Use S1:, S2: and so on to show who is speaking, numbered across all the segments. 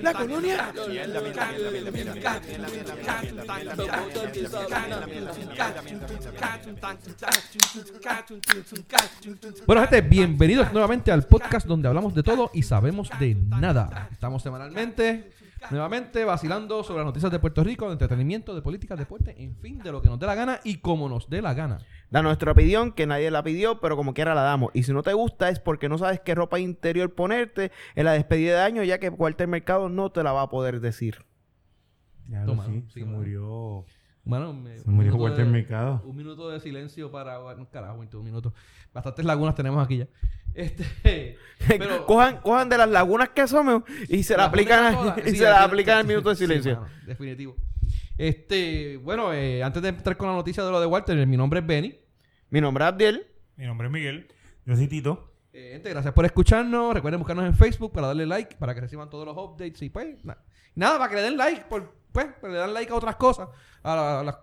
S1: La colonia.
S2: Bueno, gente, bienvenidos nuevamente al podcast donde hablamos de todo y sabemos de nada. Estamos semanalmente, nuevamente, vacilando sobre las noticias de Puerto Rico, de entretenimiento, de política, deporte, en fin, de lo que nos dé la gana y como nos dé la gana.
S3: Da nuestra opinión, que nadie la pidió, pero como quiera la damos. Y si no te gusta es porque no sabes qué ropa interior ponerte en la despedida de año, ya que Walter Mercado no te la va a poder decir.
S4: Ya
S2: Toma,
S4: sí,
S2: sí,
S4: se
S2: toma.
S4: murió.
S2: Bueno, me-
S4: Se murió
S2: un minuto
S4: Walter
S2: de-
S4: Mercado.
S2: Un minuto de silencio para. bueno, Carajo, 21 minutos. Bastantes lagunas tenemos aquí ya. Este. Pero,
S3: cojan, cojan de las lagunas que asomen y se la
S2: Las
S3: aplican,
S2: ponen
S3: a-
S2: todas.
S3: y
S2: Sí,
S3: se la
S2: aquí-
S3: aplican al minuto de
S2: sí,
S3: silencio.
S2: mano, definitivo. Este, bueno, eh, antes de entrar con la noticia de lo de Walter, mi nombre es Benny.
S3: Mi nombre es Abdiel.
S5: Mi nombre es Miguel.
S4: Yo soy Tito.
S2: Eh, gente, gracias por escucharnos. Recuerden buscarnos en Facebook para darle like, para que reciban todos los updates y pues na- nada, para que le den like, por, pues, para que le dan like a otras cosas, a, la- a la-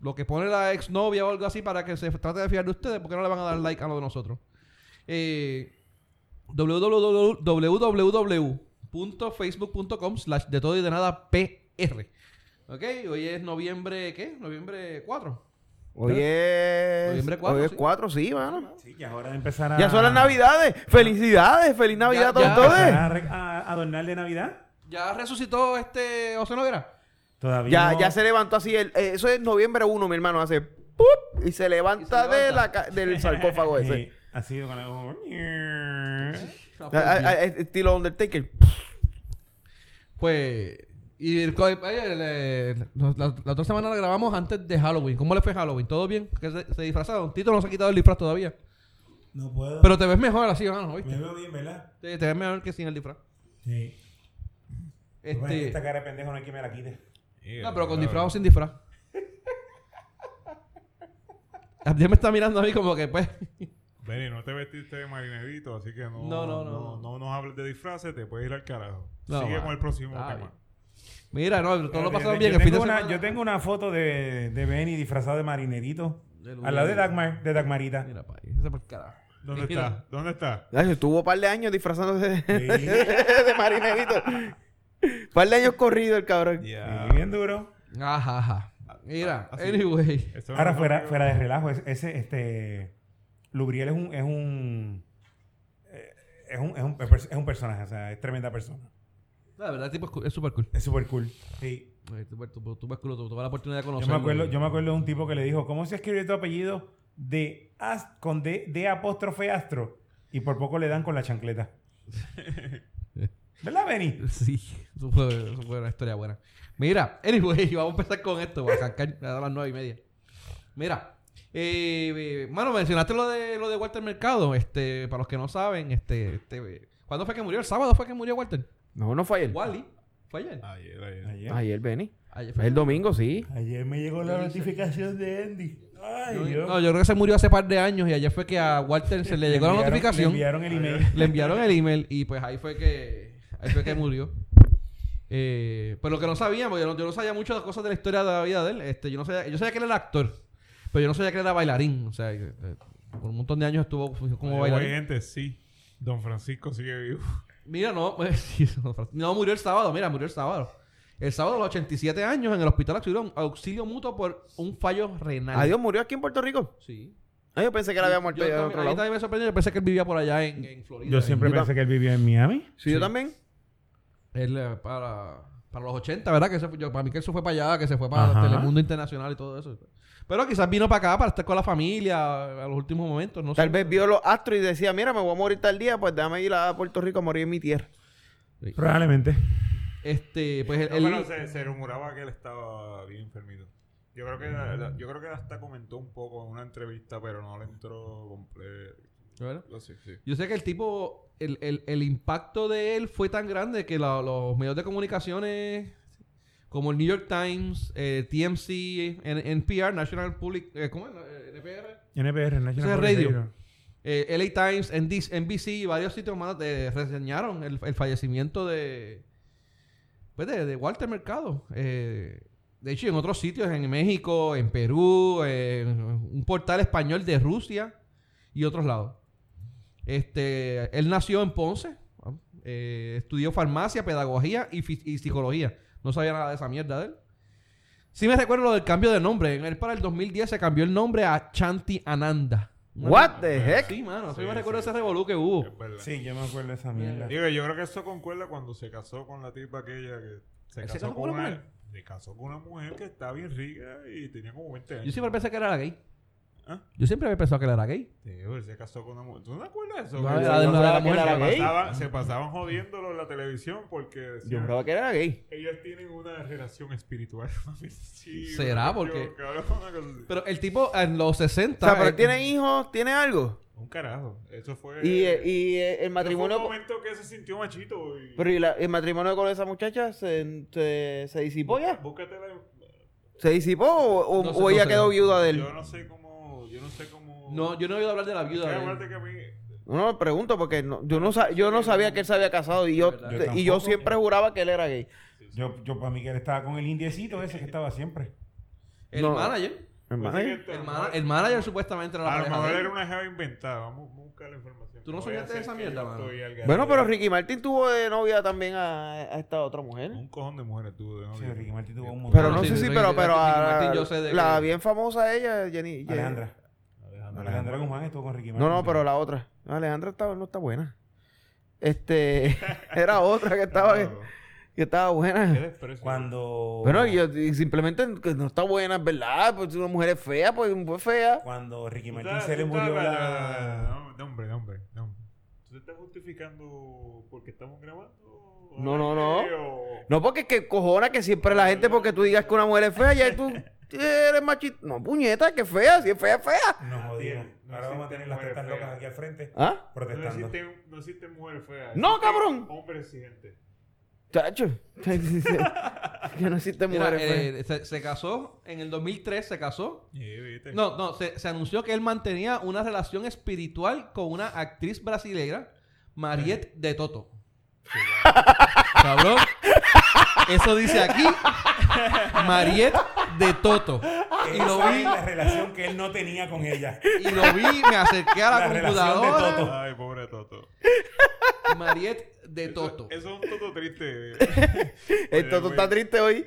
S2: lo que pone la exnovia o algo así para que se trate de fiar de ustedes, porque no le van a dar like a lo de nosotros. Eh, www- www.facebook.com slash de todo y de nada PR. Ok, hoy es noviembre, ¿qué? Noviembre 4.
S3: Hoy es.
S2: ¿Eh? Noviembre cuatro,
S3: hoy es
S2: sí.
S3: 4, sí, mano.
S4: Sí, ya es hora de empezar a.
S3: Ya son las navidades. ¿eh? Felicidades, feliz
S2: Ya-
S3: navidad a
S2: ya.
S3: todos.
S4: empezar A, re- a adornar de Navidad.
S2: ¿Ya resucitó este José Noguera?
S4: Todavía.
S3: Ya,
S4: no-
S3: ya se levantó así. el- eh, eso es noviembre 1, mi hermano. Hace. ¡pup! Y se levanta,
S2: Y se
S3: De
S2: levanta.
S3: la ca- del sarcófago
S4: Sí,
S3: ese.
S4: ha sido con el.
S2: Ah,
S3: A-
S2: pues,
S3: a-
S2: bien.
S3: a- estilo Undertaker.
S2: Pues. Y el, co- oye, el, el- la, la- la otra semana la grabamos antes de Halloween. ¿Cómo le fue Halloween? ¿Todo bien? ¿Que se, se disfrazaron? Tito no se ha quitado el disfraz todavía.
S4: No puedo.
S2: Pero te ves mejor así, mano, ¿viste?
S4: veo bien, ¿verdad?
S2: Te, te ves mejor que sin el disfraz.
S4: Sí.
S2: Este,
S4: cara de pendejo no hay que me la quite.
S2: no, pero con disfraz o sin disfraz. Abdiel me está mirando a mí como que, pues.
S5: Benny, no te vestiste de marinerito, así que no,
S2: No, no, no, no.
S5: no nos hables de disfraces, te puedes ir al carajo.
S2: No,
S5: Sigue
S2: va.
S5: con el próximo
S2: Ah,
S5: tema.
S2: Mira, no, todo lo pasaron bien.
S4: Yo
S2: El fin de
S4: tengo, una,
S2: semana-
S4: yo tengo una foto de, de Benny disfrazado de marinerito.
S2: Del-
S4: al lado de Dagmar, de Dagmarita.
S2: Mira, pa, ahí, ese por carajo.
S5: ¿Dónde
S2: Mira.
S5: está? ¿Dónde está?
S3: Ay, estuvo un par de años disfrazándose de,
S4: Sí, sí,
S3: de marinerito. par de años corrido el cabrón.
S4: bien duro.
S2: Ajá, ajá. Mira,
S5: Así.
S2: anyway.
S5: Esto no
S4: Ahora,
S5: es
S4: fuera,
S5: obvio.
S4: fuera de relajo, es- ese, este, Lubriel es un, es un, eh, es un, es un, es un personaje, o sea, es tremenda persona.
S2: La verdad, el tipo es cu- es súper cool.
S4: Es súper cool. Sí.
S2: Ay, tú- tú- tú- Tuve culo, tu- tuve la oportunidad de
S4: Yo
S2: conocerlo.
S4: me acuerdo, yo me acuerdo de un tipo que le dijo, ¿cómo se escribe tu apellido de As- con D, D apóstrofe astro? Y por poco le dan con la chancleta. ¿Verdad, Benny?
S2: Sí, eso fue, eso fue una historia buena. Mira, anyway, vamos a empezar con esto. voy a arrancar a las nueve y media. Mira, eh, eh, mano, mencionaste lo de, lo de Walter Mercado. Este, para los que no saben, este, este, eh, ¿cuándo fue que murió? ¿El sábado fue que murió Walter?
S3: No, no fue ayer.
S2: Wally. ¿Fue ayer?
S5: Ayer, ayer.
S4: Ayer,
S3: Ayer, Benny.
S2: Ayer
S3: El domingo, sí.
S4: ayer me llegó la notificación de Andy. Ay,
S2: Yo-
S4: Dios.
S2: no, yo creo que se murió hace par de años y ayer fue que a Walter se le llegó la
S4: enviaron-
S2: notificación.
S4: Le enviaron el email.
S2: Le enviaron el email y pues ahí fue que ahí fue que murió. Eh, pero lo que no sabíamos, yo no, yo no sabía muchas cosas de la historia de la vida de él. Este, yo no sabía, yo sabía que él era actor, pero yo no sabía que él era bailarín. O sea, eh, eh, por un montón de años estuvo como
S5: Oye,
S2: bailarín.
S5: gente, sí. Don Francisco sigue vivo.
S2: Mira, no, pues, sí, no, no, murió el sábado, mira, murió el sábado. El sábado a los 87 años en el hospital auxilio, auxilio mutuo por un fallo renal.
S3: Adiós, murió aquí en Puerto Rico.
S2: Sí.
S3: Ah, yo pensé que él había muerto
S2: Yo
S3: allá en
S2: también-
S3: otro
S2: a mí
S3: lado.
S2: también me sorprendió, yo pensé que él vivía por allá en, en Florida.
S4: Yo siempre
S3: Yo tam-
S4: pensé que él vivía en Miami.
S3: Sí, yo también.
S2: Él, eh, para, para los 80, ¿verdad? Que se fue- yo, para mí que eso fue para allá, que se fue para
S4: Ajá.
S2: Telemundo Internacional y todo eso. Pero quizás vino para acá para estar con la familia a los últimos momentos, no
S3: Tal
S2: sé.
S3: vez vio los astros y decía, mira, me voy a morir tal día, pues déjame ir a Puerto Rico a morir en mi tierra.
S4: Probablemente.
S2: Este, pues él...
S5: No,
S2: él-
S5: pero se, se rumoraba que él estaba bien enfermito. Yo creo que la- la- yo creo que hasta comentó un poco en una entrevista, pero no le entró completo.
S2: ¿verdad?
S5: Sí, sí.
S2: Yo sé que el tipo, el, el, el impacto de él fue tan grande que la- los medios de comunicaciones como el New York Times, eh, TMC, N- NPR, National Public, eh, ¿cómo es? Eh, NPR.
S4: NPR, National
S2: Ese es
S4: Public
S2: radio. Eh, LA Times, ND NBC y varios sitios más eh, reseñaron el, el fallecimiento de, pues de, de Walter Mercado. Eh, de hecho, en otros sitios, en México, en Perú, en un portal español de Rusia y otros lados. Este, él nació en Ponce, eh, estudió farmacia, pedagogía y, fi- y psicología. No sabía nada de esa mierda de él. Sí me recuerdo lo del cambio de nombre. En él para el 2010 se cambió el nombre a Chanti Ananda.
S3: What the heck?
S2: Sí, mano. Sí,
S5: Sí,
S2: me recuerdo
S5: sí.
S2: ese revolú que hubo.
S5: Es verdad.
S4: Sí, yo me acuerdo de esa mierda.
S5: Digo, yo creo que eso concuerda cuando se casó con la tipa aquella que
S2: ¿Se
S5: se casó,
S2: casó
S5: con
S2: con una
S5: una,
S2: mujer?
S5: se casó con una mujer que estaba bien rica y tenía como 20 años.
S2: Yo siempre pensé que él era gay.
S5: ¿Ah?
S2: Yo siempre había pensado que él era gay.
S5: Digo, él se casó con una mujer. ¿Tú no te acuerdas de eso?
S2: No,
S5: Que
S2: la Ah, de- la de
S5: se
S2: la
S5: pasaban-
S2: mujer
S3: era
S5: se
S3: gay.
S5: pasaban- Se pasaban jodiéndolo en la televisión porque
S3: Yo
S5: decían,
S3: pensaba que era gay.
S5: ellos tienen una relación espiritual. Mami, sí,
S2: ¿Será?
S5: yo,
S2: Porque-
S5: cabrón, una cosa así.
S2: Pero el tipo en los 60.
S3: O sea,
S2: eh,
S3: pero tiene hijos, tiene algo.
S5: Un carajo. Eso fue...
S3: Y, eh, y eh, el
S5: eso fue un
S3: matrimonio. con-
S5: momento que se sintió machito y...
S3: Pero y la- el matrimonio con esa muchacha se, se, se disipó ya.
S5: Búscate la...
S3: ¿Se disipó o, o-
S2: No sé,
S3: o
S2: no
S3: ella
S2: sé.
S3: quedó viuda de él?
S5: Yo no sé cómo... Yo no sé cómo...
S2: No, yo no he oído hablar de la
S5: Es que
S2: viuda. de él.
S5: acuérdate que a mí...
S3: No, me pregunto porque no- yo, no sa- yo no sabía que él se había casado y yo,
S4: Yo tampoco.
S3: y yo siempre juraba que él era gay.
S4: Yo, yo para mí que él estaba con el indiecito ese que estaba siempre.
S2: El
S3: No.
S2: manager. Pues
S5: Parece que
S3: Hermano,
S5: esto-
S2: El, mana- el manager supuestamente era la
S5: A lo
S2: pareja
S5: mejor
S2: de él.
S5: era una jeva inventada. Vamos vamos a buscar la información.
S2: ¿Tú no
S5: Voy a
S2: soñaste
S5: hacer
S2: esa
S5: que
S2: mierda,
S5: yo
S2: mano?
S5: estoy al garete.
S3: Bueno, pero Ricky Martin tuvo de novia también a, a esta otra mujer.
S5: Un cojón de mujeres tuvo de novio.
S4: Sí, Ricky Martin tuvo un montón.
S3: Pero no
S2: Sí,
S3: sé
S2: sí,
S3: si,
S2: Ricky
S3: pero,
S2: Martin,
S3: pero
S2: Ricky
S3: a-
S2: Martin, yo sé de
S3: la
S2: que-
S3: bien famosa ella, Jenny. Jenny-
S4: Alejandra.
S5: Alejandro,
S4: Alejandra Guzmán estuvo con Ricky
S3: No,
S4: Martin.
S3: no, pero la otra. Alejandra estaba, no está buena. Este, era otra que estaba,
S5: Alejandro.
S3: que estaba
S5: Qué
S3: buena.
S5: desprecio.
S4: Cuando...
S3: Bueno, yo y simplemente que no está buena, es verdad. Pues si una mujer es fea, pues fue fea.
S4: Cuando Ricky
S5: Tú
S4: Martin
S5: estás-
S4: se le
S5: tú estás-
S4: murió la...
S5: No, no, hombre, no, hombre, no, hombre. ¿Tú te estás justificando porque estamos grabando?
S3: No, no, no.
S5: Creo.
S3: No, porque es que cojona que siempre la gente, porque tú digas que una mujer es fea, ya tú eres machista. No, puñeta, que fea, si es fea, es fea.
S4: Nos jodieron.
S5: Ah, No
S4: Ahora vamos a
S5: existen
S4: tener las
S5: mujeres
S4: tetas
S5: feas.
S4: locas aquí al frente
S3: ¿Ah?
S5: No
S4: protestando.
S5: existen, no existen mujeres feas.
S3: ¡No,
S5: existen
S3: cabrón!
S5: Hombres y gente.
S3: Chacho. que no existen
S2: Mira,
S3: mujeres feas.
S2: eh, se, se casó, en el 2003 se casó.
S5: Sí, viste.
S2: No, no, se, se anunció que él mantenía una relación espiritual con una actriz brasileira, Mariette de Toto. Cabrón. Eso dice aquí, Mariette de Toto. Y lo
S4: Esa
S2: vi,
S4: es la relación que él no tenía con ella.
S2: y lo vi, me acerqué a la,
S4: La relación de
S2: computadora.
S4: Toto.
S5: Ay, pobre Toto.
S2: Mariette de Toto.
S5: Eso, eso es un Toto triste.
S3: El Toto está triste hoy.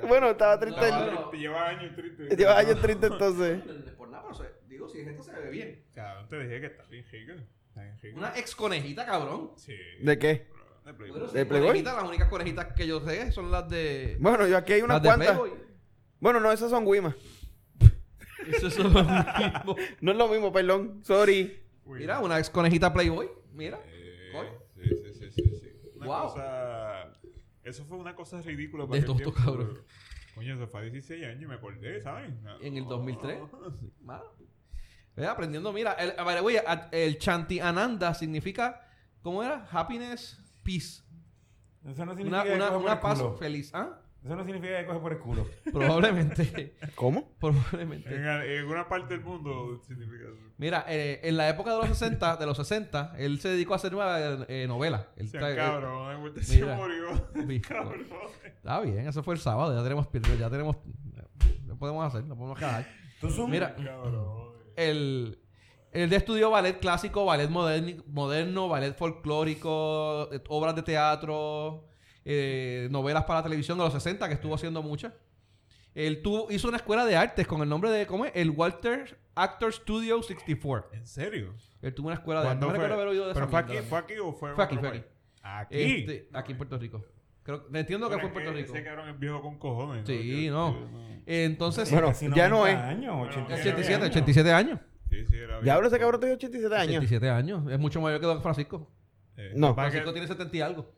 S3: Bueno, estaba triste.
S2: No,
S3: el-
S2: no.
S5: Te Lleva años triste.
S3: Lleva años triste entonces.
S2: Por nada, pero se- digo, si es esto se ve bien.
S5: Cabrón, te dije que está bien rica. Está bien rica.
S2: Una ex conejita, cabrón.
S5: Sí.
S3: ¿De qué?
S5: De
S2: Bueno,
S5: Playboy.
S2: sí,
S3: Playboy?
S2: conejitas, las únicas conejitas que yo sé son las de.
S3: Bueno, yo aquí hay
S2: las
S3: unas
S2: de
S3: cuantas.
S2: Playboy.
S3: Bueno, no, esas son Wimas.
S2: Eso es lo mismo.
S3: No es lo mismo, perdón. Sorry.
S5: Uy,
S2: Mira, una ex conejita Playboy. Mira.
S5: eh,
S2: Coño.
S5: Sí, sí, sí, sí, sí. Una
S2: Wow.
S5: cosa... Eso fue una cosa ridícula.
S2: De
S5: aquel
S2: Toto,
S5: tiempo,
S2: cabrón.
S5: pero- Coño, eso fue a 16 años y me acordé, ¿saben?
S2: En el 2003.
S4: Oh.
S5: Sí.
S2: Mano. Ve aprendiendo. Mira, el, a ver, güey, a- el Chanti Ananda significa. ¿Cómo era? Happiness, peace.
S4: Eso no
S2: Una,
S4: significa que
S2: una,
S4: coge
S2: una
S4: por el
S2: paz
S4: culo.
S2: feliz. ¿Ah?
S4: Eso no significa que coge por el culo.
S2: Probablemente.
S3: ¿Cómo?
S2: probablemente.
S5: En, en alguna parte del mundo significa eso.
S2: Mira, eh, en la época de los 60, de los 60, él se dedicó a hacer nuevas eh, novelas. Él
S5: O sea,
S2: tra- él-
S5: cabrón, de vuelta se
S2: mira.
S5: murió.
S2: Uy,
S5: cabrón.
S2: Está bien, eso fue el sábado, ya tenemos ya tenemos lo podemos hacer, lo podemos quedar.
S4: Tú son...
S2: Mira,
S5: Cabrón.
S2: el él estudió ballet clásico, ballet moderni- moderno, ballet folclórico, eh, obras de teatro, eh, novelas para televisión de los 60 que estuvo haciendo muchas. Él tuvo, hizo una escuela de artes con el nombre de ¿cómo es? El Walter Actor Studio 64.
S5: ¿En serio?
S2: Él tuvo una escuela de artes. No me recuerdo haber oído de
S5: ¿Pero
S2: esa
S5: fue
S2: mierda.
S5: aquí, fue aquí o fue en
S2: Fue aquí,
S5: otro
S2: fue aquí.
S5: país? Aquí.
S2: Este, aquí en Puerto Rico. Creo, entiendo que fue en Puerto Rico.
S5: Ese cabrón es viejo con cojones.
S2: Sí,
S5: Yo-
S2: no.
S5: yo
S2: Entonces,
S3: Bueno,
S4: Casi
S3: ya no
S4: 90
S3: es.
S4: Años, 87,
S2: 87,
S4: años.
S2: 87 años.
S5: Sí, sí, era
S3: Ya
S5: viejo.
S3: hablo ese cabrón tiene 87 años.
S2: 87 años. Es mucho mayor que Don Francisco.
S5: Eh,
S3: No.
S5: para que-
S2: Francisco tiene 70 y algo.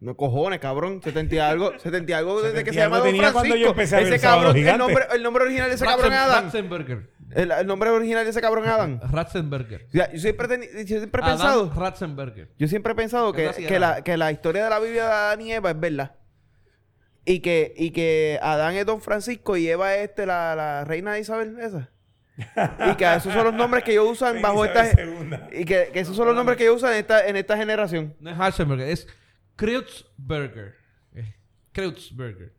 S3: No cojones, cabrón. 70 y algo. 70 y algo desde que se
S4: 70 y algo
S3: llama Don
S4: tenía
S3: Francisco.
S4: cuando yo empecé a ver
S3: ese
S4: El Sábado
S3: cabrón, el
S4: Gigante.
S3: nombre, el nombre original de ese cabrón es Adam.
S2: Ratzenberger.
S3: El, el nombre original de ese cabrón es Adam.
S2: Ratzenberger.
S3: O sea, yo siempre, he teni- yo siempre he
S2: Adam
S3: pensado.
S2: Ratzenberger.
S3: Yo siempre he pensado que,
S2: Algo así
S3: que,
S2: era.
S3: la, que la historia de la Biblia de Adán y Eva es verdad. Y que, y que Adán es Don Francisco y Eva es este, la, la reina de Isabel, esa. Y que esos son los nombres que ellos usan bajo
S4: Isabel
S3: esta.
S4: segunda.
S3: Y que, que esos son los nombres que ellos usan en esta, en esta generación.
S2: No es Ratzenberger, es Kreutzberger. Eh, Kreutzberger.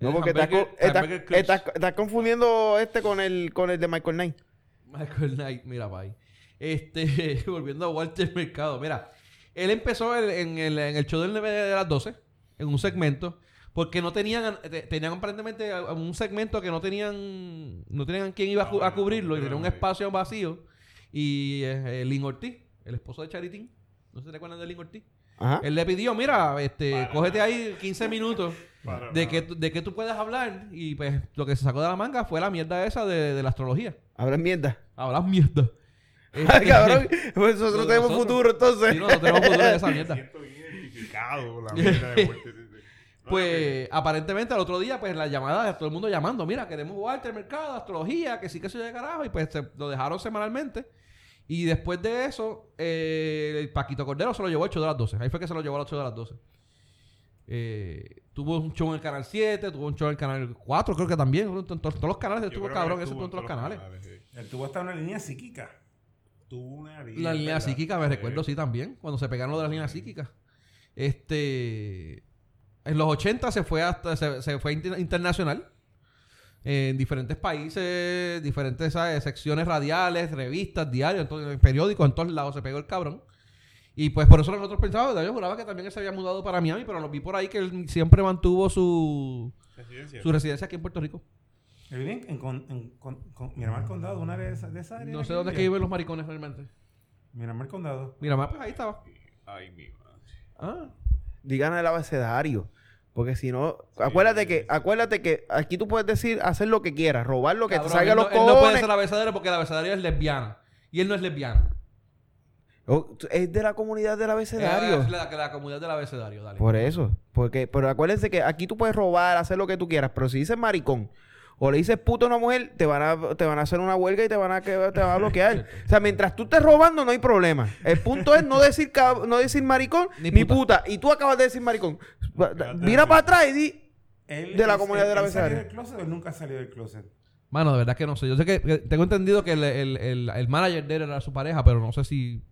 S3: No,
S2: Es
S3: porque estás,
S2: hamburger-
S3: co- estás,
S2: hamburger Kreutz.
S3: estás- estás confundiendo este con el, con el de Michael Knight.
S2: Michael Knight, mira, bye. Este, volviendo a Walter Mercado. Mira, él empezó el- en, el, en el show del 9 de las 12, en un segmento, porque no tenían, te- tenían aparentemente a- a un segmento que no tenían, no tenían quién iba a, cu- a cubrirlo, y tenía un espacio vacío. Y eh, eh, Lin Ortiz, el esposo de Charitín, no se recuerdan de Lin Ortiz.
S3: Ajá.
S2: Él le pidió, mira, este, cógete ahí 15 minutos
S5: Para
S2: de
S5: nada.
S2: que, tú- de que tú puedas hablar. Y pues lo que se sacó de la manga fue la mierda esa de, de la astrología.
S3: Hablan mierda.
S2: Hablas mierda.
S3: Ay,
S2: Este,
S3: cabrón. Pues nosotros
S2: nosotros-
S3: tenemos futuro, entonces.
S2: sí, nosotros tenemos futuro de esa
S5: Me
S2: mierda.
S5: siento bien identificado con la mierda de Walter. No,
S2: Pues aparentemente al otro día, pues las llamadas, todo el mundo llamando, mira, queremos jugar el mercado, astrología, que sí que se de carajo, y pues se- lo dejaron semanalmente. Y después de eso, eh, el Paquito Cordero se lo llevó a 8 de las 12. Ahí fue que se lo llevó a las 8 de las 12. Eh, tuvo un show en el canal 7, tuvo un show en el canal 4, creo que también. En to- en to- todos los canales
S5: yo
S2: estuvo
S5: creo que
S2: cabrón, ese
S5: estuvo
S2: estuvo en todos los canales.
S5: sí.
S4: El tubo está en una línea psíquica.
S5: Tuvo una
S2: La línea
S5: ¿verdad?
S2: psíquica, me
S5: Sí.
S2: recuerdo, sí, también. Cuando se pegaron lo de las líneas psíquicas. Este. En los 80 se fue hasta. Se, se fue inter- internacional. En diferentes países, diferentes ¿sabes? secciones radiales, revistas, diarios, en todo- en periódicos, en todos lados se pegó el cabrón. Y pues por eso nosotros pensábamos, yo juraba que también él se había mudado para Miami, pero nos vi por ahí que él siempre mantuvo su,
S5: Residencia.
S2: su residencia aquí en Puerto Rico.
S4: Yo viví en, en, con- en con- con- Miramar Condado, una área de esa, de esa área.
S2: No sé dónde es que viven los maricones realmente.
S4: Miramar Condado.
S2: Mira, más, pues ahí estaba.
S5: Ay, mi madre.
S2: Ah.
S3: Digan el abecedario. Porque si no, acuérdate que, acuérdate que aquí tú puedes decir, hacer lo que quieras, robar lo que
S2: Cabrón,
S3: te salga a
S2: él
S3: los
S2: no, él no puede
S3: cojones.
S2: ser abecedario porque el abecedario es lesbiana. Y él no es lesbiano.
S3: Oh, tú- es de la comunidad del abecedario.
S2: Es la, la- la comunidad del abecedario, dale.
S3: Por eso. Porque, pero acuérdense que aquí tú puedes robar, hacer lo que tú quieras, pero si dices maricón o le dices puto a una mujer, te van a, te van a hacer una huelga y te van a, que- te van a bloquear. o sea, mientras tú estés robando no hay problema. El punto es no decir, cab- no decir maricón ni
S2: Ni
S3: puta.
S2: puta.
S3: Y tú acabas de decir maricón. Mira para atrás y di...
S4: Él
S3: De la
S4: es-
S3: comunidad
S4: él-
S3: del
S4: él salió
S3: abecedario.
S4: del closet o él nunca salió del closet?
S2: Mano, de verdad que no sé. Yo sé que, que tengo entendido que el, el, el, el manager de él era su pareja, pero no sé si.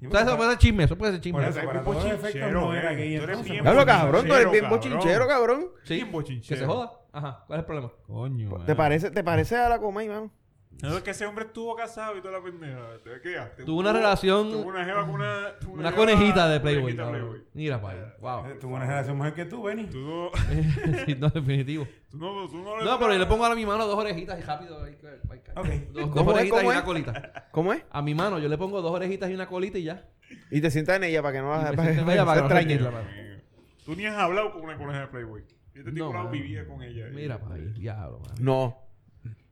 S4: Yo
S2: O sea, eso
S4: creo-
S2: puede ser chisme, eso puede ser chisme.
S4: Por eso, para todos los
S5: Bochinchero,
S4: efectos, no era
S5: eh.
S4: gay
S5: Tú eres
S4: entonces.
S5: bien
S3: Hablo
S5: bochinchero,
S3: cabrón, tú eres bien
S5: cabrón.
S3: bochinchero, cabrón.
S2: Sí,
S5: Bien bochinchero.
S2: que se joda. Ajá, ¿cuál es el problema?
S5: Coño.
S3: ¿Te parece, te parece a la coma, mano?
S5: No, es que ese hombre estuvo casado y toda la pendeja. ¿Te creas?
S2: Tuvo una relación-
S5: Tuvo una jeva con una. tuvo
S2: Una
S5: jeva-
S2: conejita de Playboy.
S5: conejita
S2: cabrón.
S5: Playboy.
S2: Mira, pa' Wow.
S4: Eh, Tuvo una relación mejor que tú, Benny.
S5: Tú no.
S2: Sí, no, definitivo.
S5: Tú no, tú no le-
S2: No, pero yo le pongo a mi mano dos orejitas y rápido. ahí, ahí, ahí.
S4: Ok.
S2: Dos, dos
S3: ¿Cómo es?
S2: orejitas y
S3: ¿Cómo es?
S2: una colita.
S3: ¿Cómo es?
S2: A mi mano yo le pongo dos orejitas y una colita y ya.
S3: Y te sientas en ella para que no,
S2: Y
S3: la-
S2: me
S3: para, Ah, que
S2: siento
S3: no
S2: en ella
S3: se
S2: para que no se
S3: extrañe.
S2: pierda, mano.
S5: Tú ni has hablado con una coneja de Playboy. Yo te
S2: No,
S5: digo,
S2: mano.
S5: vivía con ella. eh.
S2: Mira, pa' ahí, diablo, mano.
S3: No.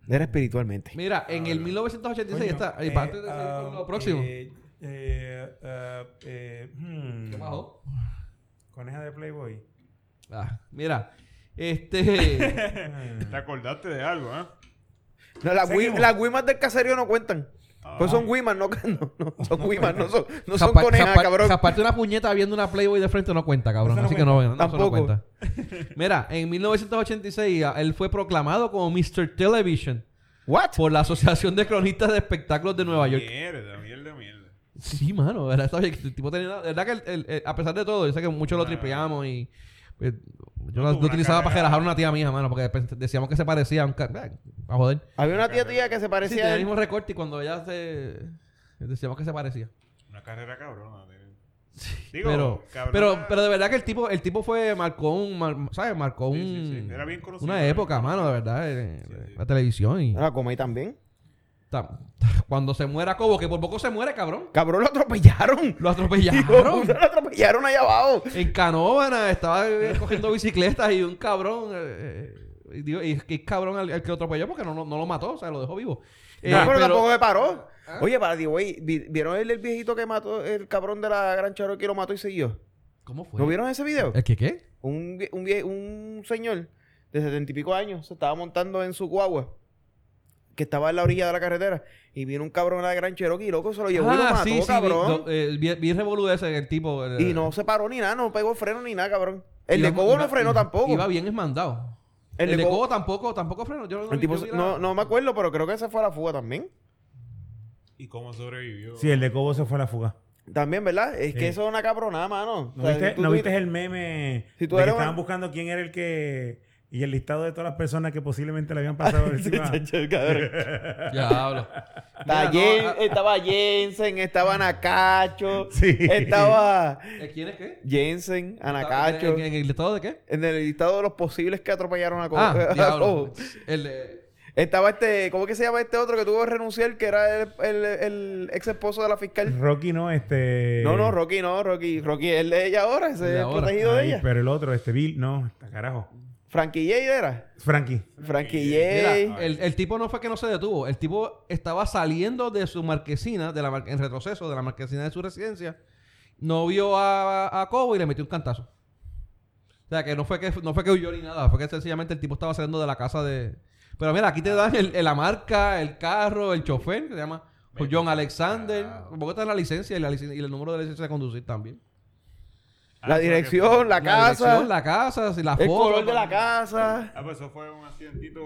S3: Era espiritualmente.
S2: Mira, en el 1986
S4: Coño,
S2: está.
S4: eh,
S2: Y parte de
S4: ah,
S2: lo próximo.
S4: eh, eh, ah, eh, hmm.
S2: ¿Qué pasó?
S4: Coneja de Playboy.
S2: Ah, mira, este.
S5: Te acordaste de algo, ¿eh?
S3: No, las,
S4: Seguimos.
S3: Wii- las Wimas del caserío no cuentan.
S5: Ah.
S3: Pues son Wimas, no, no, no son Wimas, no son, no son
S2: Zapar-
S3: conejas,
S2: zapar-
S3: cabrón.
S2: zaparte una puñeta viendo una Playboy de frente no cuenta, cabrón.
S4: Eso no
S2: así que no, no, eso no
S3: Tampoco.
S2: cuenta. Mira, en 1986 ah, él fue proclamado como Mr. Television
S3: ¿What?
S2: por la Asociación de Cronistas de Espectáculos de Nueva York.
S5: Mierda, mierda, mierda.
S2: Sí, mano, ¿verdad? Está bien, el tipo tenía. la verdad que el- el- el- a pesar de todo, yo sé que muchos lo
S5: Ah.
S2: tripeamos y. eh, yo
S5: Tuvo
S2: lo, lo
S5: una
S2: utilizaba para
S5: carrera.
S2: relajar a una tía mía, mano, porque pens- decíamos que se parecía. aunque- eh, A joder.
S3: Había una tía tía que se
S2: Sí,
S3: parecía
S2: tenía
S3: a
S2: el
S3: él.
S2: mismo recorte y cuando ella se... Decíamos que se parecía.
S5: Una carrera cabrona. tiene.
S2: pero,
S5: cabrona-
S2: pero, pero de verdad que el tipo, el tipo fue, marcó un, mar- ¿sabes? Marcó un,
S5: Sí, sí, sí. Era bien conocido.
S2: una época, mano, de verdad, eh,
S5: Sí, sí.
S2: la televisión y
S3: La coma ahí también.
S2: ta- ta- cuando se muera Cobo, que por poco se muere, cabrón.
S3: Cabrón, lo atropellaron.
S2: Lo
S3: Hijo de puta,
S2: atropellaron.
S3: lo atropellaron allá abajo.
S2: en Canóvana estaba eh, cogiendo bicicletas y un cabrón, eh, eh, y digo, y es que es cabrón al, al que lo atropelló porque no, no, no lo mató, o sea, lo dejó vivo. Eh,
S3: No, pero,
S2: pero- Ah.
S3: tampoco me paró. Oye, para, digo, güey, vi- ¿vieron el, el viejito que mató, el cabrón de la Gran Cherokee lo mató y siguió?
S2: ¿Cómo fue?
S3: ¿No vieron ese video?
S2: ¿El que qué?
S3: Un, vie- un, vie- un señor de setenta y pico años se estaba montando en su guagua que estaba en la orilla de la carretera y vino un cabrón de la Gran Cherokee, loco, se lo llevó y lo mató,
S2: Ah, sí, sí,
S3: cabrón.
S2: Vi, eh, vi, vi revolú ese, el tipo. el-
S3: Y no se paró ni nada, no pegó freno ni nada, cabrón. El
S2: Iba-
S3: de Cobo
S2: iba-
S3: no frenó tampoco.
S2: Iba bien esmandado. El, de Cobo tampoco, tampoco frenó. Yo no,
S3: el tipo
S2: yo
S3: se-
S2: vi la-
S3: no, no me acuerdo, pero creo que se fue a la fuga también.
S5: ¿Y cómo sobrevivió?
S4: Sí, el de Cobo se fue a la fuga.
S3: También, ¿verdad? Es
S4: Sí.
S3: que eso es una cabronada, mano. O
S4: ¿No,
S3: sea,
S4: viste,
S3: tú-
S4: no
S3: tú-
S4: viste el meme
S3: Si tú
S4: de que
S3: eres una-
S4: estaban buscando quién era el que Y el listado de todas las personas que posiblemente le habían pasado por encima.
S2: Ya hablo.
S3: Está Jen-
S2: ah.
S3: estaba Jensen, estaba Anacacho,
S4: Sí.
S3: estaba
S2: ¿Quién es qué?
S3: Jensen, Anacacho.
S2: ¿En, en, el estado de qué?
S3: En el listado de los posibles que atropellaron a Co-
S2: Ah,
S3: a
S2: diablo.
S3: Cobo.
S2: El, eh,
S3: Estaba este, ¿cómo que se llama este otro que tuvo que renunciar? Que era el, el- el ex esposo de la fiscal.
S4: Rocky no, este.
S3: No, no, Rocky no, Rocky. Rocky es el de ella ahora, ese
S2: El de
S3: es el
S2: ahora.
S3: protegido de
S4: Ay,
S3: ella.
S4: Pero el otro, este Bill, no, está carajo.
S3: Frankie J era.
S4: Frankie.
S3: Frankie
S2: mira,
S3: J.
S2: el, el tipo no fue que no se detuvo. El tipo estaba saliendo de su marquesina, de la mar- en retroceso de la marquesina de su residencia. No vio a, a Cobo y le metió un cantazo. O sea, que no fue que no fue que huyó ni nada. Fue que sencillamente el tipo estaba saliendo de la casa de... Pero mira, aquí te dan el- el- la marca, el carro, el chofer, que se llama John Alexander. Porque está la licencia y, la licen- y el número de licencia de conducir también.
S4: Ah,
S5: Ah,
S3: La dirección, la casa,
S2: dirección, la casa, si la
S3: el
S2: foto,
S3: color de la
S2: ¿no?
S3: casa.
S5: Ah, pues eso fue un accidentito.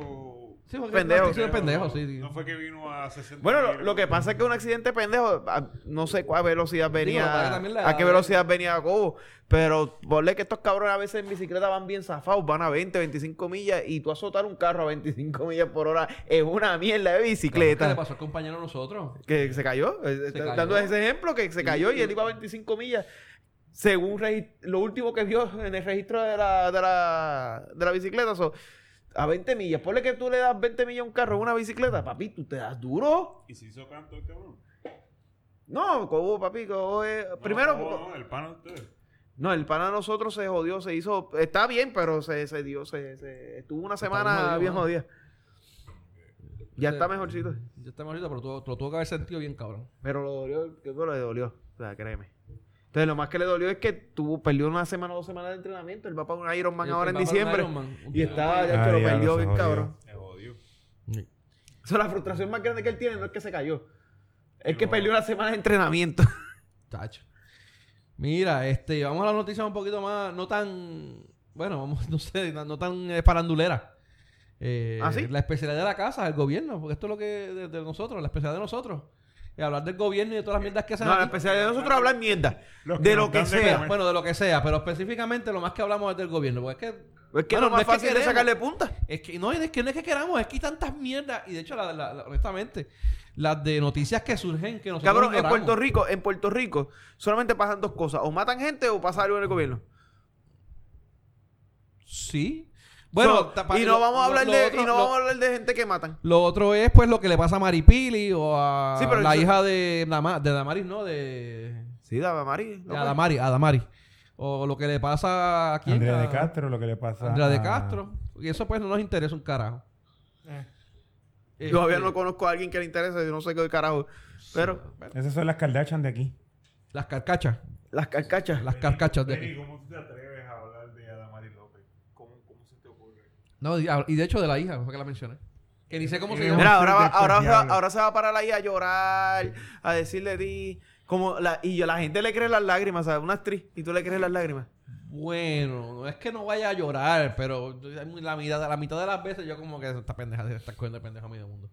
S2: Sí, porque
S3: Pendejo.
S2: pendejo. Sí, pendejo, sí, sí.
S5: No fue que vino a 60.
S3: Bueno, lo,
S5: kilómetros.
S3: lo que pasa es que un accidente pendejo, a- no sé cuál velocidad
S2: Digo, para que
S3: venía,
S2: también la-
S3: a qué velocidad venía Cobo, pero ponle que estos cabrones a veces en bicicleta van bien zafados, van a 20, 25 millas y tú azotar un carro a 25 millas por hora es una mierda de
S2: ¿Qué le
S3: bicicleta.
S2: pasó al compañero a nosotros?
S3: Que se cayó, eh, eh,
S2: cayó.
S3: dando ese ejemplo que se cayó y él iba a 25 millas. Según regi- lo último que vio en el registro de la, de la, de la bicicleta, so, a 20 millas. Ponle que tú le das 20 millas a un carro en una bicicleta, papi, tú te das duro.
S5: ¿Y se hizo canto este el cabrón?
S3: No, Cobo, papi, Cobo es...
S5: No,
S3: Primero,
S5: No, no, el pana de ustedes.
S3: no, el pana de nosotros se jodió, se hizo... Está bien, pero se, se dio, se, se- Estuvo una
S2: Está
S3: semana
S2: bien jodido,
S3: bien
S2: ¿no?
S3: jodida. Ya
S2: Sí.
S3: está mejorcito.
S2: Yo estaba ahorita, pero tuvo- lo tuvo que haber sentido bien, cabrón.
S3: Pero lo dolió, que no le dolió. O sea, créeme. Entonces, lo más que le dolió es que tuvo, perdió una semana o dos semanas de entrenamiento. Él va para un Ironman
S2: Y
S3: ahora en
S2: el que va para un
S3: diciembre.
S2: Ironman, un
S3: Y
S2: tipo-
S3: está,
S4: Ah,
S3: ya que lo
S4: diablo,
S3: perdió
S4: se
S3: bien,
S4: jodió.
S3: cabrón.
S5: Se jodió.
S3: O sea, la frustración más grande que él tiene no es que se cayó. Es que
S5: No.
S3: perdió una semana de entrenamiento.
S2: Chacho. Mira, este, vamos a la noticia un poquito más, no tan, bueno, vamos, no sé, no, no tan eh, farandulera. Eh,
S3: ¿Ah, sí?
S2: La especialidad de la casa, el gobierno, porque esto es lo que de, de nosotros, la especialidad de nosotros. Y hablar del gobierno y de todas las mierdas que hacen.
S3: No, la
S2: aquí.
S3: especialidad de nosotros es hablar mierda.
S5: Los
S3: De
S5: que
S3: lo
S5: nos
S3: que
S5: dan de
S3: sea.
S5: comer.
S2: Bueno, de lo que sea, pero específicamente lo más que hablamos es del gobierno, porque es que
S3: Es que
S2: Bueno,
S3: lo más
S2: no Pues es que
S3: fácil es
S2: queremos.
S3: sacarle punta.
S2: Es que no, es que no es que queramos, es que hay tantas mierdas. Y de hecho, la, la- la- honestamente, las de noticias que surgen que nosotros.
S3: Cabrón, en
S2: ignoramos.
S3: Puerto Rico, en Puerto Rico, solamente pasan dos cosas. O matan gente o pasa algo en el gobierno.
S2: Sí. Bueno,
S3: So,
S2: tapa-
S3: y no
S2: lo-
S3: vamos a
S2: lo-
S3: hablar
S2: lo
S3: de,
S2: otro-
S3: y no
S2: lo-
S3: vamos a hablar de gente que matan.
S2: Lo otro es, pues, lo que le pasa a Maripili o a
S3: Sí, pero
S2: la
S3: eso-
S2: hija de, Dama- de Damaris, ¿no? De,
S3: Sí, dame Mari.
S2: de Adamari, Adamari. O lo que le pasa a quién?
S4: Andrea de
S2: A-
S4: Castro, Ah. lo que le pasa.
S2: Ah. Andrea de
S4: a-
S2: Castro. Y eso, pues, no nos interesa un carajo.
S3: Yo todavía
S2: Este,
S3: no conozco a alguien que le interese, yo no sé qué carajo. Pero
S4: Esas son las Kardashian de aquí.
S2: Las carcachas.
S3: las carcachas.
S2: Las carcachas de aquí.
S5: Benny, ¿Cómo tú te atreves a hablar de Adamari López? ¿Cómo, cómo se te ocurre?
S2: No, y ah, y de hecho de la hija, fue que la mencioné. Que ni sé cómo se
S5: Mira,
S2: llama.
S3: Eh, Mira, ahora, va-
S4: Del
S3: ahora, se va-
S4: diablo.
S3: ahora se va a parar ahí a llorar, a decirle di. Como la, y yo- la gente le cree las lágrimas, ¿sabes? Una actriz y tú le crees las lágrimas.
S2: Bueno, no es que no vaya a llorar, pero la mitad, la mitad de las veces yo como que esta pendeja esta cuenta de pendeja medio mundo.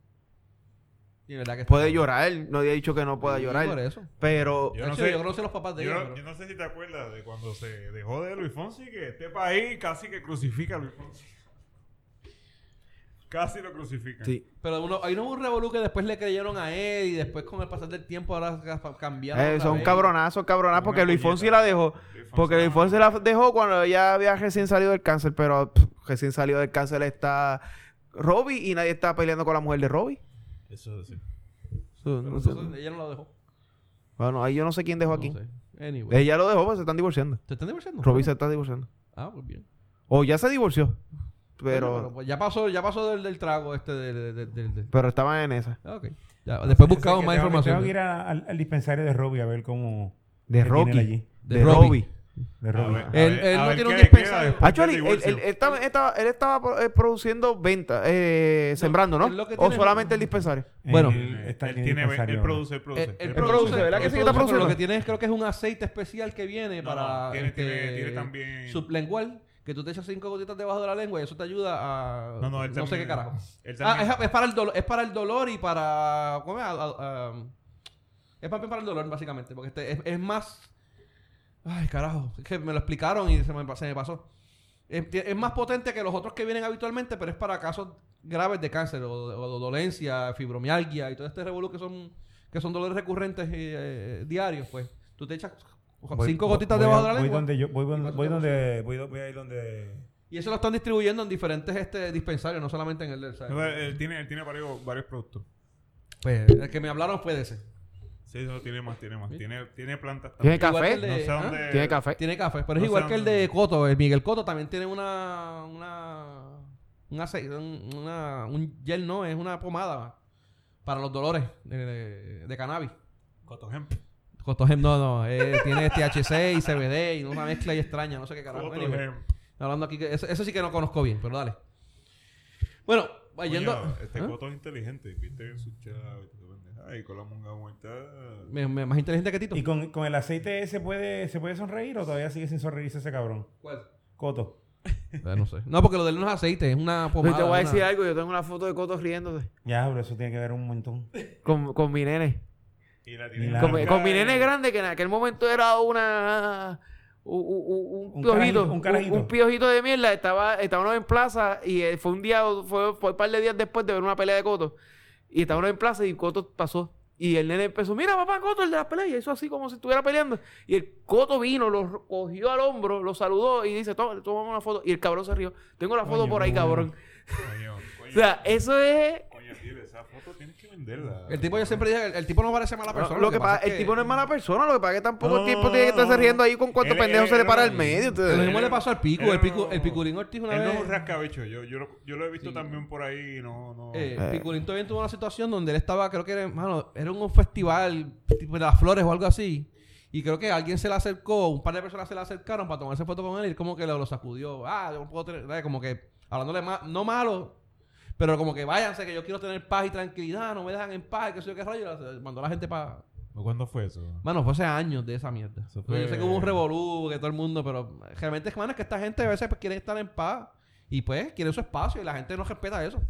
S2: Y de verdad que
S3: Puede llorar, no había dicho que no pueda
S2: Sí, Por
S3: llorar.
S2: eso.
S3: Pero
S5: Yo
S2: De
S5: no
S2: hecho,
S5: sé.
S2: yo conocí a los papás de
S5: Yo,
S2: ella.
S5: no-
S2: pero-
S5: yo no sé si te acuerdas de cuando se dejó de Luis Fonsi, que este país casi que crucifica a Luis Fonsi. Casi lo crucifica.
S3: sí.
S2: Pero uno, ahí no hubo un revolú que después le creyeron a él y después con el pasar del tiempo ahora ca- cambiaron.
S3: Eh,
S2: otra
S3: son
S2: vez.
S3: cabronazos, cabronazos,
S5: Una
S3: porque Luis Fonsi
S5: puñeta.
S3: la dejó.
S5: Luis Fonsi
S3: Porque
S5: no-
S3: Luis Fonsi la dejó cuando ella había recién salido del cáncer, pero pff, recién salido del cáncer está Robbie y nadie está peleando con la mujer de Robbie.
S5: Eso sí.
S2: Pero
S3: So, no sé.
S2: eso- ella no lo dejó.
S3: Bueno, ahí yo no sé quién dejó a quién.
S2: No sé. Anyway.
S3: Ella lo dejó, pues se están divorciando.
S2: ¿Te están divorciando?
S3: Robbie se está divorciando.
S2: Ah, muy bien.
S3: O ya se divorció,
S2: Bueno,
S3: pero,
S2: pues ya pasó, ya pasó del, del trago este del... del- del- del-
S3: pero estaban en esa.
S2: Ah, ok. Ya, después
S4: Entonces,
S2: buscamos
S4: que
S2: más
S4: tengo-
S2: información.
S4: Tengo que ir a- al, al dispensario de Robbie a ver cómo.
S3: De
S4: qué
S3: Rocky.
S4: tienen allí.
S2: De
S3: De
S2: Robbie.
S3: Robbie.
S4: De
S5: A
S4: Robbie.
S5: ver,
S4: Ah,
S5: a
S2: Él-
S5: ver-
S2: él
S5: a
S2: no
S5: ver
S2: tiene un
S5: qué le queda
S2: dispensario.
S5: después del
S3: Actually, él,
S5: divorcio.
S3: él- él estaba, estaba- él estaba pro- eh, produciendo ventas, eh, sembrando, ¿no?
S2: él lo que
S3: O
S2: tiene-
S3: solamente el dispensario.
S4: él-
S2: bueno,
S4: él
S5: Él
S4: está en el
S5: tiene,
S4: dispensario
S5: él
S4: ahora.
S5: produce, él produce.
S2: El,
S5: Él
S3: produce, Eh, ¿verdad que sí que
S2: produce,
S3: está
S2: pero
S3: produciendo?
S2: Lo que tiene es, creo que es un aceite especial que viene
S5: No,
S2: para. este,
S5: no, tiene- tiene- tiene también-
S2: Sublingual, que tú te echas cinco gotitas debajo de la lengua y eso te ayuda a.
S5: No, no, él
S2: sé
S5: también-
S2: qué carajo.
S5: él
S2: Ah,
S5: también-
S2: es, es para el dolor, es para el dolor y para. ¿Cómo es? A- a- a- es para, para el dolor, básicamente, porque este, es, es más. Ay, carajo, es que me lo explicaron y se me, pa- se me pasó. Es, tie- es más potente que los otros que vienen habitualmente, pero es para casos graves de cáncer o, o dolencia, fibromialgia y todo este revolú que son, que son dolores recurrentes eh, eh, diarios, pues. Tú te echas
S4: Voy-
S2: cinco
S4: voy-
S2: gotitas
S4: voy
S2: debajo
S4: a-
S2: de la
S4: Voy
S2: lengua.
S4: donde yo, voy, donde-
S2: Y
S4: voy
S2: pasa
S4: donde, voy, do- voy a ir donde...
S2: Y eso lo están distribuyendo en diferentes este, dispensarios, no solamente en el del...
S5: No, pero él tiene, él tiene varios, varios productos.
S2: Pues, el que me hablaron fue de ese.
S5: Sí, eso tiene más, tiene más. Tiene, tiene plantas
S1: ¿Tiene
S5: también.
S2: Igual
S1: café?
S2: que el de-
S5: No sé
S2: ¿ah?
S5: dónde-
S1: ¿Tiene café?
S2: Tiene café, pero es
S5: No sé
S2: igual que el
S5: dónde-
S2: de Coto. El Miguel Coto también tiene una. Una. Una. ace- un- una- un gel, no, es una pomada para los dolores de, de cannabis.
S5: Cotogen.
S2: Cotogem, no, no. eh, tiene THC y CBD y una mezcla ahí extraña, no sé qué carajo. Anyway,
S5: Cotogen.
S2: hablando aquí, que eso, eso sí que no conozco bien, pero dale. Bueno, yendo.
S5: Coño, Este
S2: ¿Ah?
S5: coto es inteligente. Viste bien su chavo y todo pendejo. Ay, con la monga muerta.
S2: Me- me- más inteligente que Tito.
S4: ¿Y con, con el aceite se puede, se puede sonreír o todavía sigue sin sonreírse ese cabrón?
S2: ¿Cuál?
S4: Coto.
S2: Eh, no sé. No, porque lo de él no es aceite, es una pomada.
S1: Yo te voy a
S2: una-
S1: decir algo, yo tengo una foto de Cotos riéndose.
S4: Ya, pero eso tiene que ver un montón.
S1: Con, con mi nene.
S5: Y la tiene.
S4: Y la-
S1: Con, mi-
S5: blanca
S1: con mi
S5: y-
S1: nene grande, que en aquel momento era una. u- u- u- Un,
S4: Un
S1: piojito,
S4: carajito, un
S1: un,
S4: carajito.
S1: un piojito de mierda. Estaba, estábamos en plaza y eh, fue un día, fue, fue un par de días después de ver una pelea de Coto. Y estábamos en plaza y Coto pasó. Y el nene empezó, mira papá, Coto, el de las peleas. Y hizo así como si estuviera peleando. Y el Coto vino, lo cogió al hombro, lo saludó y dice, toma, tomamos una foto. Y el cabrón se rió. Tengo la foto
S4: Coño,
S1: por ahí,
S4: qué bueno.
S1: cabrón.
S5: Coño,
S1: O
S5: coño.
S1: sea, eso es
S5: Coño, tío, esa foto tienes que venderla.
S2: El tipo, yo siempre dije, el, el tipo no parece mala persona.
S3: lo que pasa,
S2: es
S3: el tipo no es mala persona, lo que pasa es que tampoco el
S5: No,
S3: tipo tiene que estarse
S5: no.
S3: riendo ahí con cuántos
S5: Él-
S3: pendejos
S5: él-
S3: se le
S5: él
S3: para
S5: no-
S3: al medio. ustedes.
S2: Lo mismo le pasó al Pico.
S5: Él
S2: el, pico
S5: no-
S2: el Piculín Ortiz una
S5: Él
S2: vez.
S5: no es un rascabecho. Yo, yo, lo, yo lo he visto también por ahí. No, no.
S2: eh, Piculín también tuvo una situación donde él estaba, creo que era, mano, era un festival tipo de las flores o algo así. Y creo que alguien se le acercó, un par de personas se le acercaron para tomarse foto con él y él como que lo, lo sacudió. Ah, yo no puedo tener, ¿sabes? como que hablándole ma- no malo, pero como que váyanse, que yo quiero tener paz y tranquilidad, no me dejan en paz, que sé yo qué rollo. Y Mandó a la gente para...
S5: ¿Cuándo fue eso?
S2: Mano, fue hace años de esa mierda.
S5: Eso fue-
S2: Yo sé que hubo un revolú, que todo el mundo, pero realmente es, mano, es que esta gente a veces pues, quiere estar en paz y pues quiere su espacio y la gente no respeta eso.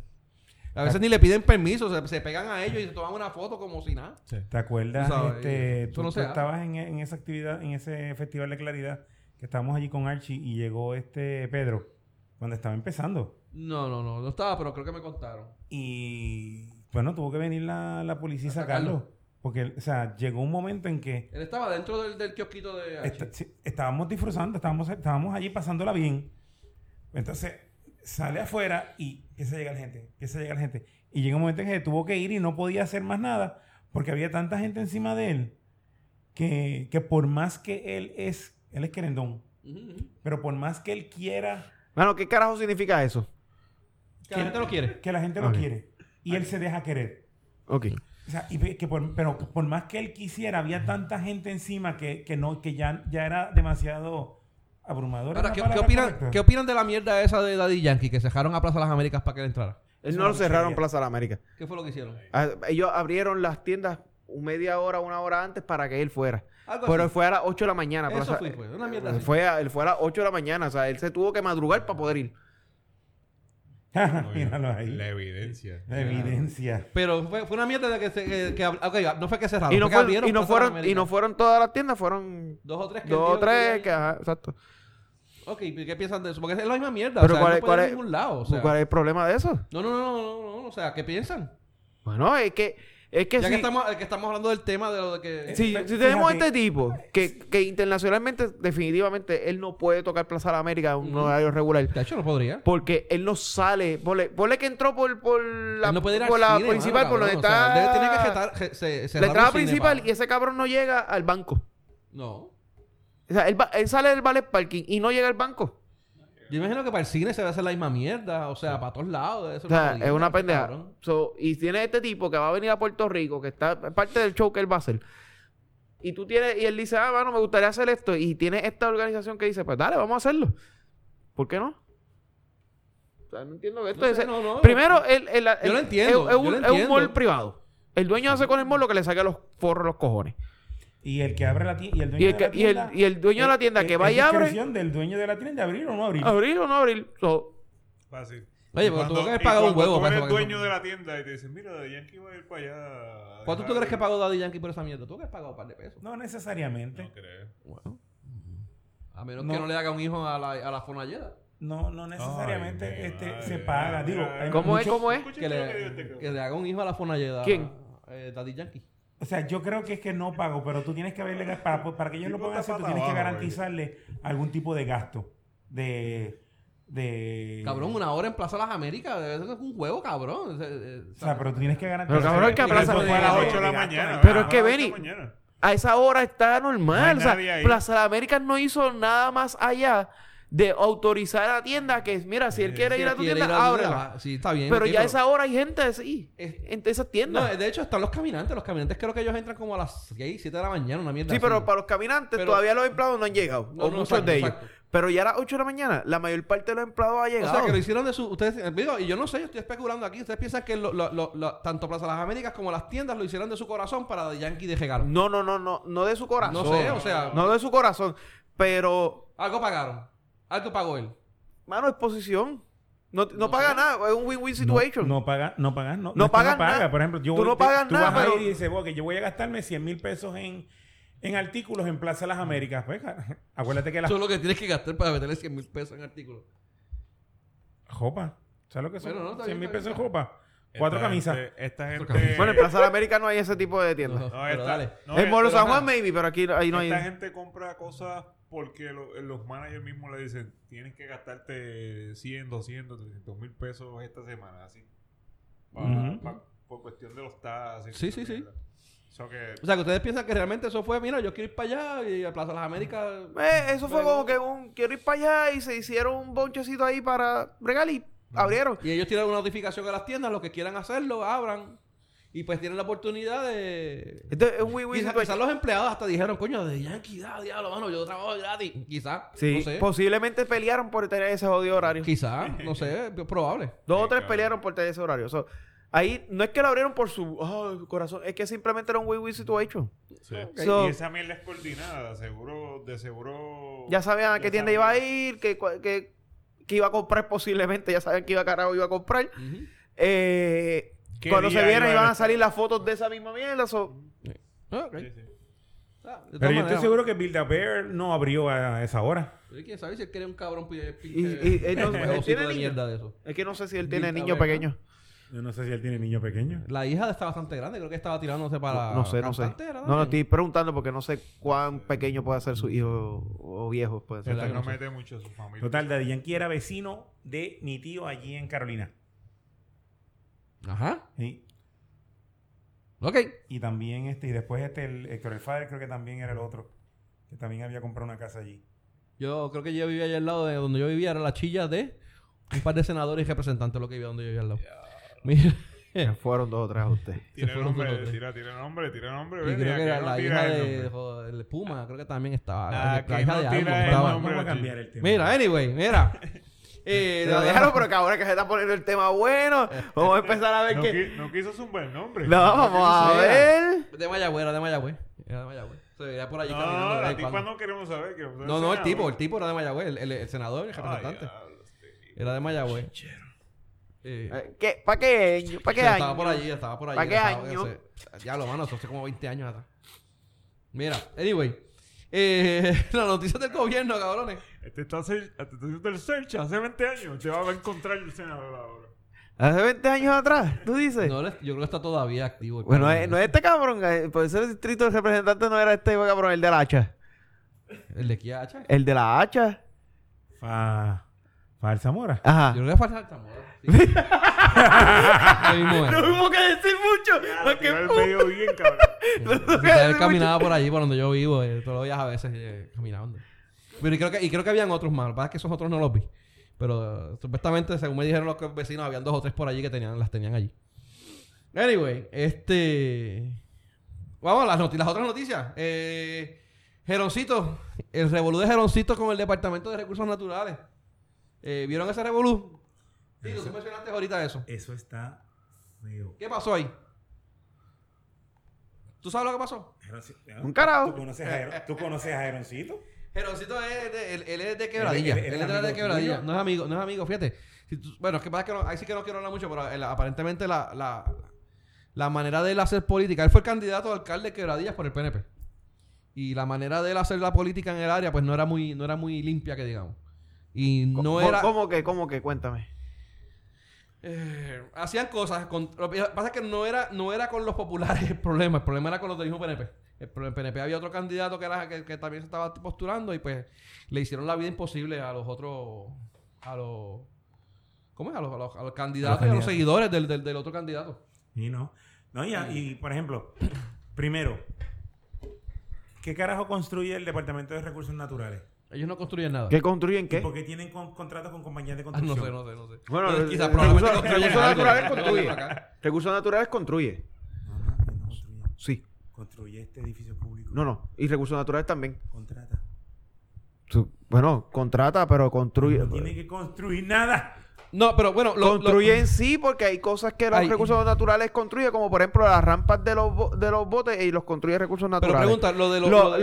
S2: A veces ni le piden permiso, se, se pegan a ellos y se toman una foto como si nada.
S4: ¿Te acuerdas?
S2: Tú sabes,
S4: este,
S2: eso
S4: tú,
S2: no
S4: tú
S2: se hace.
S4: estabas en, en esa actividad, en ese festival de claridad, que estábamos allí con Archie y llegó este Pedro, cuando estaba empezando.
S2: No, no, no, no estaba, pero creo que me contaron.
S4: Y bueno, tuvo que venir la, la policía y
S2: A sacarlo.
S4: sacarlo. Porque, o sea, llegó un momento en que
S2: Él estaba dentro del, del kiosquito de
S5: Este,
S2: H.
S4: esta- sí, estábamos disfrutando, estábamos, estábamos allí pasándola bien. Entonces, sale afuera y empieza a llegar gente, empieza a llegar gente. Y llega un momento en que tuvo que ir y no podía hacer más nada porque había tanta gente encima de él que, que por más que él es, él es querendón,
S2: Ujú, ujú.
S4: pero por más que él quiera,
S3: Mano, ¿qué carajo significa eso?
S2: Que la gente lo quiere.
S4: que la gente
S3: Ok.
S4: lo quiere. Y él se deja querer.
S3: Ok.
S4: O sea, y ve que por- pero por más que él quisiera, había tanta gente encima que, que no, que ya, ya era demasiado abrumador.
S2: Ahora, ¿qué, qué opinan, ¿qué opinan de la mierda esa de Daddy Yankee que se dejaron a Plaza Las Américas para que él entrara?
S3: Él
S4: Eso
S3: no
S4: no
S3: lo
S4: lo
S3: cerraron
S4: sabía.
S3: Plaza de la América.
S2: ¿Qué fue lo que hicieron?
S3: Ah, Ellos abrieron las tiendas un media hora, una hora antes para que él fuera.
S2: Algo
S3: Pero él
S2: así.
S3: fue a las 8 de la mañana.
S2: Eso
S3: Plaza-
S2: fue, fue, una mierda así.
S3: Fue a- él fue a las 8 de la mañana. O sea, él se tuvo que madrugar para poder ir.
S4: Míralo ahí.
S5: La evidencia.
S4: La evidencia.
S2: Pero fue, fue una mierda de que, se, eh, que, que ab- ok, no fue que cerraron.
S3: Y no,
S2: fue que
S3: fueron-
S2: abrieron
S3: y
S2: Plaza
S3: no
S2: Las
S3: fueron,
S2: Américas.
S3: y no fueron todas las tiendas, fueron
S2: Dos o tres que
S3: dos
S2: él
S3: o
S2: dijo que
S3: tres. Que,
S2: quería ir.
S3: ajá, exacto.
S2: Ok, ¿y ¿qué piensan de eso? Porque es la misma mierda.
S3: Pero
S2: o sea,
S3: ¿cuál
S2: no
S3: es-
S2: puede
S3: cuál
S2: ir a
S3: es-
S2: ningún lado. O sea,
S3: ¿Cuál es el problema de eso?
S2: no, no, no, no, no, no. O sea, ¿qué piensan?
S3: Bueno, es que, es que
S2: ya
S3: si,
S2: que estamos, eh, que estamos hablando del tema de lo de que.
S3: si-
S4: Fíjate.
S3: si tenemos este tipo que, que internacionalmente, definitivamente, él no puede tocar Plaza de la América a un
S2: Ujú.
S3: horario regular.
S2: De hecho, no podría.
S3: Porque él no sale. Ponle, ponle que entró por, por la,
S2: Él no puede ir al
S3: por la
S2: cine,
S3: principal,
S2: mano,
S3: por donde
S2: cabrón.
S3: está.
S2: O sea, debe tener que jetar, je- se- cerrar
S3: la
S2: un
S3: entrada
S2: cine,
S3: principal
S2: mano.
S3: y ese cabrón no llega al banco.
S2: No.
S3: O sea, él, va- él sale del ballet parking y no llega al banco.
S2: Yo imagino que para el cine se va a hacer la misma mierda. O sea, para todos lados. debe ser
S3: O sea,
S2: jodida,
S3: es una
S2: este
S3: pendeja.
S2: cabrón.
S3: So, y tiene este tipo que va a venir a Puerto Rico, que está es parte del show que él va a hacer. Y tú tienes, y él dice, ah, bueno, me gustaría hacer esto. Y tiene esta organización que dice, pues dale, vamos a hacerlo. ¿Por qué no? O sea, no entiendo que esto
S2: No
S3: es-
S2: sé, no, no.
S3: Primero, el, el- el-
S2: Yo lo entiendo,
S3: Es, es
S2: yo lo
S3: un, es un
S2: entiendo.
S3: mall privado. El dueño hace con el mall lo que le saque los forros los cojones.
S4: Y el que abre la tienda. Y el dueño
S3: Y el,
S4: de la
S3: que- y el-
S4: tienda.
S3: y el dueño de la tienda que
S4: es-
S3: va
S4: es
S3: y abre, Ah.
S4: discreción del dueño de la tienda de abrir o no abrir.
S3: abrir o no abrir. So,
S5: Fácil.
S2: Oye, pero
S5: Y
S2: tuvo
S5: cuando-
S2: que haber
S5: y
S2: pagado un
S5: cuando
S2: huevo
S5: Tú
S2: para
S5: eres
S2: eso, para que
S5: dueño
S2: no-
S5: de la tienda y te dicen, mira, Daddy Yankee va a ir para allá. a
S2: ¿Cuánto tú
S5: dejar-
S2: crees que pagó Daddy Yankee por esa mierda? ¿Tú crees que pagó un par de pesos?
S4: No necesariamente.
S5: No creo.
S2: A menos
S4: No.
S2: que no le haga un hijo a la, a la fonalleda.
S4: no, no necesariamente
S5: Ay,
S4: este,
S5: madre,
S4: se paga.
S5: madre.
S4: Digo, hay
S3: ¿Cómo es?
S4: mucho-
S3: ¿Cómo es?
S5: Escucha
S2: Que
S5: el tema que este yo
S2: le,
S5: te-
S2: que le haga un hijo a la Fonalleda.
S3: ¿Quién?
S2: Eh, Daddy Yankee.
S4: O sea, yo creo que es que no pago, pero tú tienes que haberle gas- para, para que ellos lo
S5: Tipo
S4: puedan hacer, tú
S5: está
S4: tienes que
S5: pata abajo,
S4: garantizarle algún tipo de gasto. De. de
S2: Cabrón, una hora en Plaza Las Américas. Debe ser un juego, cabrón. O sea, eh,
S4: O sea, pero tú tienes que garantizar.
S3: Pero cabrón, que abraza-
S5: Eso fue a las 8 de la
S4: gasto,
S5: mañana.
S4: de-
S3: Pero
S5: a
S3: es
S5: las
S3: que,
S5: ocho de
S3: Benny,
S5: la mañana.
S3: a esa hora está normal.
S5: No hay
S3: o sea,
S5: nadie ahí.
S3: Plaza de América no hizo nada más allá de autorizar a la tienda que, mira, si él quiere
S2: si
S3: ir a tu
S2: quiere
S3: tienda,
S2: ir a tu tienda,
S3: ábrela.
S2: va. Sí, está bien.
S3: Pero
S2: ok,
S3: ya a esa hora hay gente así,
S2: Es-
S3: en esas tiendas.
S2: No, de hecho están los caminantes. Los caminantes creo que ellos entran como a las 6, 7 de la mañana, una mierda.
S3: Sí,
S2: así.
S3: pero para los caminantes
S2: Pero-
S3: todavía los empleados no han llegado.
S2: No, no,
S3: o muchos
S2: exacto,
S3: de ellos.
S2: exacto.
S3: Pero ya a las 8 de la mañana, la mayor parte de los empleados ha
S2: O
S3: llegado.
S2: sea, que lo hicieron de su... Ustedes... eh, Digo, y yo no sé, yo estoy especulando aquí. Ustedes piensan que lo- lo- lo- lo- tanto Plaza Las Américas como las tiendas lo hicieron de su corazón para Daddy Yankee de regalo.
S3: No, no, no, no. No de su corazón.
S2: No sé, o sea...
S3: No de su corazón. Pero,
S2: Algo pagaron. Algo pagó él.
S3: mano, exposición. No, no,
S2: No
S3: paga
S2: sé.
S3: nada. Es un win-win
S4: No,
S3: situation.
S4: No pagan, no pagan, no. es que
S3: pagan
S4: paga.
S3: nada.
S4: Por ejemplo, yo
S3: Tú no
S4: te-
S3: pagas
S4: tú
S3: nada,
S4: vas
S3: pero-
S4: ahí y dices, "Ok, yo voy a gastarme 100 mil pesos en, en artículos en Plaza Las Américas. Pues, cara, acuérdate que las
S2: Eso es lo que tienes que gastar para meterle 100 mil pesos en artículos.
S4: jopa, ¿sabes lo que son?
S2: Bueno, no, está bien,
S4: 100 mil
S2: está
S4: pesos en
S2: bien.
S4: jopa, cuatro
S5: Esta
S4: camisas.
S5: gente- Esta
S2: camisas.
S5: gente.
S3: Bueno, en Plaza de América no hay ese tipo de tiendas.
S2: No,
S5: No,
S2: pero
S5: esta-
S2: dale.
S5: no,
S3: en
S5: eh,
S3: Moro
S5: pero
S3: San
S5: ajá.
S3: Juan, maybe, pero aquí ahí no hay.
S5: Esta gente compra cosas porque lo- los managers mismos le dicen, tienes que gastarte 100, 200, 300 mil pesos esta semana, así. Pa-
S4: Ujú.
S5: pa- por cuestión de los taxis.
S2: Sí,
S5: esa
S2: sí, sí.
S5: mierda. So que,
S2: O sea, que ustedes piensan que realmente eso fue, mira, yo quiero ir para allá y a Plaza Las Américas...
S3: Eh, eso fue
S2: Pero-
S3: como que un. Quiero ir para allá y se hicieron un bonchecito ahí para regalar y abrieron.
S2: Y ellos tienen una notificación a las tiendas, los que quieran hacerlo, abran. Y pues tienen la oportunidad de...
S3: Este es un win-win
S2: Quizás
S3: situation.
S2: los empleados hasta dijeron, coño, de Yankee, da, diablo, mano, yo trabajo gratis. Quizás,
S3: Sí,
S2: no sé.
S3: posiblemente pelearon por tener ese jodido horario.
S2: Quizás, no sé, es probable.
S3: Dos o
S5: Sí,
S3: tres
S5: claro.
S3: pelearon por tener ese horario. So, ahí no es que lo abrieron por su oh, corazón, es que simplemente era un win-win situation. So,
S5: y esa mierda es coordinada, seguro, de seguro...
S3: ya sabían a
S5: ya
S3: qué tienda
S5: saben.
S3: iba a ir, que, cua- que, que iba a comprar posiblemente, ya sabían que iba a carajo iba a comprar. Eh,
S5: ¿Qué
S3: cuando se
S5: día
S3: vieran
S5: iban
S3: iban
S5: a
S3: a salir las fotos de esa misma mierda. so,
S2: Ah, ok. Ah, de todas
S4: Pero
S5: Sí, sí.
S4: yo estoy
S2: maneras,
S4: seguro que Build a Bear no abrió a esa hora.
S2: oye, ¿Quién sabe si él quiere un cabrón pinche
S3: y, y- él no- él
S2: negocito
S3: tiene
S2: de
S3: niño.
S2: mierda de eso?
S3: Es que no sé si él tiene
S2: Vista
S3: niño
S2: Verde.
S3: pequeño.
S4: Yo no sé si él tiene niño pequeño.
S2: La hija está bastante grande, creo que estaba tirándose para...
S3: No sé, no sé.
S2: cantante, ¿era
S3: No, no,
S2: también?
S3: estoy preguntando porque no sé cuán pequeño puede ser su hijo o viejo. Puede ser.
S2: ¿Verdad?
S5: Esta
S2: que no
S5: no
S2: sé.
S5: mete mucho a su familia.
S4: Total, Daddy Yankee era vecino de mi tío allí en Carolina.
S2: Ajá,
S4: ¿sí?
S2: ok.
S4: Y también este, y después este, el Héctor el Fader creo que también era el otro. Que también había comprado una casa allí.
S2: Yo creo que yo vivía allá al lado de donde yo vivía, era la chilla de un par de senadores y representantes, lo que vivía donde yo vivía al lado. Mira.
S3: Ya Fueron dos o tres a usted.
S5: Tira
S2: Se
S5: el
S2: fueron
S5: nombre,
S2: solo tres.
S5: tira, tira el nombre, tira el nombre.
S2: Y
S5: Benny,
S2: creo
S5: ¿a
S2: que
S5: qué
S2: la,
S5: no
S2: la
S5: tira
S2: hija
S5: el
S2: de,
S5: nombre?
S2: joder, el Puma, creo que también estaba.
S5: Ah,
S2: la, la
S5: que
S2: hija
S5: no
S2: de
S5: tira
S2: algo
S5: el
S2: estaba.
S5: nombre.
S4: Vamos a
S5: aquí.
S4: cambiar el tema.
S2: Mira, anyway, mira. Eh,
S3: Pero
S2: de-
S3: déjalo, pero que ahora que se está poniendo el tema bueno, vamos a empezar a ver
S5: No,
S3: qué.
S5: qui- no quiso zumbar el nombre.
S3: No, vamos a
S2: sea.
S3: ver.
S2: De Mayagüez, era de Mayagüez. Era de Mayagüez. Se veía por allí caminando. de
S5: No, la
S2: vez en
S5: tipa
S2: cuando.
S5: no queremos saber. queremos saber
S2: no, no, el tipo,
S5: senador.
S2: el tipo era de Mayagüez, el, el- el senador y el
S5: Ay,
S2: representante.
S5: diablo, este
S2: era de Mayagüez. Eh,
S3: Eh, ¿Qué? ¿Para qué año? ¿Para
S2: o
S3: qué
S2: sea,
S3: año?
S2: Estaba por allí, estaba por allí.
S3: ¿Para qué
S2: estaba-
S3: año?
S2: ese- Ya lo mano, eso hace como 20 años atrás. Mira, anyway. Eh, las noticias del gobierno, cabrones.
S5: Este está, hace- este está haciendo el search hace 20 años. Te va a encontrar el senador ahora.
S3: Hace 20 años atrás, tú dices.
S2: No, yo creo que está todavía activo. el
S3: bueno,
S2: cabrón.
S3: eh, no es este cabrón. eh, Por eso el distrito del representante no era este cabrón, el de la hacha.
S2: El de Kia Hacha.
S3: El de la hacha.
S2: eh.
S4: Fa... Falsa mora.
S2: Yo
S3: Ajá.
S2: creo que fue el Zamora. Sí. Lo mismo es.
S3: No hubo que decir mucho.
S5: Claro,
S3: lo
S5: te
S3: que
S5: va el
S3: pu-
S5: medio bien, cabrón.
S3: no hubo que
S2: Entonces,
S3: decir
S2: él caminaba por allí, por donde yo vivo, eh, todos los días a veces eh, caminando. Pero y creo, que, y creo que habían otros más. Lo que pasa es que esos otros no los vi. Pero eh, supuestamente, según me dijeron los que- vecinos, habían dos o tres por allí que tenían, las tenían allí. Anyway, este. Vamos a las, noti- las otras noticias. Eh, Geroncito, el revolú de Geroncito con el Departamento de Recursos Naturales. Eh, ¿Vieron ese revolú? Sí, tú mencionaste ahorita eso.
S4: Eso está feo.
S2: ¿Qué pasó ahí? ¿Tú sabes lo que pasó?
S3: Un carajo.
S4: ¿Tú conoces a, Jairo- ¿tú conoces a Jaironcito?
S2: Jeroncito es de, él, él es de quebradilla.
S4: Él-
S2: Él,
S4: él- él
S2: es de, la de
S4: amigo
S2: quebradilla.
S4: tuyo.
S2: No es amigo, no es amigo, fíjate. Si tú- bueno, es que pasa que no, ahí sí que no quiero hablar mucho, pero él- aparentemente la, la, la manera de él hacer política. Él fue el candidato a alcalde de quebradillas por el PNP. Y la manera de él hacer la política en el área, pues no era muy, no era muy limpia, que digamos. Y no
S3: ¿Cómo-
S2: era...
S3: ¿Cómo que, cómo que? Cuéntame.
S2: Eh, hacían cosas. con- lo que pasa es que no era, no era con los populares el problema. El problema era con los del mismo PNP. El, pro- el PNP había otro candidato que, era, que, que también se estaba postulando y pues le hicieron la vida imposible a los otros. A los. ¿Cómo es? A los, a los- a los candidatos y a los
S4: candidatos.
S2: seguidores del, del- del otro candidato.
S4: Y no. No, y, y, por ejemplo, primero, ¿qué carajo construye el Departamento de Recursos Naturales?
S2: Ellos no construyen nada.
S3: ¿Qué construyen qué?
S4: Porque tienen con- contratos con compañías de
S2: Ah, no
S4: construcción.
S2: sé, no sé, no sé.
S3: Bueno, eh,
S2: Entonces,
S3: el-
S2: quizás
S3: el
S2: probablemente
S3: recurso-
S2: construyan
S3: recursos
S2: algo.
S3: naturales
S2: No, no, no,
S3: construye.
S2: por acá.
S3: Recursos naturales construye.
S4: No, no, no construye.
S3: Sí.
S4: Construye este edificio público.
S3: No, no. Y recursos naturales también.
S4: Contrata.
S3: Su- Bueno, contrata, pero construye. pues.
S4: No tiene que construir nada.
S2: No, pero bueno, lo- lo-
S3: construye en sí porque hay cosas que los
S2: Ay.
S3: recursos naturales construyen, como por ejemplo las rampas de los, bo- de los botes y los construye recursos
S2: Pero
S3: naturales.
S2: pregunta, lo de los.
S3: Lo-
S2: lo de-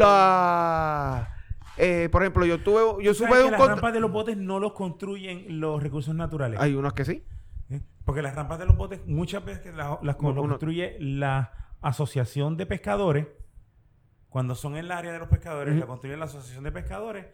S3: la- eh, por ejemplo, yo tuve, yo supe
S4: ¿Sabes
S3: de
S4: que
S3: un
S4: las
S3: contra-
S4: rampas de los botes no los construyen los recursos naturales.
S3: Hay unos que sí.
S4: ¿eh? Porque las rampas de los botes muchas veces que las, las
S3: Uno-
S4: lo construye la asociación de pescadores. Cuando son en el área de los pescadores, la construye la asociación de pescadores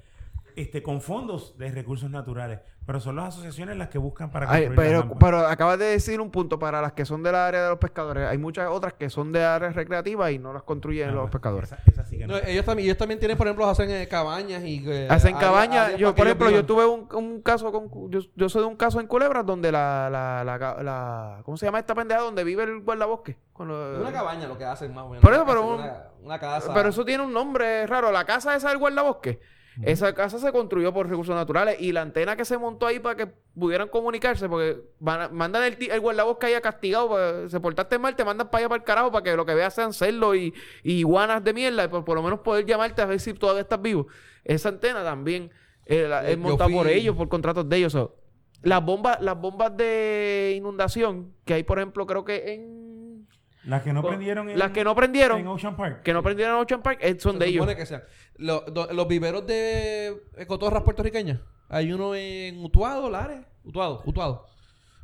S4: este, con fondos de recursos naturales. Pero son las asociaciones las que buscan para
S3: Ay,
S4: construir las
S3: pero,
S4: rampas.
S3: pero acabas de decir un punto para las que son del área de los pescadores. Hay muchas otras que son de áreas recreativas y no las construyen
S4: Ah,
S3: los
S4: bueno,
S3: pescadores.
S4: esa- esa sí que no.
S2: No, eh, ellos, también, ellos también tienen, por ejemplo, hacen eh, cabañas y... eh,
S3: Hacen
S2: áreas-
S3: cabañas.
S2: áreas
S3: Yo,
S2: para
S3: por
S2: que
S3: ejemplo,
S2: ellos
S3: yo tuve un, un caso con. cu- Yo, yo soy de un caso en Culebras donde la, la, la, ca- la- ¿Cómo se llama esta pendeja? Donde vive el guardabosque. Con
S2: vivan.
S3: lo-
S2: Una cabaña lo que hacen más o menos.
S3: Por eso,
S2: Una
S3: pero
S2: casa,
S3: un-
S2: Una, una casa...
S3: Pero eso tiene un nombre raro. La casa esa del guardabosque. Esa casa se construyó por recursos naturales y la antena que se montó ahí para que pudieran comunicarse, porque van a- mandan el, ti- el guardabosque ahí a castigado, pa- se portaste mal, te mandan para allá para el carajo para que lo que veas sean cerdos y, y iguanas de mierda, y por, por lo menos poder llamarte a ver si todavía estás vivo. Esa antena también eh, la-
S2: Yo-
S3: es
S2: yo
S3: montada por
S2: fui-
S3: ellos, por contratos de ellos. o sea, las bombas, las bombas de inundación que hay, por ejemplo, creo que en
S4: Las que no
S3: con-
S4: prendieron en,
S3: las que no
S4: en
S3: prendieron,
S4: Ocean Park.
S3: que no prendieron en Ocean Park, eh, son
S2: Se
S3: de ellos.
S2: supone que sean. Lo- do- los viveros de eh, cotorras puertorriqueñas. Hay uno en Utuado, Lares. Utuado, Utuado.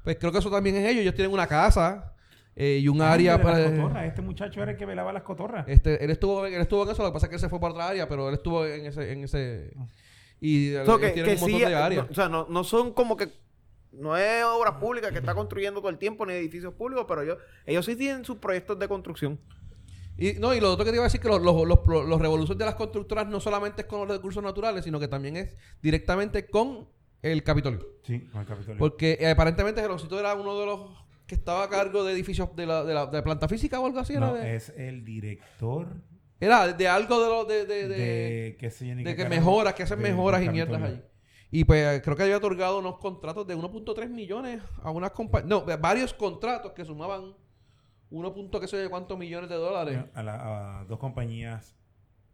S2: Pues creo que eso también es ellos. Ellos tienen una casa eh, y un
S4: Ah,
S2: área
S4: de las
S2: para...
S4: cotorras. Este muchacho era el que velaba las cotorras.
S2: Este, él estuvo, él estuvo en eso, lo que pasa es que él se fue para otra área, pero él estuvo en ese, en ese y
S3: O
S2: él
S3: sea, Ah. que,
S2: tiene
S3: que
S2: un montón
S3: sí,
S2: de áreas.
S3: no- o sea, no, no son como que... No es obra pública que está construyendo todo el tiempo, ni edificios públicos, pero ellos, ellos sí tienen sus proyectos de construcción.
S2: Y, no, y lo otro que te iba a decir que los, los, los, pro- los revoluciones de las constructoras no solamente es con los recursos naturales, sino que también es directamente con el Capitolio.
S4: Sí, con el Capitolio.
S2: Porque eh, aparentemente Jeroncito era uno de los que estaba a cargo de edificios de la, de la de planta física o algo así.
S4: No, eh,
S2: era, de,
S4: es el director
S2: era de algo de, lo, de, de,
S4: de,
S2: de-
S4: qué sé yo, ni
S2: de
S4: qué
S2: que
S4: carajo,
S2: mejoras, que hacen
S4: de-
S2: mejoras y
S4: del
S2: mierdas
S4: Capitolio.
S2: allí. Y pues creo que había otorgado unos contratos de 1.3 millones a unas compañías. No, varios contratos que sumaban 1. qué sé yo cuántos millones de dólares
S4: A, la- a dos compañías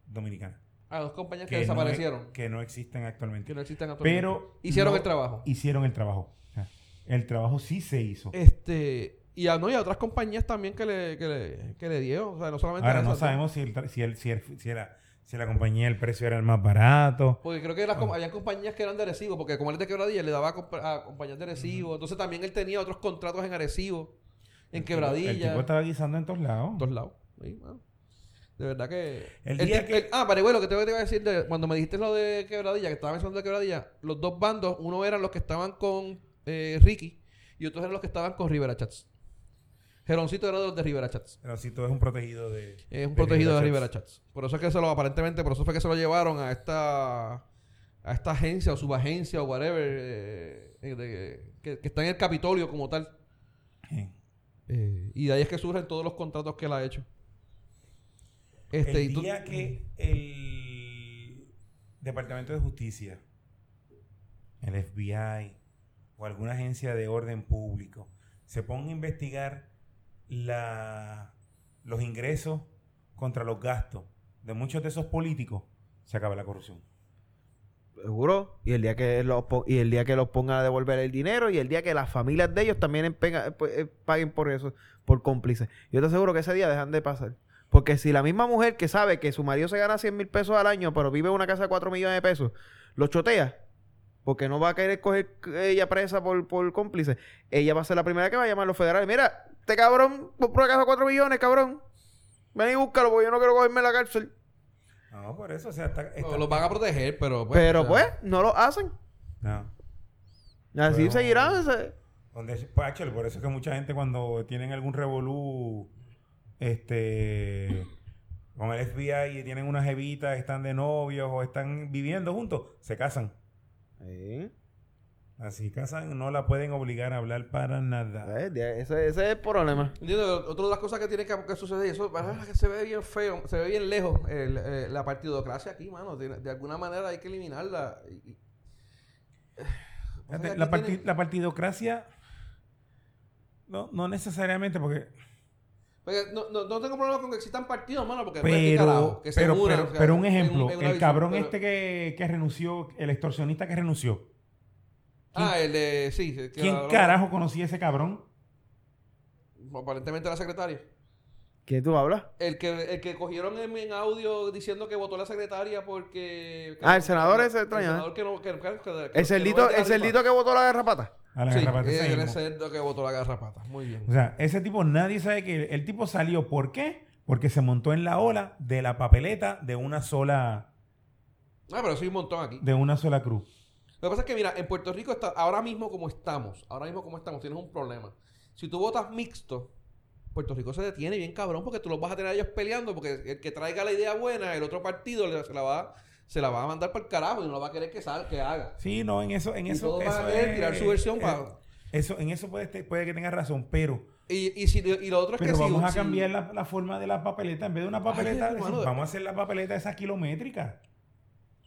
S4: dominicanas.
S2: a dos compañías que,
S4: no
S2: desaparecieron.
S4: e- que no existen actualmente.
S2: que no existen actualmente.
S4: Pero...
S2: hicieron
S4: no
S2: el trabajo.
S4: Hicieron el trabajo. O sea, el trabajo sí se hizo.
S2: Este, y a, no, y a otras compañías también que le, que le, que le dieron. O sea, no solamente
S4: Ahora
S2: a
S4: no
S2: esas,
S4: sabemos si, el, tra- si, el, si, el- si la, si la compañía, el precio era el más barato.
S2: Porque creo que las, com- habían compañías que eran de Arecibo, porque como él es de Quebradilla, le daba a, compa- a compañías de Arecibo. Entonces también él tenía otros contratos en Arecibo, en
S4: El
S2: Quebradilla,
S4: tipo
S2: en
S4: estaba guisando en todos lados.
S2: todos lados. Sí, bueno. De verdad que...
S4: El
S2: el
S4: día
S2: ti-
S4: que-
S2: el- ah, pero bueno, que te, te iba a decir, de- cuando me dijiste lo de Quebradilla, que estaba mencionando de Quebradilla, los dos bandos, uno eran los que estaban con eh, Ricky y otros eran los que estaban con Rivera Chats. Geroncito era de los de Rivera Chats.
S4: Pero si todo es un protegido de...
S2: Es un protegido de
S4: Rivera
S2: Rivera Chats. Por eso es que se lo, aparentemente, por eso fue que se lo llevaron a esta a esta agencia o subagencia o whatever eh, eh, de- que, que está en el Capitolio como tal.
S4: Sí.
S2: Eh, y de ahí es que surgen todos los contratos que él ha hecho. Este, y
S4: el
S2: tú-
S4: día que el Departamento de Justicia, el FBI o alguna agencia de orden público se ponga a investigar la- los ingresos contra los gastos de muchos de esos políticos, se acaba la corrupción.
S3: Seguro. Y el día que los, po- y el día que los pongan a devolver el dinero y el día que las familias de ellos también empenga- eh, pues, eh, paguen por eso, por cómplices. Yo te aseguro que ese día dejan de pasar. Porque si la misma mujer que sabe que su marido se gana 100 mil pesos al año, pero vive en una casa de 4 millones de pesos, lo chotea, porque no va a querer coger ella presa por, por cómplice, ella va a ser la primera que va a llamar a los federales. Mira, este cabrón compró una casa de 4 millones, cabrón. Ven y búscalo, porque yo no quiero cogerme la cárcel.
S4: No, por eso, o sea, está- está-
S2: o los van a proteger, pero...
S3: Pero
S2: o sea,
S3: pues, no lo hacen.
S4: no, No.
S3: Así
S4: Bueno.
S3: seguirán. se-
S4: Donde, pues, actually, por eso es que mucha gente cuando tienen algún revolú este, con el FBI y tienen unas evitas, están de novios o están viviendo juntos, se casan.
S3: Sí.
S4: Así casan, no la pueden obligar a hablar para nada.
S3: Eh, de- Ese, ese es el problema.
S2: Entiendo, otra de las cosas que tiene que, que suceder, y eso ah, que se ve bien feo, se ve bien lejos el- eh, la partidocracia aquí, mano. De, de alguna manera hay que eliminarla. Y- y-
S4: Fíjate,
S2: O sea,
S4: la,
S2: aquí
S4: parti-
S2: tiene-
S4: la partidocracia, no, no necesariamente, porque.
S2: porque no, no- no tengo problema con que existan partidos, mano, porque después, ¿qué
S4: Pero,
S2: carajo? que se
S4: pero,
S2: unan,
S4: pero-
S2: o sea,
S4: pero
S2: en-
S4: un
S2: en
S4: ejemplo,
S2: una
S4: el
S2: visión,
S4: cabrón
S2: pero-
S4: este que, que renunció, el extorsionista que renunció.
S2: Ah, el de. Sí. el que
S4: ¿Quién
S2: habló-
S4: carajo conocía a ese cabrón?
S2: Aparentemente la secretaria.
S3: ¿Quién tú hablas?
S2: El que, el que cogieron en, en audio diciendo que votó la secretaria porque.
S3: Ah, el senador ese
S2: El
S3: extraño,
S2: senador que no. Que, que- que- que
S3: El
S2: no
S3: cerdito,
S2: es de la
S3: el cerdito que botó la garrapata.
S4: A la
S2: Sí,
S4: garrapata ese
S2: eh, el
S4: mismo.
S2: cerdo que votó la garrapata. Muy bien.
S4: O sea, ese tipo nadie sabe que el, el tipo salió. ¿Por qué? Porque se montó en la ola de la papeleta de una sola,
S2: Ah, pero soy un montón aquí.
S4: de una sola cruz.
S2: Lo que pasa es que, mira, en Puerto Rico está, ahora mismo como estamos, ahora mismo como estamos, tienes un problema. Si tú votas mixto, Puerto Rico se detiene bien cabrón porque tú los vas a tener a ellos peleando porque el que traiga la idea buena, el otro partido le- se la va, se la va a mandar para el carajo y no la va a querer que, sal, que haga.
S4: Sí, no, en eso, en
S2: Y
S4: eso,
S2: todos van
S4: eso
S2: a querer tirar su versión
S4: eh,
S2: para-
S4: Eso, en eso puede, este, puede que tengas razón, pero,
S2: Y, y, si, y lo otro es
S4: pero
S2: que si-
S4: vamos a
S2: si-
S4: cambiar la, la forma de la papeleta. En vez de una papeleta,
S2: Ay,
S4: decir,
S2: hermano.
S4: vamos a hacer la papeleta esa kilométrica.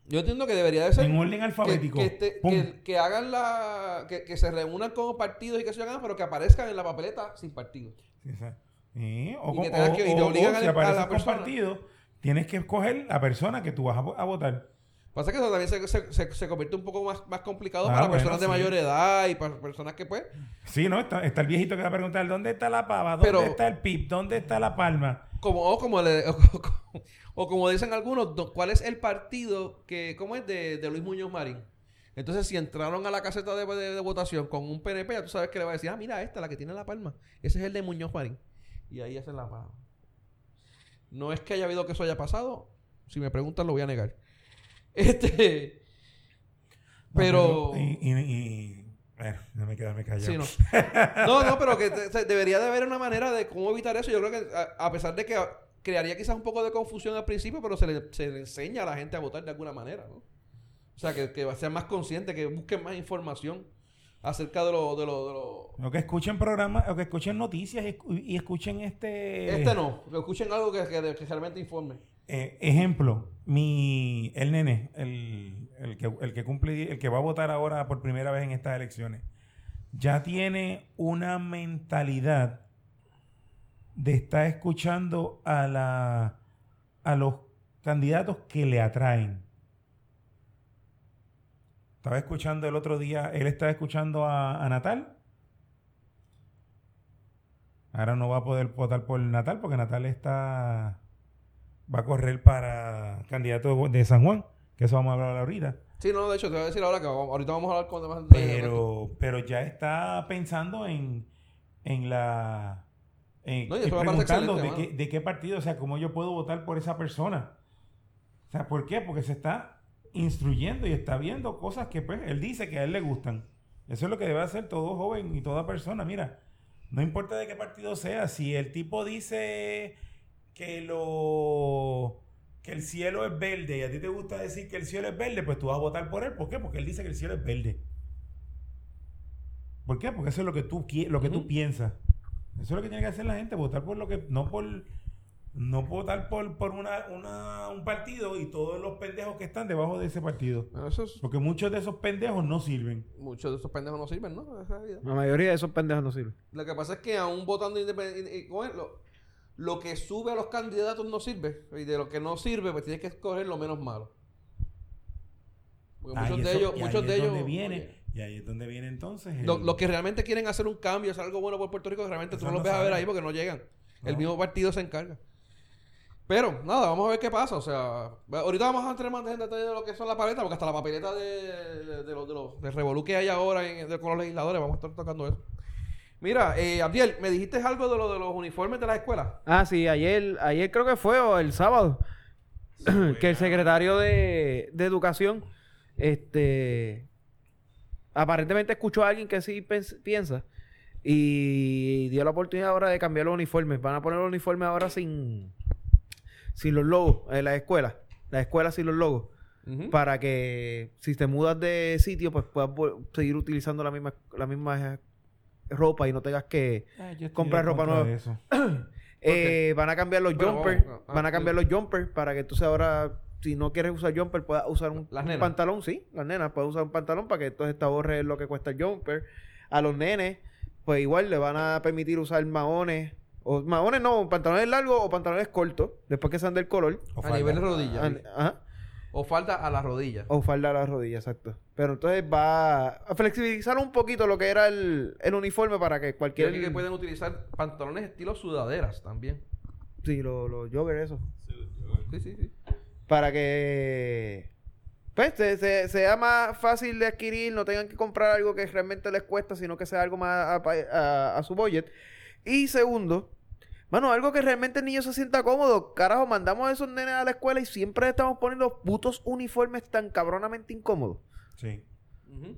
S2: Yo entiendo que debería de ser...
S4: en orden
S2: que,
S4: alfabético.
S2: que este-
S4: Pum.
S2: que- que hagan la... Que, que se reúnan con partidos y que se hagan, pero que aparezcan en la papeleta sin partido.
S4: Sí, o sea, sí, o
S2: Y
S4: con-
S2: que tengas
S4: o-
S2: que- y te
S4: o- o
S2: obligan a-
S4: si
S2: a
S4: apareces
S2: la
S4: con
S2: persona.
S4: partido, tienes que escoger la persona que tú vas a, vo- a votar.
S2: Pasa que eso también se, se- se- se convierte un poco más, más complicado
S4: Ah,
S2: para
S4: bueno,
S2: personas de
S4: sí.
S2: mayor edad y para personas que pues...
S4: Sí, ¿no? Está, está el viejito que va a preguntar, ¿dónde está la pava? ¿Dónde
S2: Pero-
S4: está el pip? ¿Dónde está la palma?
S2: Como, o, como le- o, como- o como dicen algunos, do- ¿cuál es el partido que... ¿Cómo es? De, de Luis Muñoz Marín. Entonces, si entraron a la caseta de, de- de votación con un PNP, ya tú sabes que le va a decir, ah, mira esta, la que tiene la palma. Ese es el de Muñoz Marín. Y ahí hacen la palma. No es que haya habido que eso haya pasado. Si me preguntan, lo voy a negar. Este...
S4: No,
S2: Pero...
S4: pues Y, y- y- bueno, no me quedo, me callo.
S2: Sí, no. No, no, pero que te- se- debería de haber una manera de cómo evitar eso. Yo creo que a, a pesar de que a- crearía quizás un poco de confusión al principio, pero se le, se le enseña a la gente a votar de alguna manera, ¿no? O sea, que, que sean más conscientes, que busquen más información acerca de lo... De lo, de lo-
S4: O que escuchen programas, o que escuchen noticias y, escu- y escuchen este...
S2: Este no, que escuchen algo que, que- que realmente informe.
S4: Eh, ejemplo, mi... El nene, el, el que, el que cumple, el que va a votar ahora por primera vez en estas elecciones, ya tiene una mentalidad de estar escuchando a la... a los candidatos que le atraen. Estaba escuchando el otro día, él estaba escuchando a, a Natal. Ahora no va a poder votar por Natal porque Natal está va a correr para candidato de de San Juan, que eso vamos a hablar ahorita.
S2: Sí, no, de hecho, te voy a decir ahora que vamos- ahorita vamos a hablar con demás...
S4: Pero, pero ya está pensando en, en la. En,
S2: No, y
S4: en
S2: eso me parece
S4: preguntando de
S2: excelente,
S4: qué, de qué partido, o sea, cómo yo puedo votar por esa persona. O sea, ¿por qué? Porque se está instruyendo y está viendo cosas que pues, él dice que a él le gustan. Eso es lo que debe hacer todo joven y toda persona. Mira, no importa de qué partido sea, si el tipo dice que lo que el cielo es verde y a ti te gusta decir que el cielo es verde, pues tú vas a votar por él. ¿Por qué? Porque él dice que el cielo es verde. ¿Por qué? Porque eso es lo que tú qui- lo que tú
S2: Ujú.
S4: piensas. Eso es lo que tiene que hacer la gente, votar por lo que no por no votar por, por una, una- un partido y todos los pendejos que están debajo de ese partido.
S2: Bueno, eso es-
S4: Porque muchos de esos pendejos no sirven.
S2: muchos de esos pendejos no sirven, ¿no? Esa es la vida.
S3: La mayoría de esos pendejos no sirven.
S2: Lo que pasa es que aún votando independiente, eh, lo, lo que sube a los candidatos no sirve. Y de lo que no sirve, pues tienes que escoger lo menos malo. Porque
S4: Ah,
S2: muchos
S4: y
S2: de
S4: eso-
S2: ellos,
S4: y
S2: muchos
S4: ahí
S2: de
S4: es
S2: ellos.
S4: donde viene,
S2: oye,
S4: y ahí es donde viene entonces el-
S2: lo- los que realmente quieren hacer un cambio, hacer algo bueno por Puerto Rico, realmente tú
S4: Eso
S2: no los
S4: no
S2: ves a ver
S4: saben.
S2: ahí porque no llegan. El
S4: No.
S2: mismo partido se encarga. Pero, nada, vamos a ver qué pasa. O sea, ahorita vamos a entrar más en detalle de lo que son las paletas, porque hasta la papeleta de, de, de los de los- del revolú que hay ahora en- de- con los legisladores, vamos a estar tocando eso. Mira, eh, Abdiel, me dijiste algo de lo de los uniformes de las escuelas.
S3: Ah, sí, ayer, ayer creo que fue, o el sábado, que el secretario de, de Educación, este, Aparentemente escuchó a alguien que sí pens- piensa y dio la oportunidad ahora de cambiar los uniformes. Van a poner los uniformes ahora sin, sin los logos eh, en las escuelas. Las escuelas sin los logos.
S2: Ujú.
S3: Para que si te mudas de sitio, pues puedas vol- seguir utilizando la misma, la misma eh, ropa y no tengas que...
S4: Ah, yo estoy
S3: Comprar
S4: en
S3: ropa
S4: contra
S3: nueva.
S4: de eso.
S3: Eh, van a cambiar los
S2: Bueno,
S3: jumpers.
S2: vamos, ah,
S3: van a
S2: ah,
S3: cambiar
S2: sí.
S3: los jumpers para que entonces ahora, si no quieres usar jumper, puedas usar un,
S2: Las
S3: un
S2: nenas.
S3: pantalón. Sí, las nenas puedes usar un pantalón para que entonces te ahorres lo que cuesta el jumper. A los nenes, pues igual le van a permitir usar maones. O maones no, pantalones largos o pantalones cortos, después que sean del color.
S4: O
S2: A
S4: falda.
S2: nivel de rodilla.
S3: An- Ajá.
S2: O falta a las rodillas.
S3: O falda a las rodillas, exacto. Pero entonces va a flexibilizar un poquito lo que era el, el uniforme para que cualquier...
S2: Creo que pueden utilizar pantalones estilo sudaderas también.
S3: Sí, los lo joggers, eso.
S2: Sí, sí, sí.
S3: para que pues se, se- sea más fácil de adquirir, no tengan que comprar algo que realmente les cuesta, sino que sea algo más a, pa- a- a su budget. Y segundo, mano, algo que realmente el niño se sienta cómodo. Carajo, mandamos a esos nenes a la escuela y siempre estamos poniendo putos uniformes tan cabronamente incómodos.
S4: Sí.
S2: Ujú.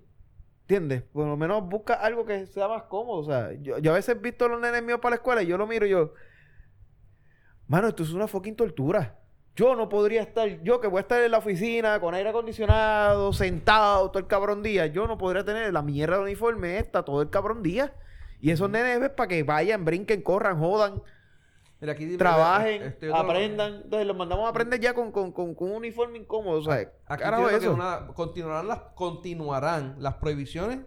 S3: ¿Entiendes? Por lo menos busca algo que sea más cómodo. O sea, yo, yo a veces he visto a los nenes míos para la escuela y yo lo miro y yo... Mano, esto es una fucking tortura. Yo no podría estar... Yo que voy a estar en la oficina con aire acondicionado, sentado todo el cabrón día. Yo no podría tener la mierda de uniforme esta todo el cabrón día. Y esos nenes es para que vayan, brinquen, corran, jodan,
S2: Mira, aquí dice-
S3: trabajen,
S2: este otro-
S3: aprendan. Entonces los mandamos a aprender ya con, con, con, con un uniforme incómodo. O sea,
S2: Aquí
S3: carajo
S2: entiendo que
S3: eso.
S2: una- continuarán, las, continuarán las prohibiciones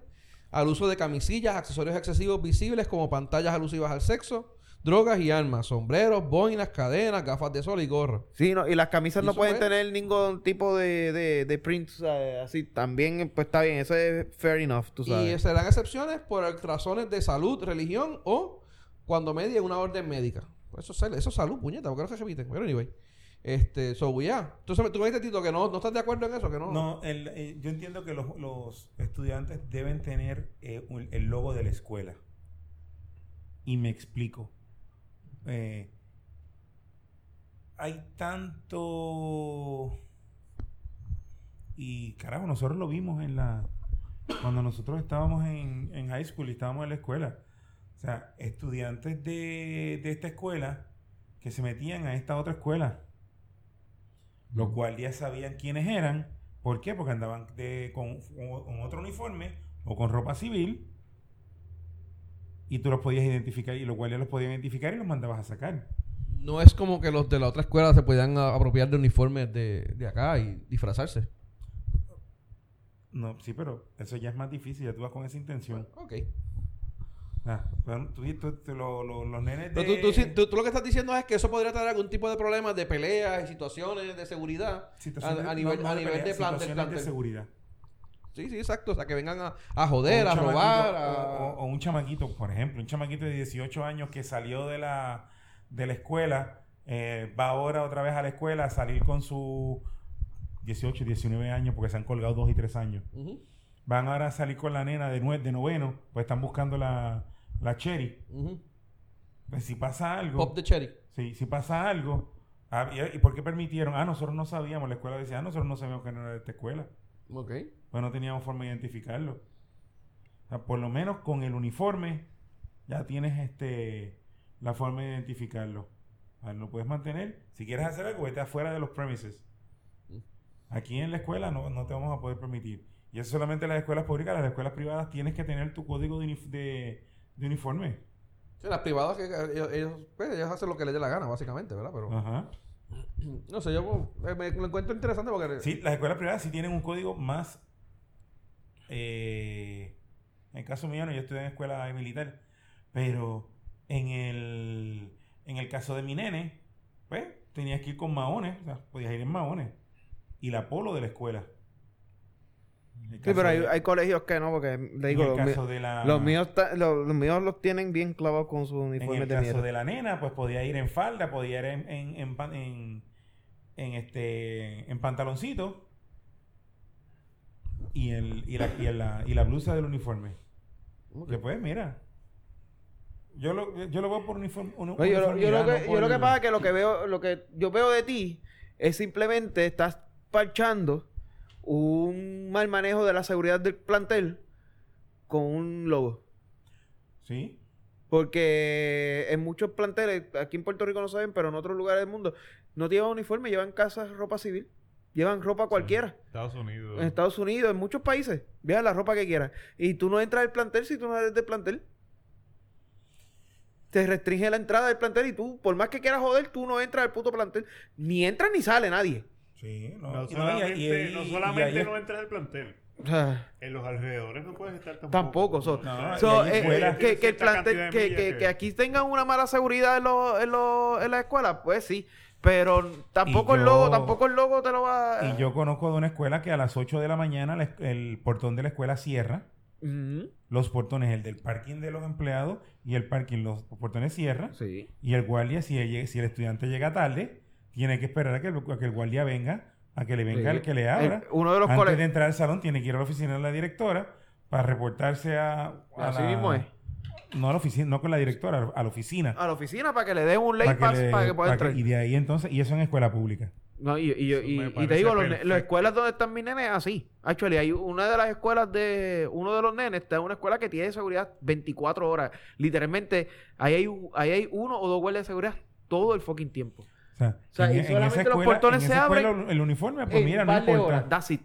S2: al uso de camisillas, accesorios excesivos visibles como pantallas alusivas al sexo, drogas y armas, sombreros, boinas, cadenas, gafas de sol y gorro.
S3: Sí, no, y las camisas
S2: ¿Y
S3: no
S2: eso
S3: pueden
S2: fue?
S3: tener ningún tipo de, de, de print, o sea, así. También, pues está bien, eso es fair enough, tú sabes.
S2: Y serán excepciones por razones de salud, religión o cuando medie una orden médica. Eso es, sal- eso es salud, puñeta, porque no se repiten. Pero anyway. Este, so yeah. Entonces tú me dices, Tito, que no, no estás de acuerdo en eso, que no.
S4: No, el- eh, yo entiendo que los, los estudiantes deben tener eh, un- el logo de la escuela. Y me explico. Eh, hay tanto... Y carajo, nosotros lo vimos en la... Cuando nosotros estábamos en, en high school y estábamos en la escuela. O sea, estudiantes de, de esta escuela que se metían a esta otra escuela. Lo cual ya sabían quiénes eran. ¿Por qué? Porque andaban de- con, con otro uniforme o con ropa civil y tú los podías identificar y lo cual ya los podían identificar y los mandabas a sacar.
S2: No es como que los de la otra escuela se podían a- apropiar de uniformes de, de acá y disfrazarse.
S4: No, sí, pero eso ya es más difícil, ya tú vas con esa intención.
S2: Ok.
S4: Ah, pero tú, tú- tú- lo- lo- los nenes de...
S2: Pero tú, tú sí- tú- tú lo que estás diciendo es que eso podría traer algún tipo de problemas de peleas y situaciones de seguridad. A,
S4: situaciones-
S2: a
S4: no,
S2: nivel,
S4: no
S2: a nivel
S4: pelea,
S2: de plantel.
S4: situaciones
S2: plantel.
S4: de seguridad.
S2: Sí, sí, exacto. O sea, que vengan a, a
S4: O
S2: joder,
S4: un
S2: a
S4: chamaquito-
S2: robar. a-
S4: O, o- o un chamaquito, por ejemplo, un chamaquito de 18 años que salió de la, de la escuela, eh, va ahora otra vez a la escuela a salir con su 18, 19 años, porque se han colgado dos y tres años.
S2: Ujú,
S4: Van ahora a salir con la nena de, nue- de noveno, pues están buscando la, la cherry.
S2: ujú.
S4: Pues si pasa algo...
S2: Pop the cherry.
S4: Sí, si pasa algo. ah, ¿Y y por qué permitieron? Ah, nosotros no sabíamos. La escuela decía, ah, nosotros no sabíamos que no era de esta escuela.
S2: Ok.
S4: Pues no teníamos forma de identificarlo. O sea, por lo menos con el uniforme ya tienes este la forma de identificarlo. Ah, lo puedes mantener. Si quieres hacer algo, vete afuera de los premises. Aquí en la escuela no, no te vamos a poder permitir. Y eso solamente en las escuelas públicas, las escuelas privadas tienes que tener tu código de, unif- de- de uniforme.
S2: Sí, las privadas que que ellos, ellos, pues, ellos hacen lo que les dé la gana, básicamente, ¿verdad? Pero
S4: Ajá.
S2: no sé, yo eh, me, lo encuentro interesante porque
S4: Sí, las escuelas privadas sí tienen un código más. eh, en el caso mío, no, yo estudié en escuela militar. Pero en el, en el caso de mi nene, pues tenías que ir con maones, o sea, podías ir en maones. Y la polo de la escuela. En
S3: Sí,
S4: el
S3: pero
S4: caso
S3: hay,
S4: de-
S3: hay colegios que no, porque le
S4: en
S3: digo,
S4: el
S3: los,
S4: caso
S3: míos-
S4: de la.
S3: los míos ta- los, los míos los tienen bien clavados con sus
S4: En el
S3: uniformes de
S4: caso
S3: mierda.
S4: de la nena, pues podía ir en falda, podía ir en, en, en pan- en- en este, en pantaloncito y, el, y, la, y la- y la blusa del uniforme. Que pues, mira. Yo lo, yo lo veo por uniforme. uni-
S3: No, yo, lo- yo lo
S4: uniformidad,
S3: que,
S4: no
S3: yo lo que
S4: por-
S3: pasa es que lo que veo, lo que yo veo de ti es simplemente estás parchando un mal manejo de la seguridad del plantel con un logo.
S4: ¿Sí?
S3: Porque en muchos planteles, aquí en Puerto Rico no saben, pero en otros lugares del mundo, no llevan uniforme, llevan casas, ropa civil. Llevan ropa cualquiera.
S5: Estados Unidos.
S3: En Estados Unidos, en muchos países. Vean la ropa que quieras. Y tú no entras al plantel si tú no eres del plantel. Te restringe la entrada del plantel y tú, por más que quieras joder, tú no entras al puto plantel. Ni entra ni sale nadie.
S4: Sí, no,
S5: No
S4: y no, y-
S5: solamente,
S4: y- y-
S5: no,
S4: y-
S5: solamente
S4: y-
S5: no entras al plantel.
S3: O sea,
S5: En los alrededores no puedes estar tampoco.
S3: Tampoco, so-
S4: No,
S3: so,
S4: Ah, y ahí
S3: eh,
S4: vuela.
S3: eh, que, que el
S5: Cierta
S3: plantel,
S5: cantidad de
S3: que,
S5: millas
S3: que-
S5: que-
S3: que aquí tengan una mala seguridad en, los- en, los- en la escuela, pues sí. Pero tampoco
S4: Y
S3: el logo,
S4: yo-
S1: Tampoco
S3: tampoco
S1: el logo te lo va a...
S4: Y yo conozco de una escuela que a las 8 de la mañana la es- el portón de la escuela cierra.
S3: Ujú.
S4: Los portones, el del parking de los empleados y el parking, los portones cierra.
S3: Sí.
S4: Y el guardia, si el, si el estudiante llega tarde, tiene que esperar a que el, a que el guardia venga, a que le venga
S3: Sí.
S4: el que le abra.
S1: Eh, uno de los
S4: Antes
S1: colegios...
S4: de entrar al salón, tiene que ir a la oficina de la directora para reportarse a. a
S1: Así
S4: la-
S1: mismo es.
S4: No a la oficina, no con la directora, a la oficina.
S1: A la oficina para que le den un late
S4: Para que
S1: pass
S4: le-
S1: para que pueda
S4: para
S1: entrar.
S4: que- y de ahí entonces, y eso en escuela pública.
S1: No, y, y-
S5: Eso
S1: y-
S5: me
S1: y te
S5: parece
S1: digo, los ne-
S5: perfecto.
S1: las escuelas donde están mis nenes, así. Actually, hay una de las escuelas de uno de los nenes, está en una escuela que tiene seguridad 24 horas. Literalmente, ahí hay, u- ahí hay uno o dos guardias de seguridad todo el fucking tiempo.
S4: O sea, e-,
S1: O sea, y solamente los portones
S4: en esa
S1: se abren
S4: escuela el uniforme,
S3: Eh,
S4: pues
S1: En
S4: mira,
S1: un
S4: no
S1: par de
S4: importa.
S1: horas, that's it.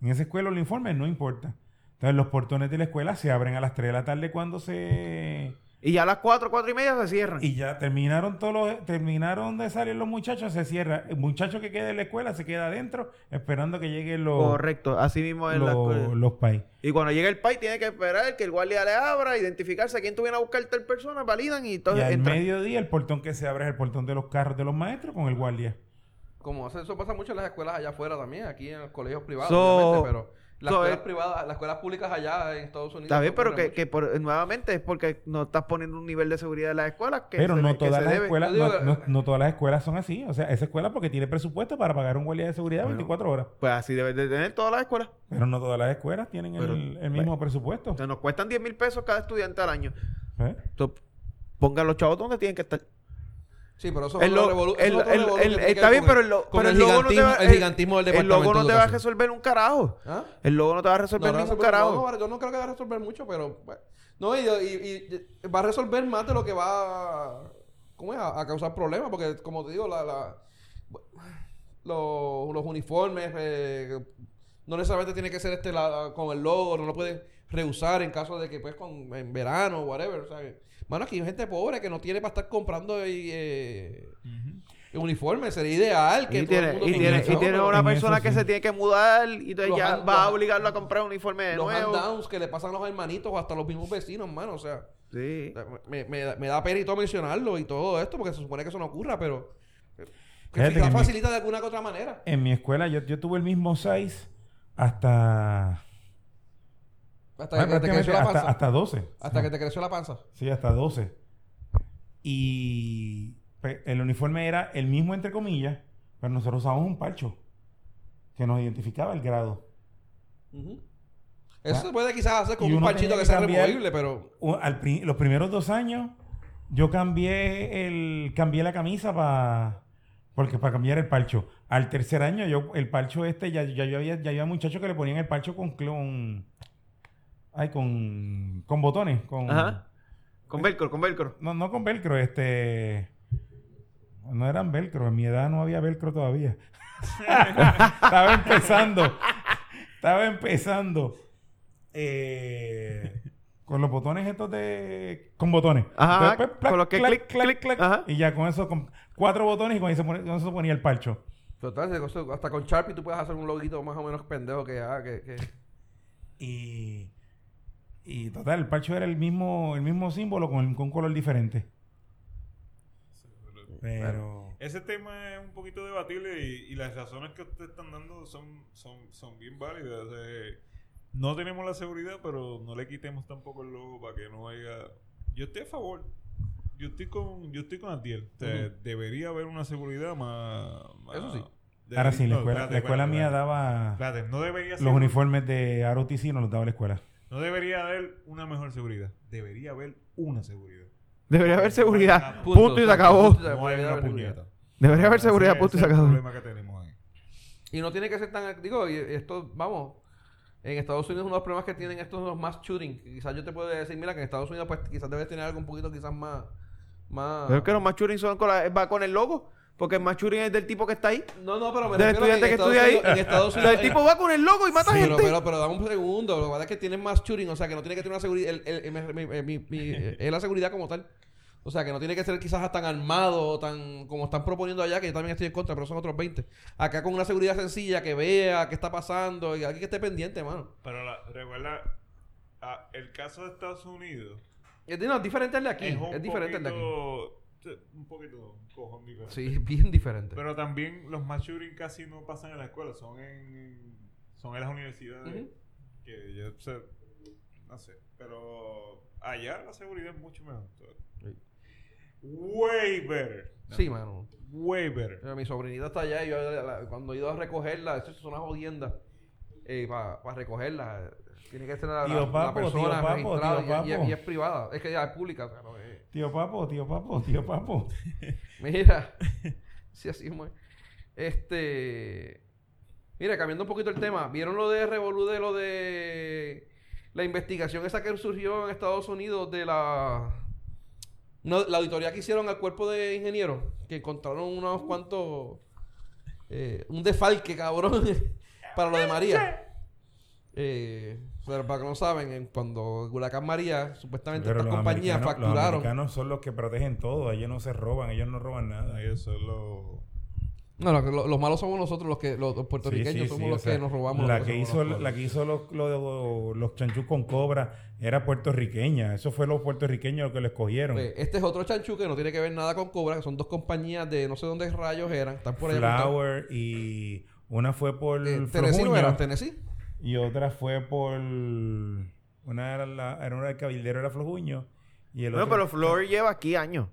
S4: En esa escuela el uniforme no importa. Entonces los portones de la escuela se abren a las 3 de la tarde cuando se...
S1: Y ya a las 4, 4 y media se cierran.
S4: Y ya terminaron todos los... Terminaron de salir los muchachos, se cierra. El muchacho que queda en la escuela se queda adentro esperando que lleguen los...
S3: Correcto, así mismo es la escuela.
S4: Los, los pais.
S3: Y cuando llega el país tiene que esperar que el guardia le abra, identificarse a quién tú vienes a buscar tal persona, validan y
S4: Y
S3: entonces
S4: al
S3: entra.
S4: mediodía el portón que se abre es el portón de los carros de los maestros con el guardia.
S2: Como hace- eso pasa mucho en las escuelas allá afuera también, aquí en los colegios privados,
S3: So-
S2: obviamente, pero las
S1: so,
S2: escuelas
S1: eh,
S2: privadas, las escuelas públicas allá en Estados Unidos.
S3: Está bien, pero
S2: ocurre
S3: que, que por- nuevamente es porque no estás poniendo un nivel de seguridad en las escuelas que
S4: Pero
S3: se
S4: no
S3: le- que
S4: todas
S3: se
S4: las
S3: debe.
S4: escuelas,
S2: Yo digo
S4: no,
S2: que-
S4: no- no todas las escuelas son así. O sea, esa escuela porque tiene presupuesto para pagar un guardia de seguridad 24 horas.
S3: Pues así debes de tener todas las escuelas.
S4: Pero no todas las escuelas tienen el-
S3: Pero,
S4: el, mismo presupuesto.
S3: O sea, nos cuestan 10 mil pesos cada estudiante al año.
S4: ¿Eh?
S3: Entonces, pongan los chavos donde tienen que estar.
S2: mucho. Sí, pero eso es
S3: El
S2: otro
S3: lo-
S2: revolu-
S3: el-
S2: eso es otro
S3: el-
S2: revolú
S3: el-
S2: que tiene que ver
S3: está bien,
S2: con
S3: pero
S2: el-
S3: el, lo-
S2: con
S3: pero
S2: el
S3: el logo no te va
S2: gigantismo- el gigantismo del
S3: el logo
S2: Departamento
S3: no
S2: de
S3: te va a
S2: Educación.
S3: resolver un carajo.
S2: ¿Ah?
S3: El logo no te va a resolver
S2: No, no
S3: ningún
S2: resolver-
S3: carajo.
S2: no, no, yo no creo que va a resolver mucho, pero bueno. no, y, y- y- va a resolver más de lo que va a, ¿cómo es? a, a causar problemas, porque como te digo, la, la- los, los uniformes eh, no necesariamente tiene que ser este la- con el logo, no lo puedes reusar en caso de que pues con, en verano o whatever. O sea, que- mano, aquí hay gente pobre que no tiene para estar comprando eh, uniformes, sería ideal que
S1: Y
S2: todo el
S1: tiene,
S2: mundo
S1: y
S2: tenga
S1: tiene,
S2: eso,
S1: y tiene
S2: pero-
S1: una
S4: en
S1: persona
S4: eso
S1: que
S4: sí.
S1: se tiene que mudar y entonces
S2: Los
S1: ya
S2: hand-
S1: va a
S2: los-
S1: obligarlo a comprar un uniforme de
S2: los
S1: nuevo.
S2: hand-downs que le pasan a los hermanitos o hasta los mismos vecinos, mano. O sea,
S1: Sí.
S2: me, me da- me da pena y todo mencionarlo y todo esto, porque se supone que eso no ocurra, pero. eh, Que
S4: Fíjate
S2: la
S4: que mi-
S2: facilita de alguna que otra manera.
S4: En mi escuela yo, yo tuve el mismo size hasta...
S2: Hasta
S4: Ay,
S2: que te creció
S4: prácticamente
S2: la
S4: Hasta,
S2: panza.
S4: hasta,
S2: Hasta,
S4: 12.
S2: que te creció la panza.
S4: Sí, hasta 12. Y pe- el uniforme era el mismo, entre comillas, pero nosotros usábamos un parcho que nos identificaba el grado.
S2: Ujú. Eso
S4: Ah.
S2: se puede quizás hacer con
S4: Y
S2: un
S4: uno
S2: parchito
S4: tenía
S2: que
S4: que
S2: sea
S4: cambiar-
S2: removible, pero.
S4: O- al pri- los primeros dos años yo cambié el cambié la camisa para porque para cambiar el parcho al tercer año yo el parcho este ya, ya yo había ya había muchachos que le ponían el parcho con con ay con con botones
S2: Mm.
S4: con
S1: Ajá. Con velcro, con velcro.
S4: no no con velcro este no eran velcro en mi edad no había velcro todavía estaba empezando estaba empezando eh, con los botones estos de... Con botones.
S1: Ajá,
S4: Entonces, pues,
S1: con los que clic, clic, ajá.
S4: Y ya con eso, con cuatro botones y con eso, pone- con eso ponía el parcho.
S2: Total, se- se- hasta con Sharpie tú puedes hacer un loguito más o menos pendejo que. ah, que, que-
S4: Y... Y total, el parcho era el mismo, el mismo símbolo con, con un color diferente. Pero...
S5: Ese tema es un poquito debatible y, y las razones que ustedes están dando son, son, son bien válidas. O sea, no tenemos la seguridad, pero no le quitemos tampoco el logo para que no haya... Yo estoy a favor. Yo estoy con, yo estoy con Atiel. O sea, Debería haber una seguridad más... más-
S2: Eso sí.
S5: de-
S4: Ahora sí, la
S5: no,
S4: escuela,
S5: espérate,
S4: la escuela
S5: espérate,
S4: mía
S5: espérate.
S4: daba...
S5: Espérate, no debería ser...
S4: Los uniformes de ROTC no los daba la escuela.
S5: No debería haber una mejor seguridad. Debería haber una seguridad.
S1: Debería haber seguridad.
S5: Punto,
S1: Punto, y se acabó.
S2: punto y se
S5: No hay
S2: acabó.
S5: una puñeta.
S1: Debería haber
S5: Ese-
S1: seguridad. Punto y
S5: ese
S1: se
S5: es el
S1: acabó.
S5: problema que tenemos ahí.
S2: Y no tiene que ser tan. Digo, y- y esto, vamos. En Estados Unidos uno de los problemas que tienen estos son los mass shooting. Quizás yo te puedo decir, mira, que en Estados Unidos pues quizás debes tener algo un poquito quizás más... más...
S3: Pero es que los machurin son con la- va con el logo. Porque el machurin es del tipo que está ahí.
S2: No, no, pero me
S3: Del
S2: refiero
S3: estudiante que
S2: en Estados
S3: estudia ahí.
S2: Unidos- En Estados Unidos...
S3: O
S2: eh,
S3: sea, el tipo va con el logo y mata
S2: Sí, pero,
S3: gente.
S2: pero, pero dame un segundo. Lo que pasa es que tienen más shooting. O sea, que no tiene que tener una seguridad. el- el- el- mi- mi- mi- es la seguridad como tal. O sea, que no tiene que ser quizás tan armado o tan como están proponiendo allá, que yo también estoy en contra, pero son otros 20. Acá con una seguridad sencilla, que vea qué está pasando y alguien que esté pendiente, mano.
S5: Pero la- recuerda, ah, el caso de Estados Unidos
S2: Es, di- Eh, no, es diferente al de aquí.
S5: es,
S2: Es,
S5: un
S2: diferente al de aquí.
S5: poquito, un poquito, un cojón diferente.
S2: Sí, es bien diferente.
S5: Pero también los mass shooting casi no pasan en la escuela, son en, son en las universidades.
S2: Ujú.
S5: Que yo sé, no sé. Pero allá la seguridad es mucho mejor.
S2: Sí.
S5: Way better.
S2: Sí, mano.
S5: Way better.
S2: Mira, mi sobrinita está allá y yo la- la- cuando he ido a recogerla, eso es una jodienda. para recogerla, tiene que ser la,
S4: Tío
S2: la- la
S4: papo, tío
S2: persona
S4: papo,
S2: registrada
S4: tío
S2: y- y-
S4: papo.
S2: Y, es privada. Es que ya es pública. eh, o sea, no es-
S4: Tío papo, tío papo, tío papo.
S2: Mira, sí, así muy. Este. Mira, cambiando un poquito el tema, ¿vieron lo de Revolú de lo de la investigación esa que surgió en Estados Unidos de la. no, la auditoría que hicieron al cuerpo de ingenieros, que encontraron unos cuantos. eh, un desfalque, cabrón, para lo de María. Eh, pero para que no saben, en- cuando el huracán María, supuestamente
S4: Pero
S2: estas
S4: los
S2: compañías
S4: americanos- Los
S2: facturaron.
S4: americanos son los que protegen todo. Ellos no se roban, ellos no roban nada.
S5: Ahí Eso es lo.
S2: No, no, que lo- los malos somos nosotros, los que los, los puertorriqueños
S4: Sí, sí,
S2: somos
S4: sí,
S2: los
S4: o sea,
S2: que nos robamos.
S4: La
S2: los
S4: que, hizo,
S2: somos los
S4: la que hizo los, los, los chanchus con cobra era puertorriqueña. Eso fue los puertorriqueños que les cogieron.
S2: malos. Eh, Este es otro chanchu que no tiene que ver nada con Cobra, que son dos compañías de no sé dónde rayos eran, están por ahí.
S4: Flower y una fue por
S3: Mm,
S2: Eh, Tennessee no
S4: Fromuño
S2: era, Tennessee.
S4: y otra fue por una era la era una del cabildero era Flojuño y el
S3: Bueno,
S4: otro
S3: pero Flor lleva aquí años.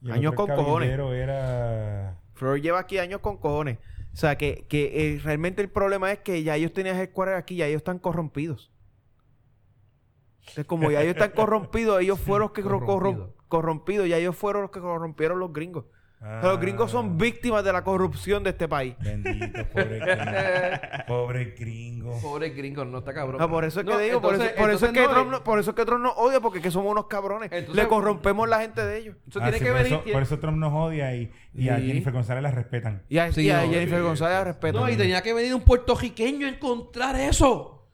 S4: y el
S3: años
S4: otro
S3: con cojones.
S4: cabildero era
S3: Flor lleva aquí años con cojones. O sea, que, que eh, realmente el problema es que ya ellos tenían escuadras aquí, ya ellos están corrompidos. Entonces, como ya ellos están corrompidos, ellos fueron los que corrom-
S2: Corrompido.
S3: corrompidos, ya ellos fueron los que corrompieron los gringos. O sea, los gringos son
S4: Ah,
S3: víctimas de la corrupción de este país.
S4: bendito pobre gringo. pobre gringo
S2: Pobre gringo, no está cabrón.
S3: Ah, por eso es que
S2: No,
S3: digo, por,
S2: entonces-
S3: eso, por eso es
S2: entonces
S3: que
S2: no,
S3: Trump,
S2: eh,
S3: no- por eso es que Trump nos odia, porque es que somos unos cabrones.
S2: Entonces-
S3: Le corrompemos la gente de ellos.
S2: Eso
S4: Ah,
S2: tiene
S4: sí,
S2: que
S4: por,
S2: ver
S4: eso,
S2: y-
S4: por eso Trump nos odia y, y a
S2: Sí.
S4: Jennifer González la respetan
S3: Y a,
S2: Sí,
S3: y a
S2: no, eh,
S3: Jennifer
S5: sí,
S3: González
S5: sí.
S3: respeto.
S2: No, y tenía que venir un puertorriqueño a encontrar eso.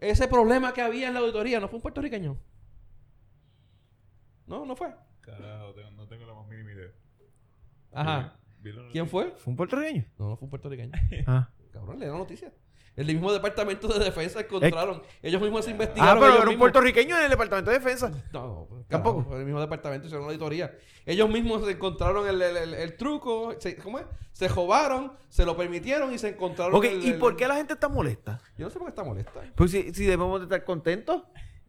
S2: Ese problema que había en la auditoría, ¿no fue un puertorriqueño? No, no fue.
S5: Carajo, tengo- no tengo la más mínima idea.
S2: Ajá.
S5: Vi- vi la
S2: ¿Quién
S5: noticia.
S2: fue?
S3: ¿Fue un puertorriqueño?
S2: No, no fue un puertorriqueño.
S3: Ah.
S2: Cabrón, le dieron noticias. El mismo departamento de defensa encontraron. Ellos mismos se investigaron.
S3: Ah, pero
S2: ellos
S3: era un
S2: mismos-
S3: puertorriqueño en el Departamento de Defensa.
S2: No, pues, tampoco. El mismo departamento hicieron una auditoría. Ellos mismos se encontraron el, el- el- el truco. Se, ¿Cómo es? Se jobaron, se lo permitieron y se encontraron.
S3: Ok,
S2: el-
S3: ¿y
S2: el-
S3: por qué la gente está molesta?
S2: Yo no sé por qué está molesta.
S3: Pues si, si debemos de estar contentos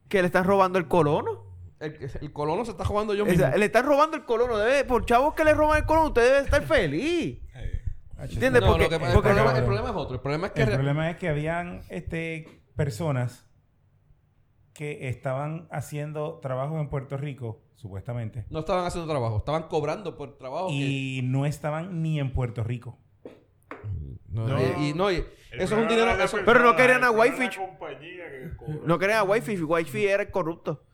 S3: que le están robando el colono.
S2: El, el colono se está jugando yo
S3: O
S2: mismo.
S3: sea, le están robando el colono. Debe, por chavos que le roban el colono, usted debe estar feliz.
S5: Eh,
S3: ¿Entiendes?
S2: No,
S3: porque
S2: lo que pasa-
S3: porque
S2: el, problema,
S4: no-
S2: el problema es otro. El problema es que.
S4: El
S2: re-
S4: problema es que habían este, personas que estaban haciendo trabajos en Puerto Rico, supuestamente,
S2: No estaban haciendo trabajo. Estaban cobrando por trabajo. que-
S4: y no estaban ni en Puerto Rico.
S2: No,
S5: No.
S2: y, y no, y-
S5: el
S2: eso es un
S5: problema
S2: dinero.
S5: de la
S2: eso-
S5: persona,
S3: Pero no querían a
S5: el problema de
S3: Whitefish.
S5: la compañía que cobra.
S3: no crean a Whitefish. Whitefish era el corrupto.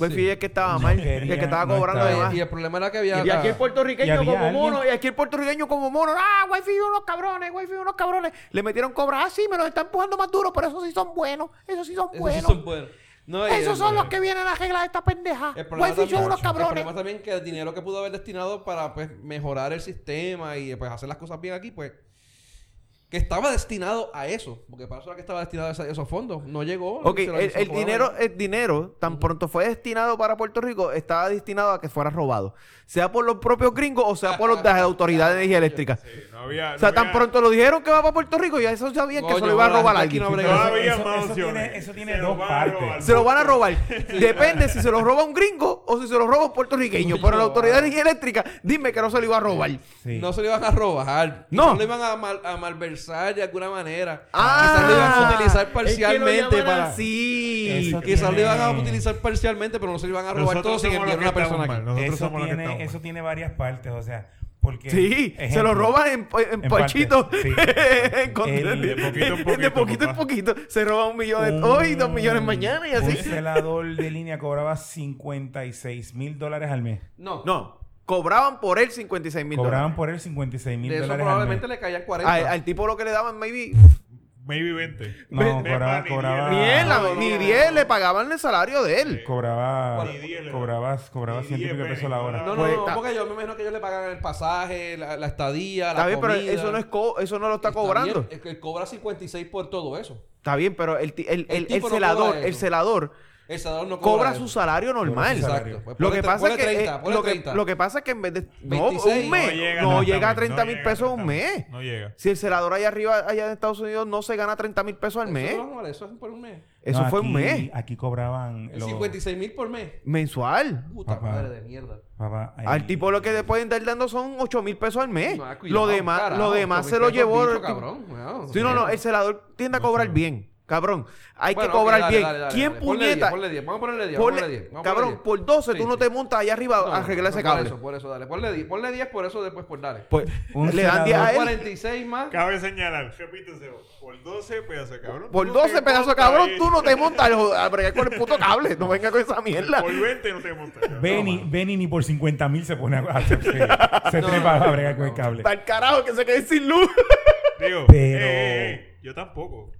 S3: Whitefish es el que estaba
S4: No
S3: mal, el
S4: quería,
S3: que estaba
S4: no
S3: cobrando
S4: estaba-
S3: de más.
S2: y el problema era que había. ah,
S3: Y aquí
S2: la-
S3: el puertorriqueño
S4: Y había
S3: como
S4: alguien-
S3: mono, y aquí el puertorriqueño como mono, ah, wifi unos cabrones, wifi unos cabrones, le metieron cobra, ah, sí, me los están empujando más duro, pero esos sí son buenos, esos sí son
S2: Esos sí
S3: buenos.
S2: son buenos. No, y el-
S3: Esos son los que vienen a arreglar esta pendeja.
S2: El problema,
S3: Wifi Pues son
S2: también,
S3: unos
S2: el
S3: cabrones.
S2: problema también que el dinero que pudo haber destinado para pues, mejorar el sistema y pues, hacer las cosas bien aquí, pues que estaba destinado a eso, porque para eso era que estaba destinado a esa- esos fondos, no llegó.
S3: Ok,
S2: y se
S3: el,
S2: lo- se lo
S3: el
S2: cobraron.
S3: dinero, el dinero tan pronto fue destinado para Puerto Rico, estaba destinado a que fuera robado. Sea por los propios gringos o sea por los de la autoridad de energía eléctrica.
S5: Sí, no había.
S3: O sea,
S5: no
S3: tan
S5: había-
S3: pronto lo dijeron que va para Puerto Rico, ya eso sabían que se
S2: Coño,
S3: lo iba a
S2: la
S3: robar
S2: gente
S3: a
S2: aquí
S3: alguien.
S2: no brega.
S5: No había
S4: Eso-
S5: más
S4: eso
S5: opciones.
S4: tiene- eso tiene
S5: Se lo
S4: dos
S5: van a robar.
S4: partes.
S3: Se lo van a robar. Depende si se lo roba un gringo o si se lo roba un puertorriqueño. Pero la autoridad
S2: ah.
S3: de energía eléctrica, dime que no se lo iba a robar.
S4: Sí.
S2: No se lo iban a robar.
S3: No.
S2: No. lo iban a, mal- a malversar de alguna manera.
S3: Ah,
S2: quizás lo iban a
S3: es
S2: utilizar
S3: que lo
S2: parcialmente
S3: llaman
S2: para...
S3: así.
S4: Eso
S2: Quizás lo iban a
S4: tiene-
S2: utilizar parcialmente, pero no se lo iban a robar
S5: Nosotros
S2: todo sin
S5: somos los
S2: enviar
S5: que
S2: una persona
S5: estamos
S2: aquí.
S5: mal, Nosotros
S4: Eso
S5: somos los que
S4: tiene,
S5: estamos
S4: eso
S5: mal.
S4: tiene varias partes, o sea, Porque,
S3: Sí, se lo
S4: ejemplo,
S3: roban en, en,
S4: en
S3: parchito.
S4: parte, sí.
S3: En con-
S4: El-
S3: de poquito en poquito.
S5: papá.
S3: Se roba un millón
S2: Mm.
S4: un-
S3: de hoy, dos millones mañana y
S4: Un
S3: así.
S4: celador de línea cobraba 56 mil dólares al mes.
S2: No.
S3: No, cobraban por él 56 mil dólares.
S4: Cobraban por él 56 mil
S2: De eso
S4: dólares
S2: probablemente
S4: al mes.
S2: le caían 40.
S3: Al, al tipo lo que le daban, maybe.
S5: Maybe 20.
S4: No,
S5: Ve-
S4: cobraba-
S5: ve, ni
S4: cobraba-
S5: diez.
S3: Ni él, la-
S5: No, no,
S3: ni
S5: no,
S3: 10
S5: no.
S3: le pagaban el salario de él.
S4: Cobraba,
S5: Ni diez le-
S4: cobrabas, cobrabas
S5: ni
S4: 100 y
S5: diez
S4: pico de pesos la
S5: pennies,
S4: hora.
S5: no,
S2: no, no,
S3: pues,
S2: no,
S3: ta-
S2: porque yo me imagino que ellos le pagan el pasaje, la, la estadía, la
S3: Está bien, pero
S2: comida.
S3: eso no es co- eso no lo está
S2: Está
S3: cobrando.
S2: bien, es que él cobra 56 por todo eso.
S3: Está bien, pero el, ti- el,
S2: El
S3: el, el
S2: tipo no
S3: celador,
S2: cobra eso.
S3: el celador
S2: El celador no cobra
S3: cobra
S2: eso.
S3: su salario normal.
S4: salario.
S2: Exacto. Pues
S3: Lo
S2: ponle
S3: que
S2: tre-
S3: pasa es
S2: ponle
S3: que,
S2: 30,
S3: eh,
S2: ponle
S3: lo, que,
S2: 30.
S3: lo que pasa es que en vez de no,
S2: 26,
S3: un
S2: no
S3: mes no llega, a 30 mil pesos un mes.
S5: No llega.
S3: Si el celador allá arriba, allá en Estados Unidos, no se gana 30 mil pesos al
S2: Eso
S3: mes.
S2: no es normal, Eso es por un mes.
S3: Eso
S4: No,
S3: fue un
S4: aquí-
S3: mes.
S4: Aquí cobraban. los-
S2: 56 mil por mes.
S3: Mensual.
S2: Puta
S4: Papá.
S2: madre de mierda.
S4: papá, ahí-
S3: Al tipo lo que le pueden dar dando son 8 mil pesos al mes.
S2: Ah,
S3: ¿Eh? lo
S2: cuidado,
S3: demás,
S2: carajo,
S3: lo demás se lo
S2: con mi
S3: llevó.
S2: bicho,
S3: el tipo-
S2: cabrón, cuidado.
S3: Sí, no, no, el celador tiende a cobrar bien. Cabrón, hay
S2: Bueno,
S3: que
S2: ok,
S3: cobrar
S2: dale,
S3: bien.
S2: dale, dale,
S3: ¿Quién
S2: dale. Ponle
S3: puñeta?
S2: 10, Ponle 10, vamos a ponerle 10.
S3: Ponle-
S2: vamos a ponerle 10, vamos a
S3: cabrón,
S2: ponerle 10.
S3: por 12 tú
S2: Sí,
S3: no
S2: sí.
S3: te montas allá arriba
S2: No,
S3: a arreglar
S2: no,
S3: ese
S2: por
S3: cable.
S2: eso, por eso, dale. Ponle 10, ponle 10 por eso, después por dale.
S3: Pues,
S4: Un
S3: le dan 10 a
S4: celador-
S3: él.
S2: 46 más.
S5: Cabe señalar, repítese, por 12 pedazos de cabrón.
S3: Por
S5: tú
S3: 12
S5: te
S3: pedazos,
S5: montas
S3: cabrón,
S5: ahí.
S3: tú no te montas al- a bregar con el puto cable. No venga con esa mierda.
S5: Por 20 no te montas. cabrón.
S4: Benny, Benny ni por 50 mil se pone a hacer. Se, se trepa a bregar con el cable.
S3: Tal carajo que se quede sin luz.
S5: Digo,
S4: Pero-
S5: eh, eh, eh, yo tampoco.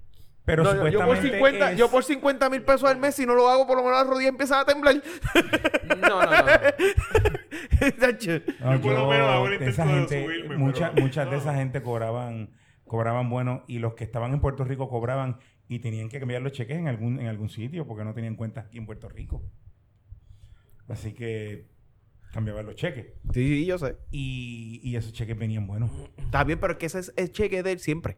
S4: Pero
S3: No, yo por
S4: supuestamente
S3: 50,
S4: es-
S3: yo por 50 mil pesos al mes, si no lo hago, por lo menos las rodillas empiezan a temblar.
S2: No, no, no. no.
S3: Chacho.
S4: No,
S5: Yo por lo menos hago el
S4: de esa
S5: intento de
S4: gente,
S5: subirme,
S4: mucha-
S5: pero-
S4: Muchas de
S5: no.
S4: esa gente cobraban, cobraban bueno y los que estaban en Puerto Rico cobraban y tenían que cambiar los cheques en algún, en algún sitio porque no tenían cuentas aquí en Puerto Rico. Así que cambiaban los cheques.
S3: Sí, yo sé.
S4: Y, y esos cheques venían buenos.
S3: Está bien, pero es que ese es el cheque de él siempre.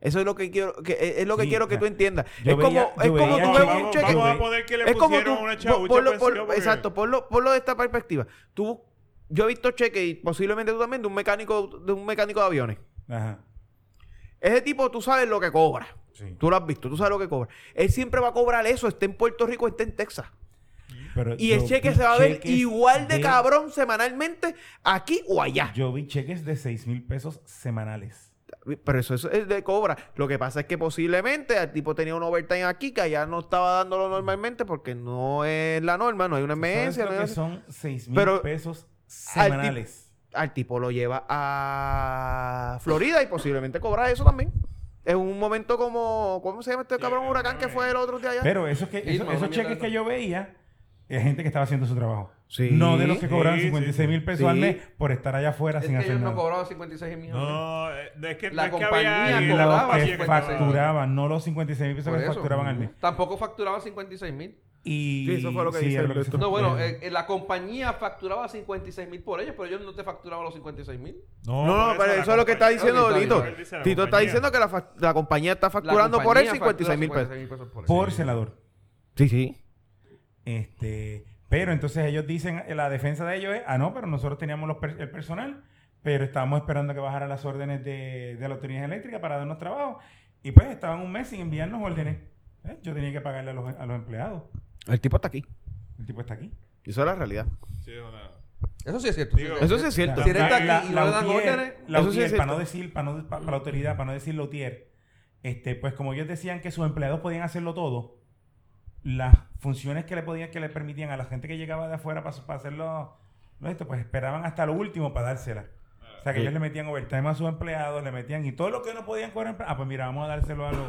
S3: Eso es lo que quiero que, eh, es es lo que,
S4: Sí,
S3: quiero que
S4: ya.
S3: tú entiendas.
S4: Yo
S3: Es como,
S4: veía-
S3: es
S4: yo
S3: como
S4: veía
S3: tú ves
S5: Vamos,
S4: cheque-
S3: un
S5: vamos,
S3: cheque.
S5: vamos
S4: güey.
S5: a poner que le
S3: es como tú.
S5: pusieron una chabucha
S3: ponlo-
S5: encima
S3: ponlo-
S5: porque-
S3: Exacto, ponlo, ponlo de esta perspectiva. Tú, yo he visto cheques y posiblemente tú también de un mecánico, de un mecánico de aviones.
S4: Ajá.
S3: Ese tipo, tú sabes lo que cobra.
S4: Sí.
S3: Tú lo has visto, tú sabes lo que cobra. Él siempre va a cobrar eso, esté en Puerto Rico, esté en Texas.
S4: Pero
S3: Y
S4: yo
S3: el cheque
S4: vi
S3: se va a ver
S4: cheques
S3: igual de cabrón semanalmente aquí o allá.
S4: Yo vi cheques de 6 mil pesos semanales.
S3: Pero eso, eso es eh, de cobra. Lo que pasa es que posiblemente el tipo tenía un overtime aquí que allá no estaba dándolo normalmente porque no es la norma, no hay una
S4: ¿Sabes
S3: emergencia.
S4: lo
S3: no hay
S4: que
S3: nada.
S4: son 6 mil
S3: Pero-
S4: pesos
S3: Al tip-
S4: semanales?
S3: Al tipo lo lleva a Florida y posiblemente cobra eso también. Es un momento como, ¿cómo se llama este
S5: eh,
S3: cabrón huracán que fue el otro de allá?
S4: Pero esos, que, esos,
S2: Irma,
S4: esos
S2: una mierda
S4: cheques
S2: de
S4: que yo veía, es gente que estaba haciendo su trabajo.
S3: Sí.
S4: No de los que
S5: Sí,
S4: cobraban
S5: sí,
S4: 56 mil pesos
S3: Sí.
S4: al mes por estar allá afuera
S2: Es
S4: sin
S2: que
S4: hacer
S2: ellos no
S4: nada.
S2: cobraban 56 mil.
S5: No, eh, es que no
S2: La
S5: es que
S2: compañía
S5: había
S4: Y
S5: alguien,
S4: los
S5: la
S2: cobraba
S5: compañía
S4: que
S2: 56.
S4: facturaban, no los 56 mil pesos que facturaban al mes.
S2: Tampoco facturaban 56 mil.
S4: Y
S3: Sí, eso fue lo que dice
S4: era
S3: el
S4: lo se
S3: doctor.
S2: No, bueno,
S4: facturaba.
S2: eh, eh, la compañía facturaba 56 mil por ellos, pero ellos no te facturaban los 56 mil.
S5: No,
S3: No, no,
S5: por
S3: pero
S5: la
S3: eso es lo que está
S5: compañía-
S3: diciendo
S2: Ok, está bien,
S3: Tito.
S2: está bien.
S5: Él dice la
S3: Tito está
S5: compañía.
S3: diciendo que la, fac- la compañía está facturando por él 56 mil pesos.
S4: por celador.
S3: Sí, sí.
S4: Este, pero entonces ellos dicen, eh, la defensa de ellos es, ah, no, pero nosotros teníamos los per- el personal, pero estábamos esperando que bajaran las órdenes de, de la autoridad eléctrica para darnos trabajo. Y pues estaban un mes sin enviarnos órdenes. Eh, Yo tenía que pagarle a los, a los empleados.
S3: El tipo está aquí.
S4: El tipo está aquí.
S3: Eso es la realidad.
S5: Sí, es una-
S2: Eso sí es cierto. sí
S5: Digo,
S2: es cierto.
S3: Eso sí es cierto.
S2: Si eres está aquí y no le dan
S4: UTIER,
S2: órdenes,
S4: la
S3: eso sí
S4: UTIER,
S3: es
S4: para
S3: cierto.
S4: no decir, para, no, para, la autoridad, para no decir la UTIER, este, pues como ellos decían que sus empleados podían hacerlo todo, las funciones que le podían, que le permitían a la gente que llegaba de afuera para, para hacerlo, no, esto, pues esperaban hasta lo último para dársela. O sea, que
S3: Sí.
S4: ellos le metían overtime a sus empleados, le metían, y todo lo que no podían cobrar, emple- ah, pues mira, vamos a dárselo a los,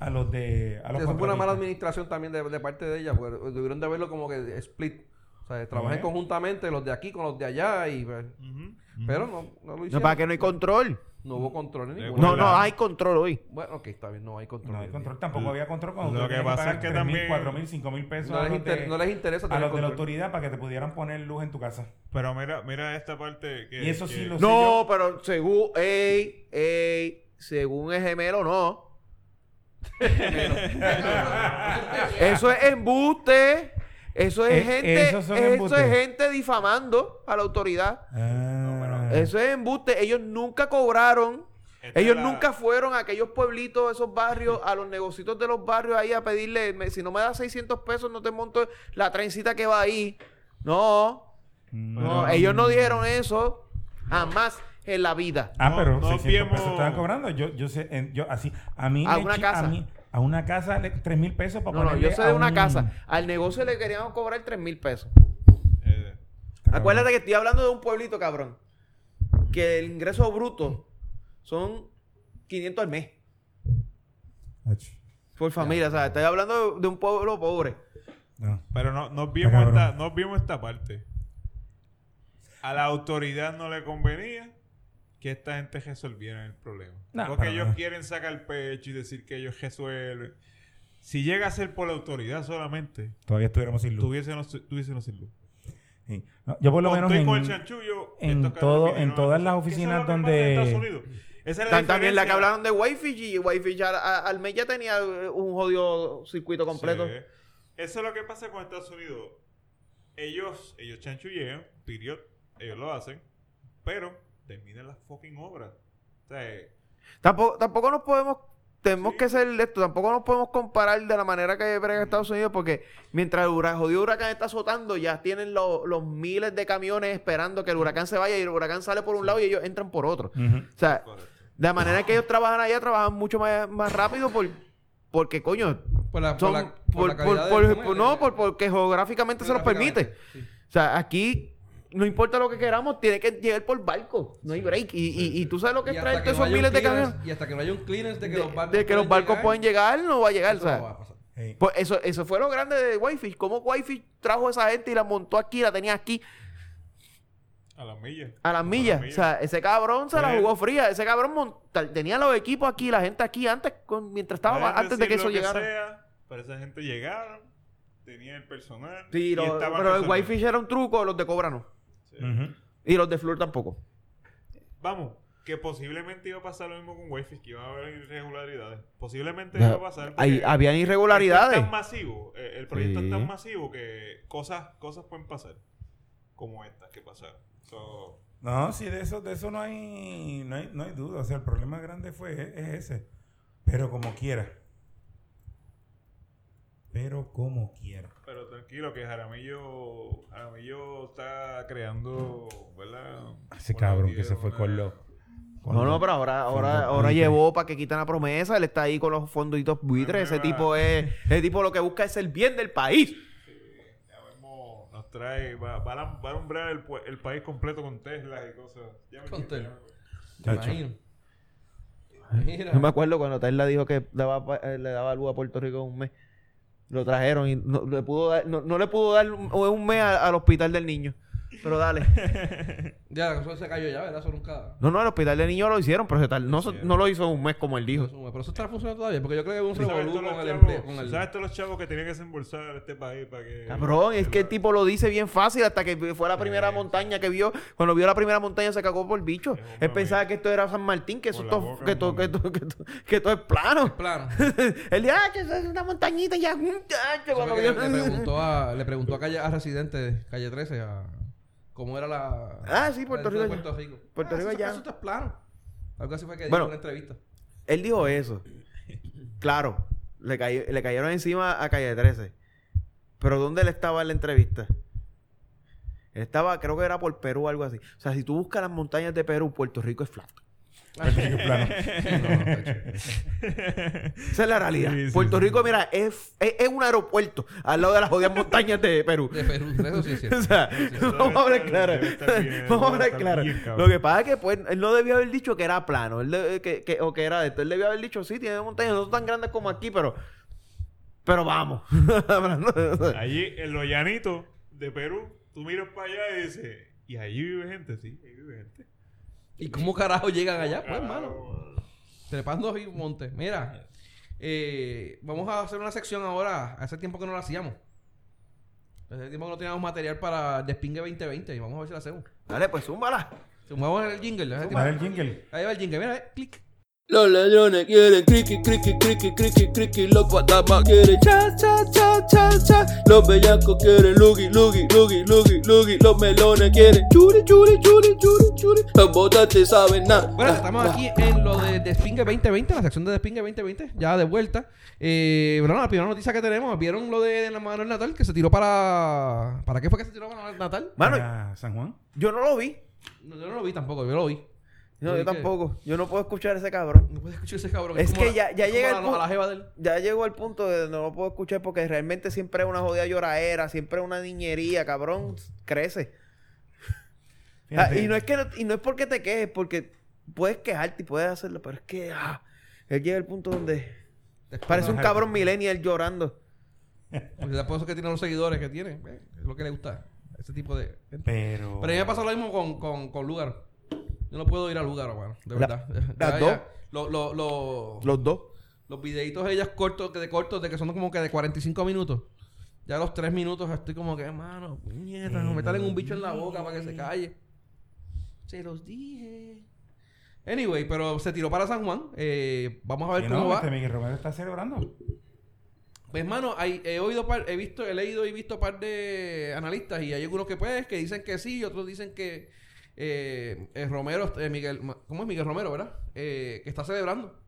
S4: a los de, a los
S2: Eso fue una mala
S4: contratistas.
S2: administración también de, de parte de ella, porque debieron de verlo como que split. O sea, trabajen
S4: Ujú.
S2: conjuntamente los de aquí con los de allá y... pues,
S5: Ujú.
S2: Pero no, no lo
S3: No,
S2: hicieron.
S3: para que no hay control.
S2: No hubo control en
S5: De
S2: ningún
S5: Bueno,
S3: No,
S5: acuerdo.
S2: lado.
S3: no hay control hoy.
S2: Bueno, ok, está bien, no hay control.
S4: No hay control, tampoco había control cuando
S5: Lo
S4: tú
S5: que
S4: tenías
S5: pasa es
S4: pagar
S5: que
S4: 3.000,
S5: también-
S4: 4.000, 5.000 pesos.
S2: No
S4: a
S2: les,
S4: los
S2: inter-
S4: de-
S2: no les interesa
S4: a
S2: tener
S4: los de la
S2: control.
S4: autoridad para que te pudieran poner luz en tu casa.
S5: Pero mira, mira esta parte que
S4: Y eso
S5: que-
S4: sí lo-
S3: No,
S4: yo-
S3: pero según. Ey, ey, según es gemelo, no. eso es embuste. Eso es
S4: Eh,
S3: gente.
S4: esos son
S3: eso
S4: embustes.
S3: es gente difamando a la autoridad.
S4: Ah.
S3: Eso es embuste. Ellos nunca cobraron.
S5: Esta
S3: Ellos
S5: la-
S3: nunca fueron a aquellos pueblitos, esos barrios, a los negocios de los barrios ahí a pedirle, "Me- si no me das 600 pesos no te monto la trencita que va ahí. No, no, ellos no dijeron eso. Jamás en la vida.
S4: Ah,
S5: No-
S4: pero
S5: no
S4: 600 pesos
S5: olvidemos-
S4: estaban cobrando. Yo, yo sé, en- yo así, a mí...
S3: A
S4: me
S3: una
S4: chi-
S3: casa.
S4: A, mí- a una casa, le- 3 mil pesos para
S3: No, no,
S4: ponerle
S3: yo sé
S4: a
S3: de una
S4: un-
S3: casa. Al negocio le queríamos cobrar 3 mil pesos.
S5: Eh,
S3: Acuérdate que estoy hablando de un pueblito, cabrón. Que el ingreso bruto son 500 al mes
S4: Ach,
S3: por familia. O sea, estoy hablando de- de un pueblo pobre.
S4: no.
S5: pero no, no vimos
S4: cabrón.
S5: esta, no vimos esta parte. A la autoridad no le convenía que esta gente resolviera el problema.
S4: No,
S5: Porque
S4: para
S5: ellos
S4: nada.
S5: quieren sacar el pecho y decir que ellos resuelven. Si llega a ser por la autoridad solamente,
S4: Todavía estuviéramos sin luz.
S5: tuviésemos, tuviésemos sin luz.
S4: Sí. No, yo por lo menos
S5: Con tu y
S4: en...
S5: con el chanchullo,
S4: en
S5: estos cabrones
S4: todo-
S5: vinieron
S4: en
S5: a
S4: todas las
S5: nosotros. Que eso es lo
S4: oficinas
S5: que pasa en
S4: donde-
S5: Estados Unidos. Esa es la
S3: Tan- También la que
S5: diferencia.
S3: hablaron de Wi-Fi y Wi-Fi ya a- al mes ya tenía eh, un jodido circuito completo.
S5: Sí. Eso es lo que pasa con Estados Unidos. Ellos, ellos chanchullean, period, ellos lo hacen, pero terminan las fucking obras. O sea, eh,
S3: Tampoco, tampoco nos podemos, tenemos
S5: Sí.
S3: que ser esto, tampoco nos podemos comparar de la manera que brega Estados Unidos porque mientras el huracán, jodido huracán está azotando, ya tienen lo- los miles de camiones esperando que el huracán se vaya y el huracán sale por un lado y ellos entran por otro.
S4: Ujú.
S3: O sea,
S5: Mm. correcto.
S3: la manera que ellos trabajan allá, trabajan mucho más, más rápido por, porque coño,
S2: Por la, por
S3: son-
S2: la,
S3: por-
S2: la
S3: por-
S2: calidad
S3: por-
S2: del- ¿cómo
S3: por-
S2: es?
S3: no, por- porque geográficamente se los permite.
S2: Sí.
S3: O sea, aquí no importa lo que queramos, tiene que llegar por barco. No hay break. Y, y, y tú sabes lo que
S2: Y
S3: es
S2: hasta
S3: traer
S2: que no
S3: todos esos
S2: haya un
S3: miles de
S2: clearance-
S3: camiones.
S2: Y hasta que no haya un clearance de que los barcos,
S3: De que los barcos pueden llegar, no va a llegar.
S2: eso
S3: o sea.
S2: no va a pasar.
S4: Sí.
S3: Pues eso, eso fue lo grande de Whitefish. Cómo Whitefish trajo a esa gente y la montó aquí, la tenía aquí,
S5: A las millas.
S3: a las millas.
S5: millas.
S3: O sea, ese cabrón se la
S5: Pues-
S3: jugó fría. Ese cabrón monta- tenía los equipos aquí, la gente aquí antes, con- mientras estaba
S5: Pueden
S3: antes de
S5: decir
S3: que eso
S5: lo
S3: llegara.
S5: sea, pero esa gente llegaron, tenían el personal.
S3: Sí,
S5: y
S3: lo-
S5: estaban
S3: pero el
S5: resolviendo.
S3: Whitefish era un truco, los de Cobra no.
S5: Sí.
S4: Ujú.
S3: Y los de Flor tampoco.
S5: Vamos, que posiblemente iba a pasar lo mismo con Wi-Fi, que iba a haber irregularidades. Posiblemente iba a pasar.
S6: Hay,
S5: porque-
S6: habían
S5: Esto
S6: irregularidades.
S5: es tan masivo, eh, el proyecto
S6: Sí.
S5: es tan masivo que cosas, cosas pueden pasar. Como estas que pasaron. So,
S4: No, sí, de eso, de eso no hay, no hay, no hay duda. O sea, el problema grande fue e, es ese. Pero como quiera. Pero como quiera.
S5: pero tranquilo que Jaramillo, Jaramillo está creando, ¿verdad?
S4: Ese
S5: Una
S4: cabrón que
S5: vida,
S4: se fue
S5: una-
S4: con los. con
S3: No, no,
S4: los-
S3: pero ahora, ahora,
S4: Fondos
S3: ahora
S4: buitres.
S3: llevó para que quitan la promesa. Él está ahí con los fonditos buitres. Ese
S5: nueva-
S3: tipo es, ese tipo lo que busca es el bien del país.
S5: Ya vemos, nos trae, va, va a alam- va a alumbrar el, pue- el país completo con Tesla y cosas. Ya me
S2: Con
S5: entiendes,
S2: Tesla.
S5: ya me-
S2: Te
S4: Chacho.
S2: imagino. Mira.
S3: Yo me acuerdo cuando Tesla dijo que daba pa- eh, le daba luz a Puerto Rico en un mes. Lo trajeron y no le pudo dar, no, no le pudo dar un, un mes a- al hospital del niño. Pero dale.
S2: Ya, eso se cayó ya, ¿verdad? Eso nunca.
S3: No, no, el hospital del niño lo hicieron, pero se tar- no, se- no lo hizo en un mes como él dijo.
S2: Pero eso está funcionando todavía, porque yo creo que hubo un
S5: ¿Tú ¿Sabes
S2: revolú
S5: todos
S2: con
S5: los
S2: el
S5: chavos-
S2: empleo. Con
S5: tú
S2: el...
S5: sabes todos los chavos que tenían que desembolsar este país para que...
S3: Cabrón, eh. es que el
S5: la-
S3: tipo lo dice bien fácil hasta que fue a la primera montaña que vio. Cuando vio la primera montaña se cagó por bicho.
S5: Es un
S3: Él
S5: mame.
S3: pensaba que esto era San Martín, que eso
S5: Por la
S3: todo,
S5: boca
S3: que
S5: un
S3: todo, que
S5: mame.
S3: todo, que todo, que todo es plano.
S2: Plano.
S3: él dijo, ah, que eso es una montañita y ya. mm, chacho",
S2: Eso
S3: cuando
S2: fue que
S3: vio-
S2: le, le preguntó a, le preguntó a, calle, a Residente, calle 13, a, cómo era la.
S3: Ah, sí, Puerto
S2: la- de
S3: Rico ya.
S2: Puerto Rico.
S3: Puerto
S2: Ah,
S3: Rico
S2: eso-
S3: ya.
S2: Eso está plano. Algo así fue que dijo
S3: Bueno.
S2: en una entrevista.
S3: Él dijo eso. Claro, le, cayó- le cayeron encima a Calle 13. Pero ¿dónde él estaba en la entrevista? Él estaba, creo que era por Perú o algo así. O sea, si tú buscas las montañas de Perú, Puerto Rico es flat.
S4: Puerto Rico plano.
S3: Esa es la realidad.
S5: Sí, sí,
S3: Puerto
S5: sí.
S3: Rico, mira, es, es, es un aeropuerto al lado de las jodidas montañas de Perú.
S2: De Perú, eso sí es
S3: O
S2: cierto.
S3: sea, vamos a hablar
S5: Debe
S3: claro.
S5: estar bien,
S3: vamos a
S5: debe
S3: hablar
S5: estar
S3: claro.
S5: bien, cabrón.
S3: Lo que pasa es que pues, él no debió haber dicho que era plano él de- que, que- o que era esto. Él debió haber dicho, sí, tiene montañas, no son tan grandes como aquí, pero... Pero vamos. Hablando de-
S5: Allí, en los llanitos de Perú, tú miras para allá y dices, y allí vive gente, sí, ahí vive gente.
S2: ¿Y cómo carajo llegan allá? Pues, hermano.
S5: Carajo.
S2: Trepando y monte. Mira, eh, vamos a hacer una sección ahora. Hace tiempo que no la hacíamos. Hace tiempo que no teníamos material para Despingue 2020 y vamos a ver si la hacemos.
S3: Dale, pues zúmbala.
S2: Sumamos el jingle. hace tiempo.
S4: Dale el jingle.
S2: Ahí va el jingle, mira, eh, clic.
S7: Los ladrones quieren criqui, criqui, criqui, criqui, criqui. Los guatamas quieren cha, cha, cha, cha, cha. Los bellacos quieren lugi, lugi, lugi, lugi, lugi. Los melones quieren churi, churi, churi, churi, churi. Los botantes saben nada.
S2: Bueno,
S3: Ah,
S2: estamos aquí en lo de Despingue 2020, la sección de Despingue 2020, ya de vuelta. Eh, bueno, la primera noticia que tenemos, ¿vieron lo de la Manuel Natal que se tiró para... ¿Para qué fue que se tiró Manuel Natal?
S3: Mano,
S4: Para San Juan.
S3: yo no lo vi.
S2: No, yo no lo vi tampoco, yo lo vi.
S3: No,
S2: Oye,
S3: yo
S2: ¿qué?
S3: tampoco. Yo no puedo escuchar a ese cabrón.
S2: No puedes escuchar ese cabrón.
S3: Es
S2: como
S3: que ya- ya
S2: es como
S3: llega el
S2: la-
S3: punto-
S2: a la jeva de él.
S3: Ya llegó al punto de no lo puedo escuchar porque realmente siempre es una jodida lloradera, siempre es una niñería, cabrón. Crece. Ah,
S4: Fíjate.
S3: y, no es que no- y no es porque te quejes, porque puedes quejarte y puedes hacerlo, pero es que ah, él llega al punto donde parece un cabrón millennial llorando.
S2: Porque por eso es que tiene los seguidores que tiene. eh, Es lo que le gusta. Ese tipo de. gente.
S4: Pero.
S2: Pero a mí me pasa lo mismo con, con, con Lugaro. Yo no puedo ir a Lugaro, mano. De
S3: La-
S2: verdad.
S3: las
S2: Ya,
S3: dos.
S2: ya. Lo- lo- lo-
S3: Los dos.
S2: Los videitos ellas cortos, que de cortos, de que son como que de 45 minutos. Ya a los 3 minutos estoy como que, mano, puñeta, no metan un bicho en la boca para que se calle. Se los dije. Anyway, pero se tiró para San Juan. Eh, vamos a ver
S4: Que
S2: cómo
S4: no,
S2: va.
S4: este Miguel Romero está celebrando.
S2: Pues, mano, hay- he oído, par- he visto, he leído y visto par de analistas y hay algunos que pues, que dicen que sí, y otros dicen que eh, eh, Romero, eh, Miguel, ma- ¿cómo es Miguel Romero, verdad? Eh, que está celebrando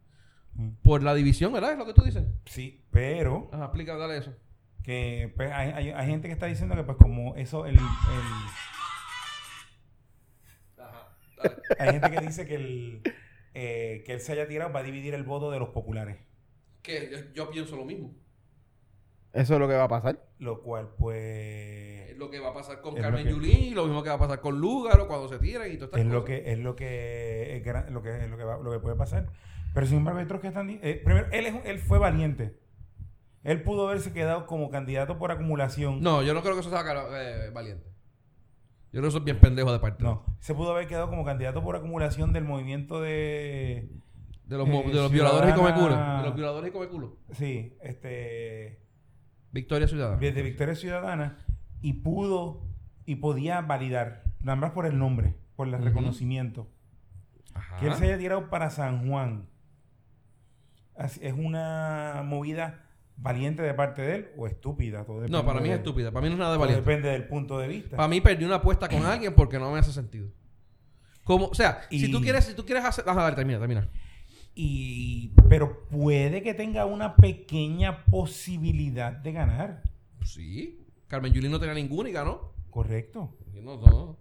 S4: Mm.
S2: por la división, ¿verdad? Es lo que tú dices.
S4: Sí, pero
S2: Ajá, explica, dale eso.
S4: que pues, hay, hay- hay gente que está diciendo que pues como eso el, el- hay gente que dice que el eh, que él se haya tirado va a dividir el voto de los populares,
S2: Que yo, yo pienso lo mismo.
S3: Eso es lo que va a pasar.
S4: lo cual pues
S2: Es lo que va a pasar con
S4: Es lo
S2: Carmen
S4: que-
S2: Yulín y lo mismo que va a pasar con Lúgaro cuando se tiran y todo
S4: es lo que es lo que es gran- lo que es lo que va- lo que puede pasar. Pero sin embargo, hay otros que están di- eh, primero él es un- él fue valiente. Él pudo haberse quedado como candidato por acumulación.
S2: No, yo no creo que eso sea caro- eh, valiente. Yo creo que eso es bien pendejo de parte.
S4: No, se pudo haber quedado como candidato por acumulación del movimiento de
S2: De los, mo-
S4: Eh,
S2: de los violadores y come culo.
S4: ciudadana-
S2: De los violadores y come culo.
S4: sí, este
S2: Victoria Ciudadana.
S4: de Victoria Ciudadana y pudo y podía validar, nada más por el nombre, por el
S2: Ujú.
S4: reconocimiento.
S2: Ajá.
S4: Que él se haya tirado para San Juan. Así- es una movida valiente de parte de él o estúpida. Todo
S2: No,
S4: depende
S2: para mí es
S4: de-
S2: estúpida. Para mí no es nada de
S4: todo
S2: valiente.
S4: depende del punto de vista.
S2: Para mí perdí una apuesta con alguien porque no me hace sentido. Como, o sea, si
S4: Y-
S2: tú quieres, si tú quieres hacer. Ajá, dale, termina, termina.
S4: Y, pero puede que tenga una pequeña posibilidad de ganar.
S2: Sí. Carmen Yulín no tenía ninguna y ganó.
S4: Correcto.
S2: Y No, no.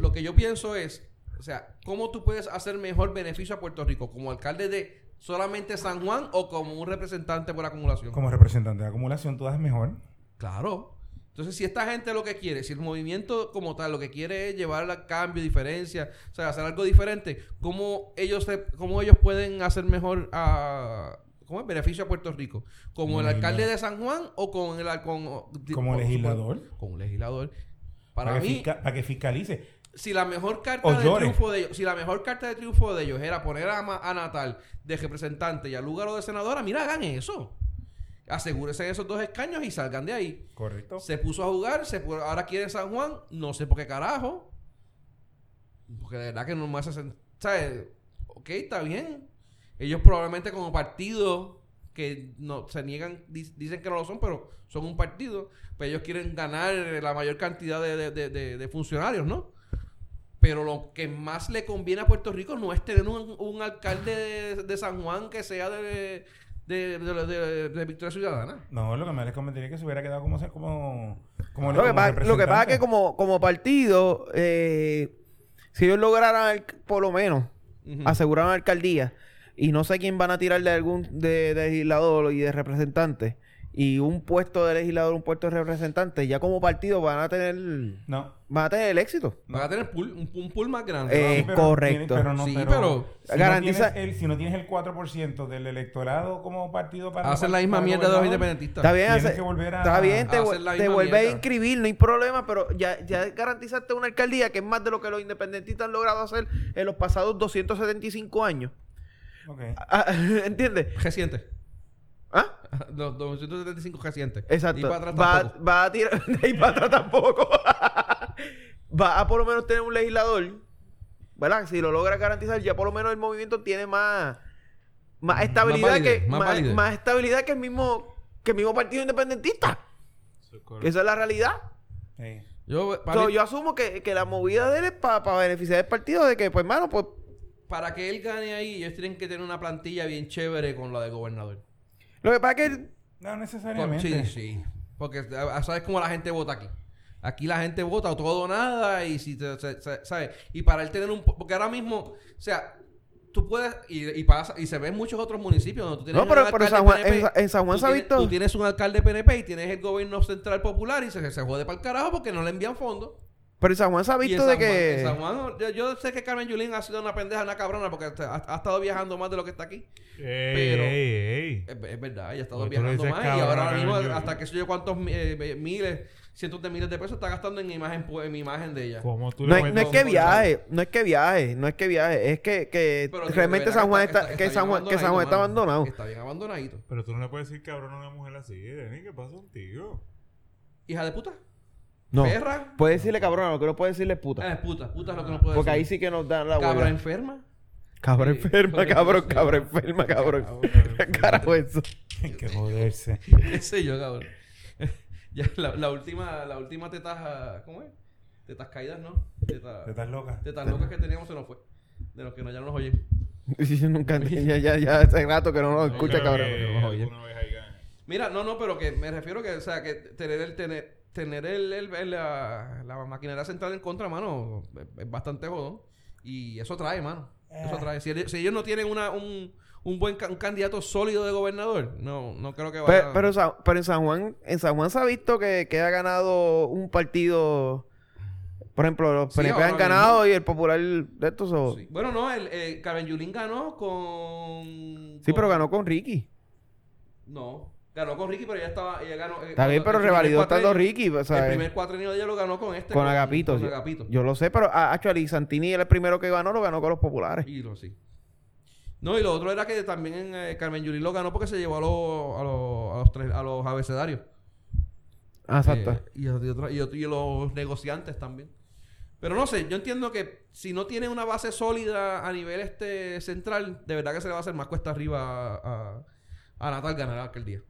S2: Lo que yo pienso es, o sea, ¿cómo tú puedes hacer mejor beneficio a Puerto Rico? ¿Como alcalde de solamente San Juan o como un representante por acumulación?
S4: Como representante de acumulación, tú das mejor.
S2: Claro. Entonces, si esta gente lo que quiere, si el movimiento como tal lo que quiere es llevar a cambio, diferencia, o sea, hacer algo diferente, ¿cómo ellos, se- cómo ellos pueden hacer mejor a, ¿cómo es? beneficio a Puerto Rico? ¿Como el
S4: Legislador.
S2: alcalde de San Juan o con el... Con,
S4: Como
S2: con-
S4: legislador.
S2: Con un legislador. Para,
S4: Para, que,
S2: mí,
S4: fisca- para que fiscalice.
S2: si la mejor carta
S4: O
S2: de
S4: llore.
S2: triunfo de ellos, si la mejor carta de triunfo de ellos era poner a, Ma- a Natal de representante y a Lugaro de senadora, mira, hagan eso. Asegúrense de esos dos escaños y salgan de ahí.
S4: Correcto.
S2: Se puso a jugar, se pu- ahora quiere San Juan, no sé por qué carajo. Porque de verdad que no me hace sen- ¿sabes? Ok, está bien. Ellos probablemente como partido que no se niegan, di- dicen que no lo son, pero son un partido, pues ellos quieren ganar la mayor cantidad de, de- de- de- de funcionarios, ¿no? Pero lo que más le conviene a Puerto Rico no es tener un, un alcalde de, de San Juan que sea de, de, de- de- de- de Victoria Ciudadana.
S4: No, lo que me les convendría es que se hubiera quedado como ser- como, como
S3: Lo que,
S4: como
S3: pasa, lo que pasa es
S4: representante.
S3: que como, como partido, eh, si ellos lograran, al- por lo menos,
S2: Ujú.
S3: aseguraran la alcaldía, y no sé quién van a tirar de algún de, de legislador y de representante, y un puesto de legislador, un puesto de representante, ya como partido van a tener,
S4: No.
S3: van a tener el éxito.
S2: Van a tener pool- un, un pool más grande.
S3: Eh,
S2: ¿no?
S4: pero
S3: correcto.
S4: tiene- pero no,
S2: Sí,
S4: pero,
S2: pero
S4: si,
S3: garantiza-
S4: no tienes el, si no tienes el 4% del electorado como partido para...
S2: Hacen la misma
S4: para
S2: mierda de los
S4: gobernador,
S2: independentistas.
S3: Está bien,
S4: Tienes
S3: hace-
S4: que volver a- Ah,
S3: está bien, te,
S2: a
S3: vu-
S2: hacer la
S3: te
S2: misma
S3: vuelves a
S2: mierda.
S3: inscribir, no hay problema, pero ya, ya garantizaste una alcaldía que es más de lo que los independentistas han logrado hacer en los pasados 275 años.
S4: Ok.
S3: Ah, ¿Entiendes?
S2: Reciente.
S3: ¿Ah?
S2: Los 275 recientes.
S3: Exacto.
S2: Y para atrás
S3: va,
S2: tampoco.
S3: va a tirar. y para atrás tampoco. va a por lo menos tener un legislador. ¿Verdad? Si lo logra garantizar, ya por lo menos el movimiento tiene más. Más estabilidad
S2: validez,
S3: que.
S2: más
S3: Más,
S2: validez.
S3: más estabilidad que el mismo. Que el mismo partido independentista.
S5: Eso es correcto.
S3: Que esa es la realidad.
S4: Sí.
S2: Yo, para,
S3: So, yo asumo que, que la movida de él es para beneficiar el partido de que, pues, hermano, pues.
S2: para que él gane ahí, ellos tienen que tener una plantilla bien chévere con la de gobernador.
S3: Lo que pasa es que.
S4: No
S2: Con-
S4: necesariamente.
S2: Sí, sí. Porque ah, sabes cómo la gente vota aquí. Aquí la gente vota o todo o nada y si te- se- se- ¿sabes? Y para él tener un... po- Porque ahora mismo, o sea, tú puedes... Y, y pasa, y se ve en muchos otros municipios donde tú tienes
S3: No, pero-
S2: un
S3: pero
S2: alcalde
S3: San Juan-
S2: PNP,
S3: en Sa- en San Juan
S2: tú
S3: se ha
S2: tienes-
S3: visto-
S2: Tú tienes un alcalde PNP y tienes el gobierno central popular y se, se jode para el carajo porque no le envían fondos.
S3: Pero en San Juan se ha
S2: Y en
S3: visto
S2: San
S3: de
S2: Juan- en
S3: que...
S2: San Juan, yo, yo sé que Carmen Yulín ha sido una pendeja, una cabrona, porque ha, ha estado viajando más de lo que está aquí. Pero-
S5: ey,
S2: Es, es verdad, ella ha estado
S5: Porque tú le
S2: viajando
S5: dices
S2: más. y
S5: cabrona
S2: ahora
S5: a Carmen
S2: mismo,
S5: Yulín.
S2: hasta que sé yo cuántos mi- eh, eh, miles, cientos de miles de pesos está gastando en imagen, pu- en imagen de ella.
S5: ¿Cómo tú
S3: No
S5: le
S3: es, no
S5: metes
S3: es que
S5: un-
S3: viaje, no es que viaje, no es que viaje, es que, que
S2: Pero de
S3: realmente
S2: verdad
S3: San
S2: que
S3: Juan está, que
S2: bien
S3: San Juan, que San Juan está
S2: abandonadito, mano.
S3: abandonado.
S2: Está bien abandonadito.
S5: Pero tú no le puedes decir cabrón a una mujer así, Denny, ¿qué pasa contigo?
S2: Hija de puta.
S3: No,
S2: Perra.
S3: puede decirle cabrón, lo que no puede decirle es puta.
S2: Eh, puta, puta es lo que no puede
S3: Porque ahí
S2: decir.
S3: sí que nos dan la
S2: Cabra
S3: huella.
S2: enferma.
S3: Cabra
S2: Sí.
S3: enferma,
S2: Cabra
S3: cabrón,
S2: enferma.
S3: cabra enferma, cabrón. Carajo eso.
S4: Hay que joderse.
S2: Qué sé yo, cabrón. ya, la, la última, la última tetas, ¿cómo es? Tetas caídas, ¿no? Tetas...
S4: Estás loca.
S2: de tan locas que teníamos se nos fue. De los que no, ya no nos oyen.
S3: Yo nunca, ya, ya, ya hace rato que no nos escucha,
S5: Creo
S3: cabrón.
S5: que
S3: No, oye.
S5: alguna vez ahí gana.
S2: Mira, no, no, pero que me refiero que, o sea, que tener el, tener, tener el, el- el- la, la maquinaria central en contra, mano, es, es bastante jodón. Y eso trae, mano.
S3: Eh.
S2: Eso trae. Si, el- si ellos no tienen una, un, un buen ca- un candidato sólido de gobernador, no, no creo que vaya
S3: Pero, pero, Sa- pero en San Juan, en San Juan se ha visto que, que ha ganado un partido. Por ejemplo, los
S2: Sí,
S3: PNP
S2: ahora
S3: han ganado y el popular de estos. o-
S2: Sí.
S3: Sí,
S2: Bueno, no, el, eh, Carmen Yulín ganó con...
S3: pero
S2: con-
S3: ganó con Ricky.
S2: No, ganó con Ricky, pero ella estaba... Ella ganó, eh,
S3: Está bien,
S2: el
S3: pero
S2: primer
S3: revalidó estando
S2: cuatrenio-
S3: Ricky. o sea, eh,
S2: El primer cuatrenio de ella lo ganó con este.
S3: con Agapito.
S2: Con
S3: yo-
S2: Agapito.
S3: Yo lo sé, pero ah, actually, Santini era el primero que ganó, lo ganó con los populares.
S2: Y lo sí. No, y lo otro era que también eh, Carmen Yulín lo ganó porque se llevó a los, a los, a los, tres- a los abecedarios.
S3: Ah, exacto.
S2: Eh, y, otra- y, otro- y los negociantes también. Pero no sé, yo entiendo que si no tiene una base sólida a nivel este central, de verdad que se le va a hacer más cuesta arriba a, a, a Natal ganar aquel día.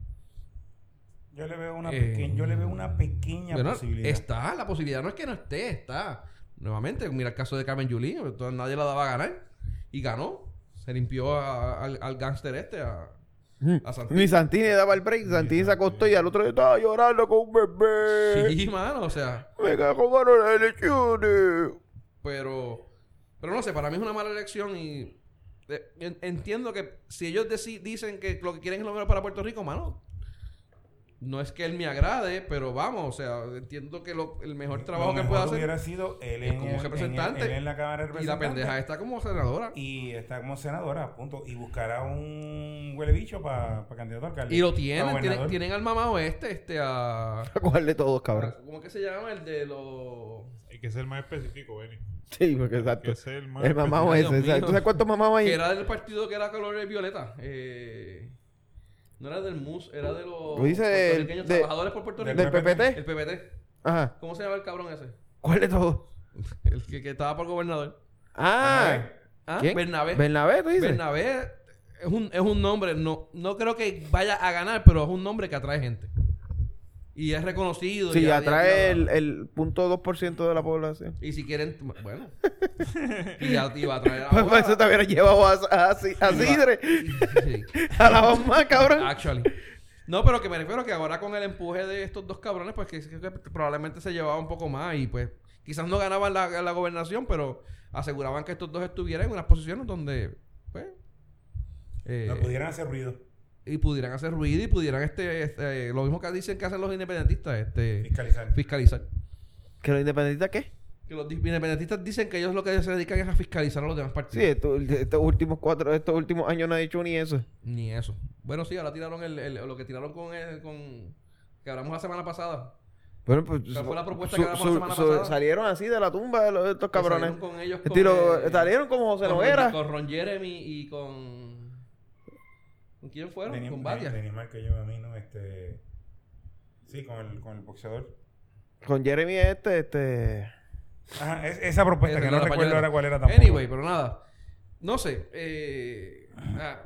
S4: Yo le veo una,
S2: Eh,
S4: peque- yo le veo una pequeña
S2: Bueno,
S4: posibilidad.
S2: está, la posibilidad no es que no esté, está. Nuevamente, mira el caso de Carmen Yulín, entonces nadie la daba a ganar. Y ganó. Se limpió a- al, al gángster este, a, a Santi.
S3: Ni Santini daba el break, Santini se acostó y al otro día estaba llorando con un bebé.
S2: Sí, mano, o sea,
S3: Me robaron las elecciones.
S2: pero pero no sé, para mí es una mala elección y eh, en- entiendo que si ellos deci- dicen que lo que quieren es lo mejor para Puerto Rico, mano, no es que él me agrade, pero vamos, o sea, entiendo que lo- el mejor trabajo
S4: Lo
S2: que
S4: mejor
S2: pueda hacer
S4: hubiera sido él
S2: es
S4: en,
S2: como
S4: el- en el-
S2: representante.
S4: él en la Cámara de
S2: y la
S4: Representantes.
S2: pendeja está como senadora.
S4: Y está como senadora, punto. Y buscará un huele bicho para candidato a alcalde.
S2: Y lo
S4: Pa'
S2: tienen, tienen,
S4: gobernador.
S2: tienen al mamado este, este a,
S3: ¿Cuál de todos, cabrón?
S2: a- ¿Cómo que se llama? El de los...
S5: Hay que ser más específico, Benny.
S3: Sí, porque exacto.
S5: que ser el más
S3: El mamado
S2: Dios
S3: ese.
S2: mío.
S3: exacto. ¿Tú sabes cuántos mamados
S2: Que
S3: hay?
S2: era del partido que era color violeta. Eh, no era del MUS, era de los
S3: Lo dice del-
S2: puertorriqueños
S3: de-
S2: trabajadores por Puerto
S4: del
S2: Rico.
S3: ¿Del PPT?
S2: El PPT.
S3: Ajá.
S2: ¿Cómo se llama el cabrón ese?
S3: ¿Cuál de todos?
S2: El que, que estaba por gobernador.
S3: Ah.
S2: ¿Ah?
S3: ¿Quién?
S2: Bernabé.
S3: Bernabé, tú dices.
S2: Bernabé es un, es un nombre, no, no creo que vaya a ganar, pero es un nombre que atrae gente. Y es reconocido. y
S3: Sí,
S2: ha- y ha- y
S3: atrae
S2: ha-
S3: el, el punto 2% de la población.
S2: Y si quieren, bueno. y ya te iba a traer
S3: Pues
S2: ahora.
S3: por eso te hubiera llevado a, a, a Sidre,
S2: Sí,
S3: a la mamá, cabrón.
S2: actually. No, pero que me refiero que ahora con el empuje de estos dos cabrones, pues que, que probablemente se llevaba un poco más y pues quizás no ganaban la, la gobernación, pero aseguraban que estos dos estuvieran en unas posiciones donde, pues, eh,
S4: No pudieran hacer ruido.
S2: y pudieran hacer ruido y pudieran, este, este, lo mismo que dicen que hacen los independentistas, este,
S4: Fiscalizar.
S2: fiscalizar.
S3: ¿Que los independentistas qué?
S2: Que los di- independentistas dicen que ellos lo que se dedican es a fiscalizar a los demás
S3: Sí,
S2: partidos.
S3: estos, estos últimos cuatro, estos últimos años no ha dicho ni eso.
S2: Ni eso. Bueno, sí, ahora tiraron el, el- lo que tiraron con el, con que hablamos la semana pasada.
S3: Bueno, pues.
S2: ¿Cuál fue la propuesta
S3: su-
S2: que hablamos la
S3: su-
S2: semana
S3: su-
S2: pasada?
S3: Salieron así de la tumba de los- de estos
S2: Que
S3: cabrones.
S2: Salieron con ellos.
S3: El tiro-
S2: eh,
S3: salieron como José
S2: con Ron-
S3: Noguera.
S2: Con Ron Jeremy y con. ¿Con quién fueron?
S4: Tenía-
S2: con
S4: tenía-
S2: varias.
S4: tenía mal que yo a mí, ¿no? Este... Sí, con el, con el boxeador.
S3: Con Jeremy este, este.
S4: Ajá, es- esa propuesta
S2: Eh,
S4: que
S2: la
S4: no recuerdo
S2: pañoleta.
S4: ahora cuál era tampoco.
S2: Anyway, pero nada. No sé. eh, ah,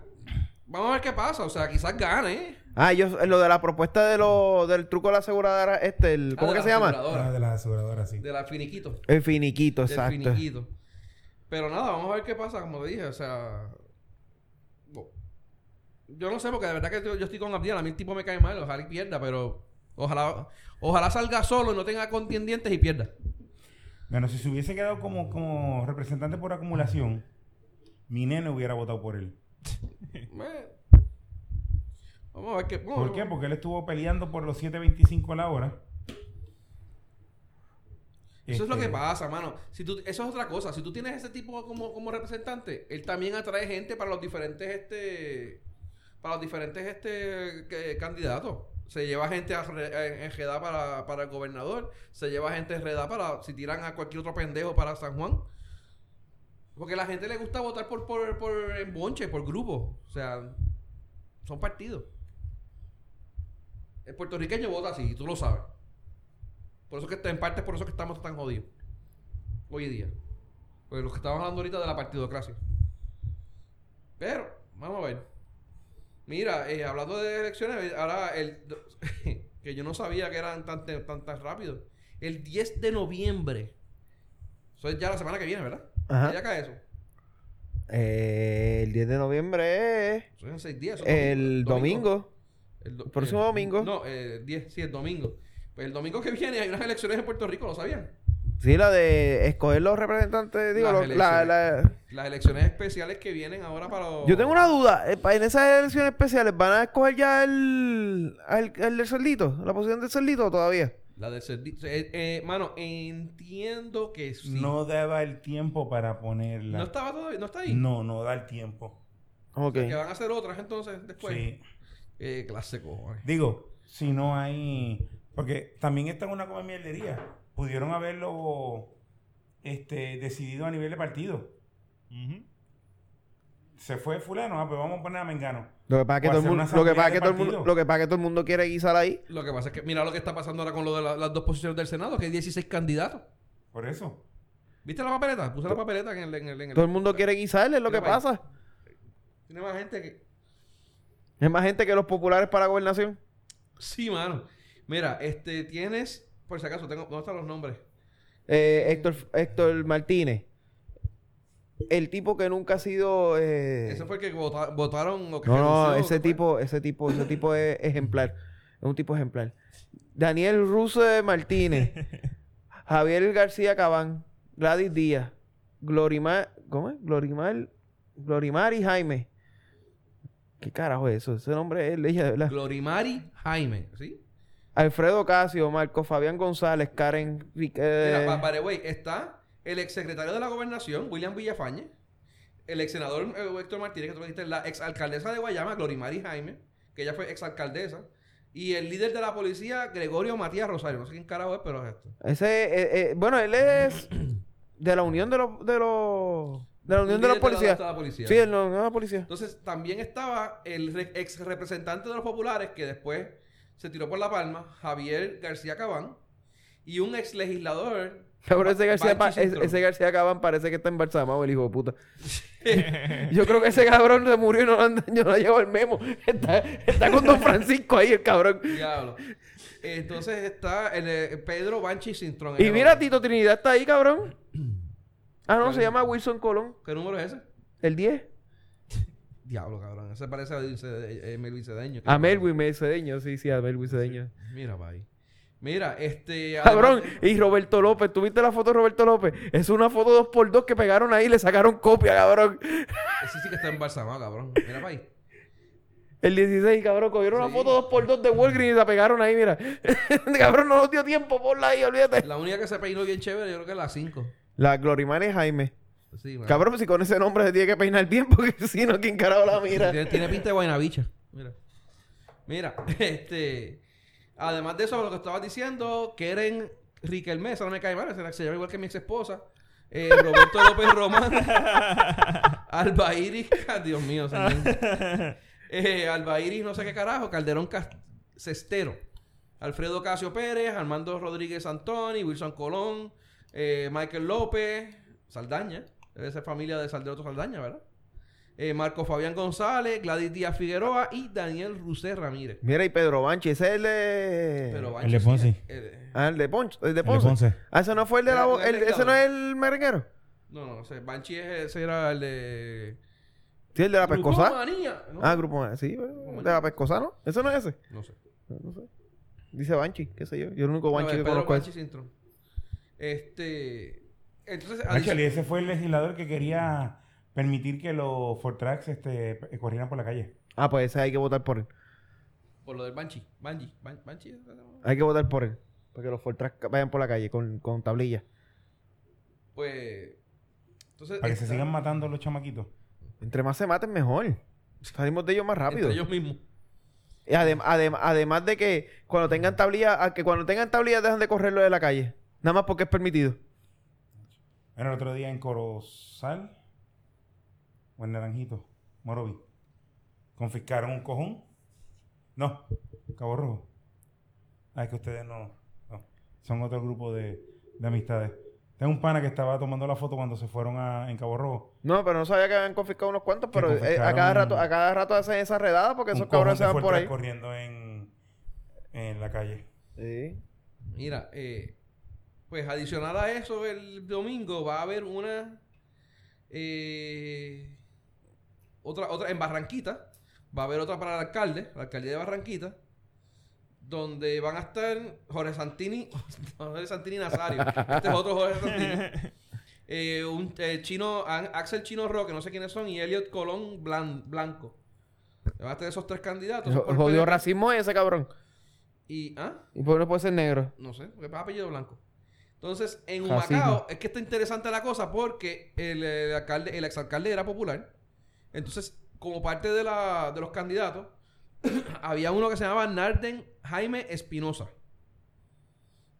S2: vamos a ver qué pasa. O sea, quizás gane. ¿eh?
S3: Ah, ellos, lo de la propuesta de lo, del truco de la aseguradora, este, el, ¿cómo
S2: Ah, de
S3: que se
S2: la
S3: llama?
S4: Ah,
S2: aseguradora,
S4: de las aseguradoras, sí.
S2: De la finiquito.
S3: El finiquito,
S2: Del
S3: exacto.
S2: finiquito. Pero nada, vamos a ver qué pasa, como te dije. O sea. bo- Yo no sé, porque de verdad que yo, yo estoy con Abdiel. A mí el tipo me cae mal, ojalá y pierda, pero Ojalá, ojalá salga solo y no tenga contendientes y pierda.
S4: Bueno, si se hubiese quedado como, como representante por acumulación, mi nene hubiera votado por él.
S2: Eh. Vamos a ver qué.
S4: ¿Por qué? Porque él estuvo peleando por los 7.25 a la hora.
S2: Eso es lo
S4: Este,
S2: que pasa, mano. Si tú, eso es otra cosa. Si tú tienes ese tipo como, como representante, él también atrae gente para los diferentes este para los diferentes este que- candidatos. Se lleva gente a re- a- enredada para, para el gobernador, se lleva gente enredada para si tiran a cualquier otro pendejo para San Juan. Porque a la gente le gusta votar por por, por en bonche, por grupo, o sea, son partidos. El puertorriqueño vota así, y tú lo sabes. Por eso que en parte es por eso que estamos tan jodidos. Hoy día. Pues lo que estamos hablando ahorita de la partidocracia. Pero, vamos a ver. Mira, eh, hablando de elecciones, eh, ahora el que yo no sabía que eran tan, te- tan, tan rápidos. El 10 de noviembre. Eso es ya la semana que viene, ¿verdad?
S3: Ajá.
S2: Ya cae eso.
S3: Eh, el 10 de noviembre es
S2: Eso es en seis días. eso es
S3: el domingo.
S2: El do-
S3: Próximo
S2: el-
S3: domingo.
S2: No, eh, 10, sí, el domingo. Pues el domingo que viene hay unas elecciones en Puerto Rico, ¿lo sabían?
S3: Sí, la de escoger los representantes, digo,
S2: Las
S3: los- la- la-
S2: Las elecciones especiales que vienen ahora para los...
S3: Yo tengo una duda. eh, pa- En esas elecciones especiales, ¿van a escoger ya el, al, al del cerdito? ¿La posición del cerdito todavía?
S2: La del cerdi- eh, eh, mano, entiendo que sí. No,
S4: No daba el tiempo para ponerla.
S2: estaba todavía, no está ahí.
S4: No, no da el tiempo.
S3: Ok.
S2: Que van a hacer otras entonces después.
S4: Sí.
S2: Eh, clase cojones.
S4: Digo, si no hay. Porque también esta es una come mierdería. Pudieron haberlo este, decidido a nivel de partido.
S5: Ujú.
S4: Se fue Fulano, ah, pues vamos a poner a Mengano.
S3: Lo que pasa es que
S4: O
S3: todo el
S4: hacer
S3: mundo,
S4: una
S3: lo que
S4: asamblea
S3: pasa es que
S4: de
S3: todo el mundo,
S4: partido.
S3: lo que pasa es que todo el mundo quiere guisar ahí.
S2: Lo que pasa es que mira lo que está pasando ahora con lo de la- las dos posiciones del Senado, que hay 16 candidatos.
S4: Por eso.
S2: ¿Viste la papeleta? Puse la papeleta en el... En el, en el-
S3: Todo el mundo quiere guisarle, es lo que
S2: Mira,
S3: pasa.
S2: Tiene más gente que...
S3: Es más gente que los populares para gobernación.
S2: Sí, mano. Mira, este, tienes... Por si acaso, tengo... ¿Dónde están los nombres?
S3: Eh, Héctor, Héctor Martínez. El tipo que nunca ha sido... eh,
S2: Ese fue el que vota- votaron o que
S3: No, no,
S2: renunció,
S3: ese
S2: ¿qué fue?
S3: tipo, ese tipo, ese tipo es ejemplar. Es un tipo ejemplar. Daniel Russo de Martínez. Javier García Cabán. Gladys Díaz. Glorimar. ¿Cómo es? Glorimar. Glorimar y Jaime. ¿Qué carajo es eso? Ese nombre es ley, de verdad.
S2: Glorimari Jaime, ¿sí?
S3: Alfredo Casio, Marco Fabián González, Karen Rique- eh,
S2: Mira, by- by the way, está el exsecretario de la gobernación, William Villafañe, el ex senador Héctor Martínez, que tú me dijiste, la exalcaldesa de Guayama, Glorimari Jaime, que ella fue exalcaldesa, y el líder de la policía, Gregorio Matías Rosario. No sé quién carajo es, pero es esto.
S3: Ese, eh, eh, bueno, él es de la unión de los, de los, de la unión de
S2: Líder
S3: los policías.
S2: de la policía.
S3: Sí, de la unión de los policías.
S2: Entonces, también estaba el re- ex representante de los populares que después se tiró por la palma, Javier García Cabán, y un ex legislador.
S3: Cabrón, ese García, pa-
S2: Banshee
S3: ese,
S2: Syndrome.
S3: ese García Cabán parece que está embalsamado, el hijo de puta. Yo creo que ese cabrón se murió y no lo han yo no llevo el memo. Está, está con Don Francisco ahí, el cabrón.
S2: Diablo. Entonces está el, eh, Pedro Banchi Sintrón.
S3: Y
S2: Era
S3: mira,
S2: otro.
S3: Tito Trinidad está ahí, cabrón. Ah, no,
S2: ¿Cuál
S3: se
S2: es?
S3: llama Wilson Colón,
S2: ¿Qué número es ese?
S3: el 10.
S2: Diablo, cabrón. Ese parece a Dilce- eh, Melvin Cedeño.
S3: A Melwin Cedeño, sí, sí, a Melwin Cedeño.
S2: Mira, pa' ahí. Mira, este.
S3: Cabrón,
S2: además-
S3: y Roberto López, ¿tuviste la foto de Roberto López? Es una foto 2x2 que pegaron ahí y le sacaron copia, cabrón.
S2: Ese sí que está embalsamado, cabrón. Mira, pa' ahí.
S3: El 16, cabrón, cogieron
S2: Sí.
S3: una foto 2x2 de Walgreens y la pegaron ahí, mira. cabrón, no nos dio tiempo, ponla ahí, olvídate.
S2: La única que se peinó bien chévere, yo creo que es la 5.
S3: La Glorimane Jaime.
S2: Sí, mano.
S3: Cabrón, pues si con ese nombre se tiene que peinar bien, porque si no, ¿quién carajo la mira?
S2: Tiene, tiene pinta de guaynabicha. Mira. Mira, este. Además de eso, lo que estabas diciendo, Keren Riquelme, esa no me cae mal, esa se llama igual que mi ex esposa. Eh, Roberto López Román. Alba Iris, ah, Dios mío, señor. Eh, Alba Iris, no sé qué carajo, Calderón Cas- Cestero. Alfredo Casio Pérez, Armando Rodríguez Antoni, Wilson Colón, eh, Michael López, Saldaña. Debe ser familia de Salderoto Saldaña, ¿verdad? Eh, Marco Fabián González, Gladys Díaz Figueroa y Daniel Rusé Ramírez.
S3: Mira, y Pedro Banchi, ese es el de...
S2: Pero
S4: Eh, El de Ponce.
S2: sí, eh,
S3: Ah, el de Ponce. El de
S4: de
S3: Ponce.
S4: Ponce.
S3: Ah, ese no fue el de la...
S2: Era
S3: bo-
S2: el
S3: el- ese
S2: dictador.
S3: no es el merenguero.
S2: no, no, ese Banshee es- ese era el de.
S3: Sí, el de
S4: Ah, pues,
S3: la
S2: Grupo
S3: pescosa.
S2: Manía, ¿no?
S3: Ah, grupo... Sí, bueno, de la pescosa, ¿no? ¿Ese no es ese?
S2: No sé.
S3: Dice Banshee, qué sé yo. Yo el único
S2: No, eh,
S3: Banshee que
S2: Pedro
S3: conozco es.
S2: Banshee Syndrome. Este. Entonces, adici-
S4: Actually, ese fue el legislador que quería permitir que los Fortrax este, p- corrieran por la calle.
S3: Ah, pues ese hay que votar por él.
S2: por lo del Banshee. Banshee. Ban- Banshee.
S3: Hay que votar por él. Porque los Fortras vayan por la calle con, con tablillas.
S2: Pues. Entonces.
S4: Para que se
S2: está-
S4: sigan matando los chamaquitos.
S3: Entre más se maten, mejor. Salimos de ellos más rápido.
S2: Entre ellos mismos.
S3: Y adem- adem- además de que cuando tengan tablillas, a que cuando tengan tablillas dejan de correrlo de la calle. Nada más porque es permitido.
S4: Bueno, el otro día en Corozal, o en Naranjito, Morovi, confiscaron un cojón. No, Cabo Rojo. Ah, es que ustedes no, no. Son otro grupo de, de amistades. Tengo un pana que estaba tomando la foto cuando se fueron a, en Cabo Rojo.
S3: No, pero no sabía que habían confiscado unos cuantos,
S4: Que
S3: pero eh, a
S4: confiscaron
S3: cada rato, a cada rato hacen esas redadas porque
S4: Un
S3: esos
S4: cojón
S3: cabrones se
S4: de
S3: van por
S4: Fortrax
S3: ahí.
S4: corriendo en, en la calle.
S3: Sí.
S2: Mira, eh, pues adicional a eso, el domingo va a haber una. eh, otra, otra en Barranquita. Va a haber otra para el alcalde, la alcaldía de Barranquita. Donde van a estar Jorge Santini, Jorge Santini Nazario. Este es otro Jorge Santini. Eh, un eh, chino, An- Axel Chino Roque, no sé quiénes son, y Elliot Colón Blan- Blanco. Van a estar esos tres candidatos.
S3: Jo-
S2: por el
S3: Jodido
S2: PNP.
S3: racismo ese cabrón.
S2: Y, ¿ah?
S3: Y por qué no puede ser negro.
S2: No sé, porque es apellido blanco. Entonces, en
S3: Racismo.
S2: Humacao, es que está interesante la cosa porque el, eh, alcalde, el exalcalde era popular. Entonces, como parte de, la, de los candidatos, había uno que se llamaba Narden Jaime Espinosa.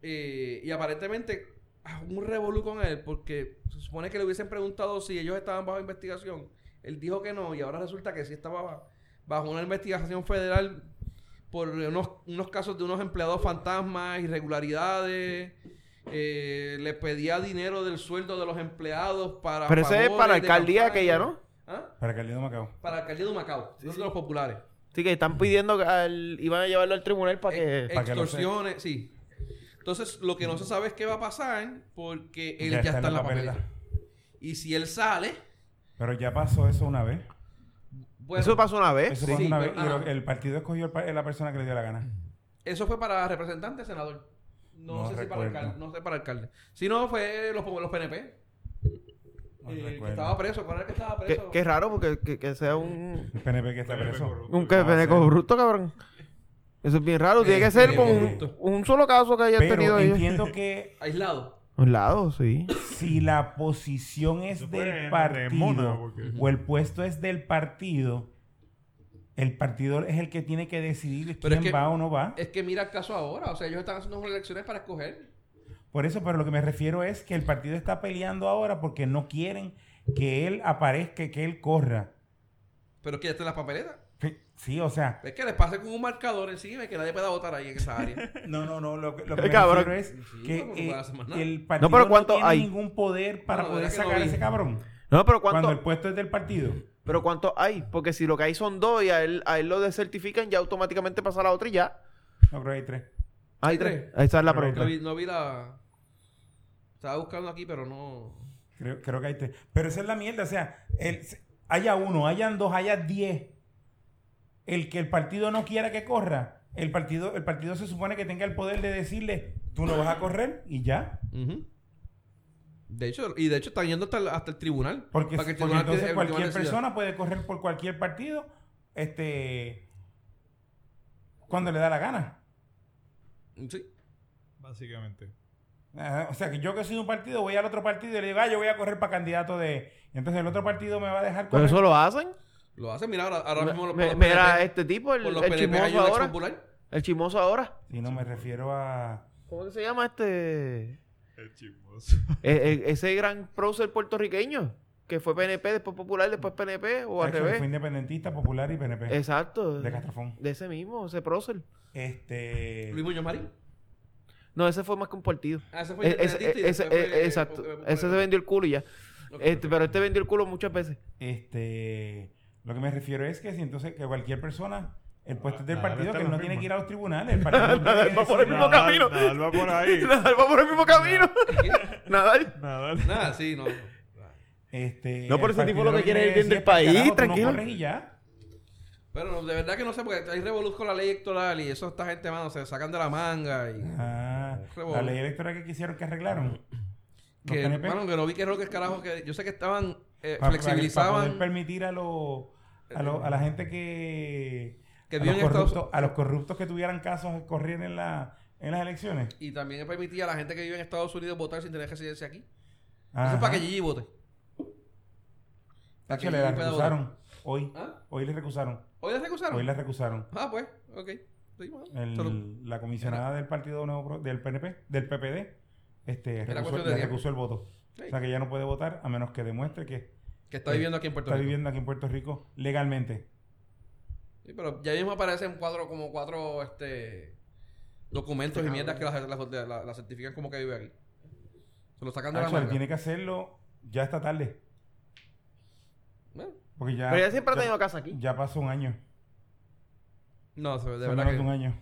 S2: Eh, y aparentemente, ah, un revolú con él porque se supone que le hubiesen preguntado si ellos estaban bajo investigación. Él dijo que no y ahora resulta que sí estaba ba- bajo una investigación federal por unos, unos casos de unos empleados fantasmas, irregularidades. eh, le pedía dinero del sueldo de los empleados para.
S3: Pero ese es
S2: favores
S3: para
S2: de
S3: la alcaldía
S2: campaña.
S3: aquella, ¿no?
S2: ¿Ah?
S4: Para Carlito Macao.
S2: Para la alcaldía de Macao, de los populares.
S3: Sí, que están pidiendo al, iban a llevarlo al tribunal para que.
S2: Eh,
S4: para que lo
S2: extorsiones, sí. Entonces, lo que no se sabe es qué va a pasar porque él
S4: Ya
S2: ya,
S4: está
S2: está,
S4: en
S2: en
S4: la
S2: la papeleta. Y si él sale,
S4: Pero ya pasó eso una vez.
S2: bueno,
S3: Eso pasó una vez.
S4: Eso pasó
S2: Eh, Sí, Mm.
S4: una vez
S2: pero-
S4: y lo-
S2: ajá.
S4: el partido escogió el pa- la persona que le dio la gana.
S2: eso fue para representante, senador. No,
S4: No
S2: sé si para
S4: recuerdo.
S2: alcalde, no sé para alcalde. Si no, fue los, los PNP.
S4: No
S2: Eh, que
S4: recuerdo.
S2: estaba preso, ¿cuál era el que estaba
S3: Qué,
S2: preso?
S3: qué raro porque que, que sea un.
S4: El PNP que está preso.
S5: corrupto.
S3: Un que
S4: Ah, sí.
S3: corrupto, cabrón. Eso es bien raro. Tiene que
S2: Eh,
S3: ser
S2: eh,
S3: con un,
S2: corrupto.
S3: un solo caso que hayan
S4: Pero
S3: tenido ellos.
S4: entiendo que
S2: Aislado.
S3: Un lado, sí.
S4: si la posición
S5: Eso
S4: es
S5: fue en-
S4: del
S5: en Mónaco,
S4: partido
S5: porque-
S4: o el puesto es del partido, el partido es el que tiene que decidir
S2: Pero es
S4: quién
S2: que-
S4: va o no va.
S2: Es que mira el caso ahora. O sea, ellos están haciendo unas elecciones para escoger.
S4: Por eso, pero lo que me refiero es que el partido está peleando ahora porque no quieren que él aparezca, que él corra.
S2: Pero es que ya está en la papeleta.
S4: Fe- Sí, o sea,
S2: Es que les pase con un marcador encima y que nadie pueda votar ahí en esa área.
S4: No, no, no. Lo, que- lo que me
S3: Cabrón.
S4: refiero es
S2: Sí,
S4: que
S2: vamos,
S4: eh,
S2: para la semana.
S4: el partido
S3: pero ¿cuánto
S4: tiene
S3: hay?
S4: ningún poder para
S2: No, de
S4: poder
S2: verdad que no
S4: sacar a
S2: vi.
S4: ese cabrón.
S3: No, pero ¿cuánto,
S4: Cuando el puesto es del partido.
S3: pero ¿cuánto hay? Porque si lo que hay son dos y a él, a él lo descertifican, ya automáticamente pasa la otra y ya.
S4: No creo que hay tres.
S3: Hay
S2: Hay
S3: tres.
S2: tres.
S3: Esa es la
S4: Pero-
S2: No
S3: pregunta.
S2: vi, no vi la. Estaba buscando aquí, pero no.
S4: Creo, creo que hay tres. Pero esa es la mierda. O sea, el, se- haya uno, hayan dos, haya diez. El que el partido no quiera que corra, el partido, el partido se supone que tenga el poder de decirle, tú no vas a correr y ya.
S2: Ujú. De hecho, y de hecho están yendo hasta el, hasta el tribunal.
S4: Porque,
S2: Para que el
S4: porque
S2: tribunal
S4: entonces
S2: de- el
S4: cualquier
S2: tribunal decida.
S4: persona puede correr por cualquier partido este, cuando le da la gana.
S2: Sí.
S5: Básicamente.
S4: Ah, O sea, que yo que soy de un partido, voy al otro partido y le digo, ah, yo voy a correr para candidato de... y entonces el otro partido me va a dejar
S3: Pero
S4: correr.
S3: eso lo hacen.
S2: Lo hacen, mira, ahora, ahora mismo los,
S3: Me-
S2: los
S3: mira,
S2: PNP,
S3: este tipo, el,
S2: por los
S3: el
S2: PNP
S3: chismoso
S2: ayuda
S3: ahora.
S2: popular.
S3: El chismoso ahora.
S4: Si no, me refiero a...
S3: ¿Cómo que se llama este?
S5: El chismoso.
S3: E- e- ese gran prócer puertorriqueño que fue PNP, después popular, después PNP o al
S4: Actually,
S3: revés.
S4: Fue independentista, popular y PNP.
S3: Exacto.
S4: De Castrofón.
S3: De ese mismo, ese prócer.
S4: Este...
S2: Luis Muñoz Marín.
S3: No, ese fue más que un partido.
S2: Ah, ese fue
S3: E- ese-
S2: independentista y
S3: ese-
S2: después
S3: e-
S2: fue, eh,
S3: exacto.
S2: po- eh, popular.
S3: Ese se vendió el culo y ya.
S2: Ok,
S3: Este, pero este vendió el culo muchas veces.
S4: Este... Lo que me refiero es que si entonces que cualquier persona... El puesto es del
S5: Nadal
S4: partido,
S5: está
S4: que
S5: en
S4: no
S5: los
S4: tiene
S5: mismos.
S4: que ir a los tribunales. El partido tiene que
S3: va por el
S4: decir,
S3: mismo camino.
S5: Nadal va por ahí.
S3: Nadal va por el mismo camino. Nadal.
S5: Nadal.
S2: Nada, sí, no.
S4: Este,
S3: No, pero
S4: el
S3: ese tipo
S4: partido
S3: lo que quiere es el bien
S4: decir
S3: del país,
S4: "Carajo, tú no
S3: tranquilo".
S4: corres y ya.
S2: Pero no, de verdad que no sé, porque hay revolución con la ley electoral y eso esta gente, mano, se sacan de la manga y...
S4: Ah,
S2: Revolú.
S4: la ley electoral que quisieron que arreglaron. Los
S2: Que,
S4: PNP.
S2: mano, que no vi que roques carajo que... Yo sé que estaban... eh,
S4: Pa- pa-
S2: flexibilizaban...
S4: para poder permitir a los a, lo- a la gente que
S2: Que
S4: a,
S2: viven
S4: los
S2: en Estados-
S4: corruptos, a los corruptos que tuvieran casos corrían en la en las elecciones.
S2: Y también permitía a la gente que vive en Estados Unidos votar sin tener residencia aquí. Eso
S4: Ajá.
S2: es para que Gigi vote. Para
S4: Que le
S2: pueda
S4: recusaron hoy.
S2: votar. ¿Ah?
S4: Hoy les recusaron.
S2: ¿Hoy les recusaron?
S4: Hoy Eh, les recusaron.
S2: Ah, pues, ok. Seguimos.
S4: El-
S2: Solo-
S4: la comisionada del partido Nuevo Pro- del PNP, del PPD, este
S2: Era
S4: recusó,
S2: cuestión de
S4: le
S2: tiempo.
S4: recusó el voto.
S2: Sí.
S4: O sea que ya no puede votar a menos que demuestre que
S2: Que está viviendo aquí en Puerto
S4: está
S2: Rico.
S4: viviendo aquí en Puerto Rico legalmente.
S2: Sí, pero ya mismo aparecen cuatro, como cuatro este, documentos y mierdas que las, las- las- las certifican como que vive aquí. Se lo sacan de la
S4: Actually,
S2: manga.
S4: tiene que hacerlo ya está tarde.
S2: Bueno,
S4: Porque ya,
S3: Pero ella siempre ha
S4: ya-
S3: tenido casa aquí.
S4: ya pasó un año.
S2: No, se ve de
S4: Son
S2: verdad
S4: menos de un
S2: que...
S4: año.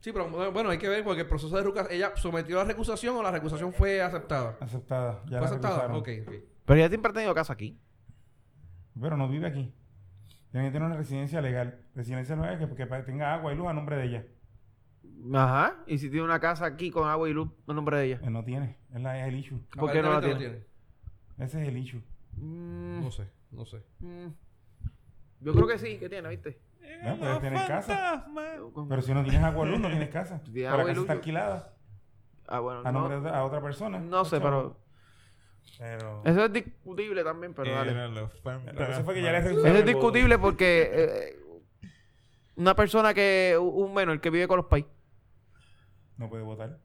S2: Sí, pero bueno, bueno, hay que ver porque el proceso de Rucas... ¿Ella sometió la recusación o la recusación fue aceptada?
S4: Aceptada. Ah, Ya
S2: ¿Fue
S4: la
S2: aceptada?
S4: recusaron.
S2: Ok, ok.
S3: Pero ella siempre ha tenido casa aquí.
S4: Pero no vive aquí. Tiene que tener una residencia legal. Residencia legal que, que pa- tenga agua y luz a nombre de ella.
S3: Ajá. Y si tiene una casa aquí con agua y luz, el nombre de ella.
S4: Él Eh, no tiene. Es, la- es el issue.
S3: ¿Por qué no la
S2: Aparentemente
S3: tiene?
S4: Ese es el issue.
S3: Mm,
S2: No sé, no sé.
S3: mm. Yo creo que sí, que tiene, ¿viste?
S4: No, puedes tener casa.
S3: Con-
S4: Pero si no tienes agua y luz, no tienes casa.
S3: Si
S4: Pero
S3: tienes
S4: la
S3: agua y
S4: casa
S3: luz,
S4: está
S3: yo-
S4: alquilada
S3: Ah, bueno.
S4: a nombre
S3: No,
S4: de a otra persona.
S3: no sé, pero.
S4: Pero,
S3: Eso es discutible también, pero dale.
S5: Era la fanta-
S4: pero eso fue que ya le
S3: Eso
S4: recusaron
S3: es
S4: el voto.
S3: discutible porque eh, una persona que, un menor que vive con los pais,
S4: No puede votar.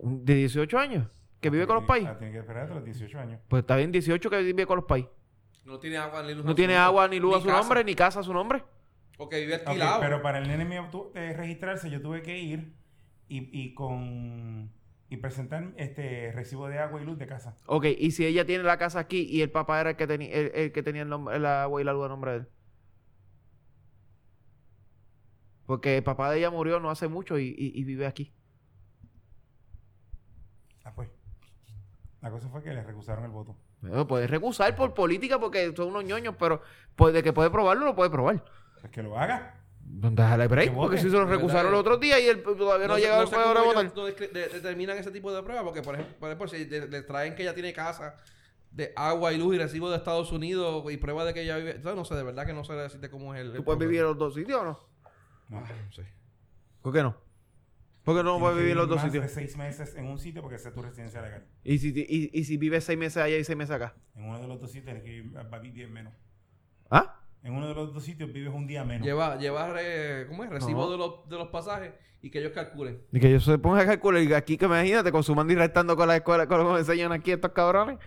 S3: de 18 años, que vive con los pais,
S4: Ah, Tiene que esperar hasta los 18 años.
S3: pues está bien 18 que vive con los pais.
S2: No tiene agua ni luz. a
S3: No
S2: su
S3: tiene
S2: nombre,
S3: agua ni luz a su
S2: casa.
S3: nombre, ni casa a su nombre.
S2: Porque vive
S4: Ok,
S2: alquilado.
S4: pero para el nene mío tu- eh, registrarse, yo tuve que ir y, y con y presentar este recibo de agua y luz de casa.
S3: Ok, y si ella tiene la casa aquí y el papá era el que, tenía el, el que tenía el, nom- el agua y la luz a nombre de él. Porque el papá de ella murió no hace mucho y, y- y vive aquí.
S4: Ah, pues. La cosa fue que le recusaron el voto.
S3: Bueno, puedes recusar por política porque son unos ñoños, pero pues, de que puede probarlo, lo puede probar.
S4: Pues que lo haga.
S3: Déjale break,
S4: Que
S3: porque
S4: vote.
S3: si se los
S2: De
S3: recusaron
S2: verdad,
S3: los otros días y él todavía no, ha
S2: sé-
S3: llegado
S2: sé
S3: para
S2: cómo
S3: ahora a
S2: ellos no
S3: votar.
S2: descri- de- determinan ese tipo de pruebas, porque por ejemplo, por ejemplo, si le, le traen que ella tiene casa de agua y luz y recibo de Estados Unidos y pruebas de que ella vive. Entonces, no sé, de verdad que no sé decirte cómo es el.
S3: ¿Tú
S2: el
S3: puedes vivir en
S2: proceso.
S3: los dos sitios o no?
S4: No.
S2: No sé.
S3: ¿Por qué no? Porque no
S4: Tienes
S3: puedes
S4: que
S3: vivir en los dos
S4: más de
S3: sitios.
S4: seis meses en un sitio porque esa es tu residencia legal.
S3: ¿Y si, y, y si vives seis meses allá y seis meses acá?
S4: En uno de los dos sitios tienes que ir- va a vivir menos.
S3: ¿Ah?
S4: En uno de los dos sitios vives un día menos.
S2: Lleva, lleva re- ¿cómo es? Recibo
S3: No.
S2: de, los, de los pasajes y que ellos calculen.
S3: Y que yo se ponga a calcular. Y aquí que imagínate, consumando y restando con la escuela, con lo que me enseñan aquí estos cabrones.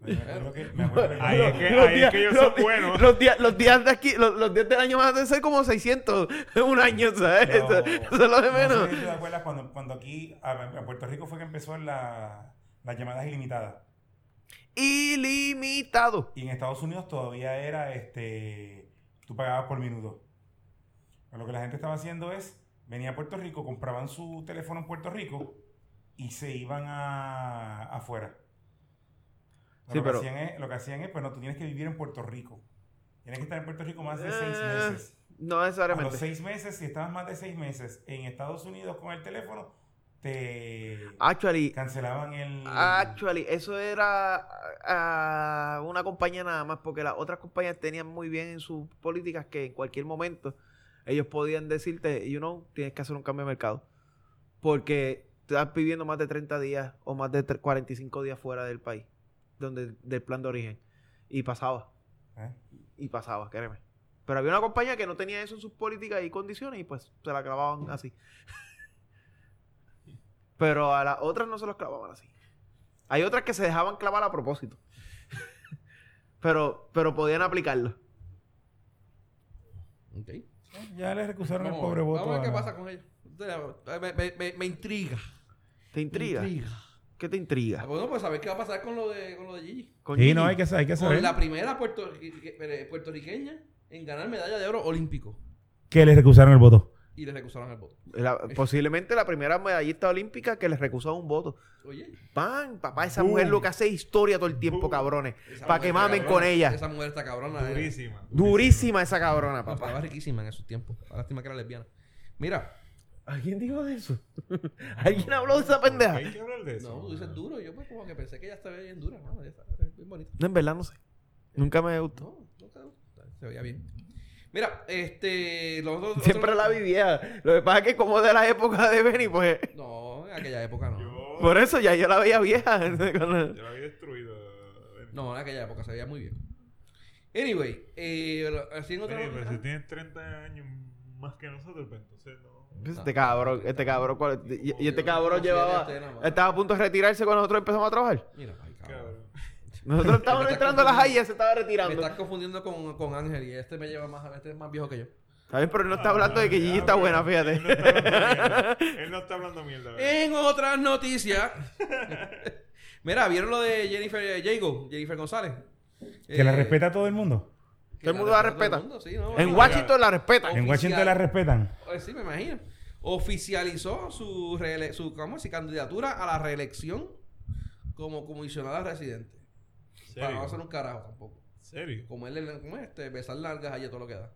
S4: Me acuerdo que- me acuerdo que-
S5: Ahí es que,
S3: Los
S5: ahí es
S3: días-
S5: que ellos
S3: los
S5: son
S3: di-
S5: buenos.
S3: Los días, los días de aquí, los, los días del año van a ser como 600 en un año, ¿sabes?
S4: No.
S3: Eso, eso es lo de
S4: No
S3: menos.
S4: sé si te acuerdas cuando, cuando aquí, a, a Puerto Rico fue que empezó la- las llamadas ilimitadas.
S3: Ilimitado.
S4: Y en Estados Unidos todavía era este. Tú pagabas por minuto. Lo que la gente estaba haciendo es. Venía a Puerto Rico, compraban su teléfono en Puerto Rico y se iban a, afuera.
S3: Sí,
S4: lo, que
S3: pero-
S4: hacían es, lo que hacían es, pues no, tú tienes que vivir en Puerto Rico. Tienes que estar en Puerto Rico más de seis
S3: Eh,
S4: meses.
S3: No
S4: A los
S3: necesariamente.
S4: seis meses, si estabas más de seis meses en Estados Unidos con el teléfono, te
S3: Ah. Actually,
S4: cancelaban el...
S3: Actually, eso era ah, una compañía nada más, porque las otras compañías tenían muy bien en sus políticas que en cualquier momento ellos podían decirte, you know, tienes que hacer un cambio de mercado. Porque te estás pidiendo más de 30 días o más de tre- 45 días fuera del país, donde del plan de origen. Y pasaba,
S4: ¿Eh?
S3: y pasaba, créeme. Pero había una compañía que no tenía eso en sus políticas y condiciones y pues se la clavaban así. Pero a las otras no se los clavaban así. Hay otras que se dejaban clavar a propósito. pero, pero podían aplicarlo.
S2: Ok.
S4: Ya le recusaron
S2: Vamos,
S4: el
S2: a
S4: pobre
S2: ver,
S4: voto.
S2: vamos a ver qué
S4: a-
S2: pasa con ellos. Me, me- me- me intriga.
S3: ¿Te intriga? ¿Qué te intriga?
S2: Bueno, pues a ver qué va a pasar con lo de, con lo de Gigi.
S3: Con
S4: Sí,
S3: Gigi.
S4: no, hay que, hay que
S2: Con
S4: saber
S2: la primera puertorri- eh, puertorriqueña en ganar medalla de oro olímpico.
S4: que le recusaron el voto.
S2: y le recusaron el voto.
S3: La- posiblemente la primera medallista olímpica que les recusó un voto.
S2: Oye,
S3: Pan, papá, esa mujer lo que hace es historia todo el tiempo,
S5: Boom.
S3: cabrones.
S2: esa
S3: Para que
S2: mujer
S3: mamen
S2: cabrona,
S3: con ella.
S2: Esa mujer está cabrona. eh.
S5: Durísima.
S3: Durísima esa cabrona,
S2: No,
S3: papá.
S2: Estaba riquísima en esos tiempos. Lástima que era lesbiana. Mira,
S3: ¿Alguien dijo de eso? ¿Alguien habló de esa pendeja?
S5: Hay que hablar de eso.
S2: no, tú dices duro. Yo pues como que pensé que ella estaba bien dura, mano. Ella estaba bien bonita.
S3: No, en verdad no sé. Nunca me gustó.
S2: No, no quedó. Se veía bien. Mira, este... Los otros,
S3: Siempre
S2: otros-
S3: la vi vieja. Lo que pasa es que como de la época de Benny, pues...
S2: No, en aquella época no.
S5: Yo,
S3: Por eso ya yo la veía vieja.
S5: yo la había destruido.
S2: No, en aquella época se veía muy bien. Anyway, eh, lo- así en
S5: Oye,
S2: otra...
S5: pero
S2: ah,
S5: si tienes 30 años más que nosotros, pues entonces no.
S3: Este cabrón, este cabrón, cuál- y, y este
S2: Yo no
S3: cabrón llevaba...
S2: confío en este, nada más.
S3: Estaba a punto de retirarse cuando nosotros empezamos a trabajar.
S2: Mira, ay, cabrón.
S5: Cabrón.
S3: Nosotros estábamos
S2: está
S3: entrando a las
S2: confundiendo.
S3: hayas, se estaba
S2: Me
S3: retirando.
S2: estás confundiendo con, con Ángel y este me lleva más... Este es más viejo que yo.
S3: A ver, pero él no está hablando
S2: Ah,
S3: de que Gigi está buena,
S5: Él no está
S3: fíjate.
S5: hablando mierda. Él no está hablando mierda. ¿verdad?
S2: En otras noticias... Mira, ¿vieron lo de Jennifer eh, Jago? Jennifer González.
S4: Que la
S2: Eh,
S4: respeta a todo el mundo.
S2: que
S3: Todo el mundo la
S2: todo el mundo, sí, ¿no?
S3: En
S2: Bueno,
S3: Washington la respetan.
S4: En Washington la respetan.
S2: Eh, Sí, me imagino. Oficializó su, reele- su, ¿cómo es? Su candidatura a la reelección como comisionada residente. Para no hacer
S5: ¿Serio?
S2: un carajo tampoco.
S5: ¿Serio?
S2: Comerle, ¿cómo es? Este, besar largas allá todo lo que da.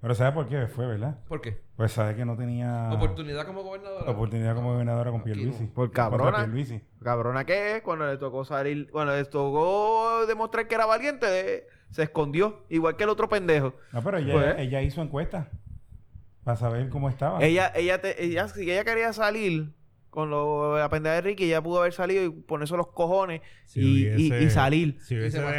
S4: Pero ¿sabes por qué fue, verdad?
S2: ¿Por qué?
S4: Pues sabe que no tenía
S2: Oportunidad como gobernadora.
S4: oportunidad como gobernadora con
S2: Aquí no.
S4: Pierluisi.
S3: Por
S4: Contra
S3: cabrona.
S4: Pierluisi.
S3: Cabrona que es, cuando le tocó salir, cuando le tocó demostrar que era valiente, eh, se escondió, igual que el otro pendejo.
S4: No, pero ella,
S3: Pues-
S4: ella hizo encuestas para saber cómo
S5: Ah.
S4: estaba.
S3: Ella, ella, te- ella, si ella quería salir con lo, la pendeja de Ricky, ella pudo haber salido y ponerse los cojones
S5: Si
S3: y, y-
S5: hubiese-
S3: y salir.
S5: Si
S2: Y se
S5: hubiese
S2: pasaba por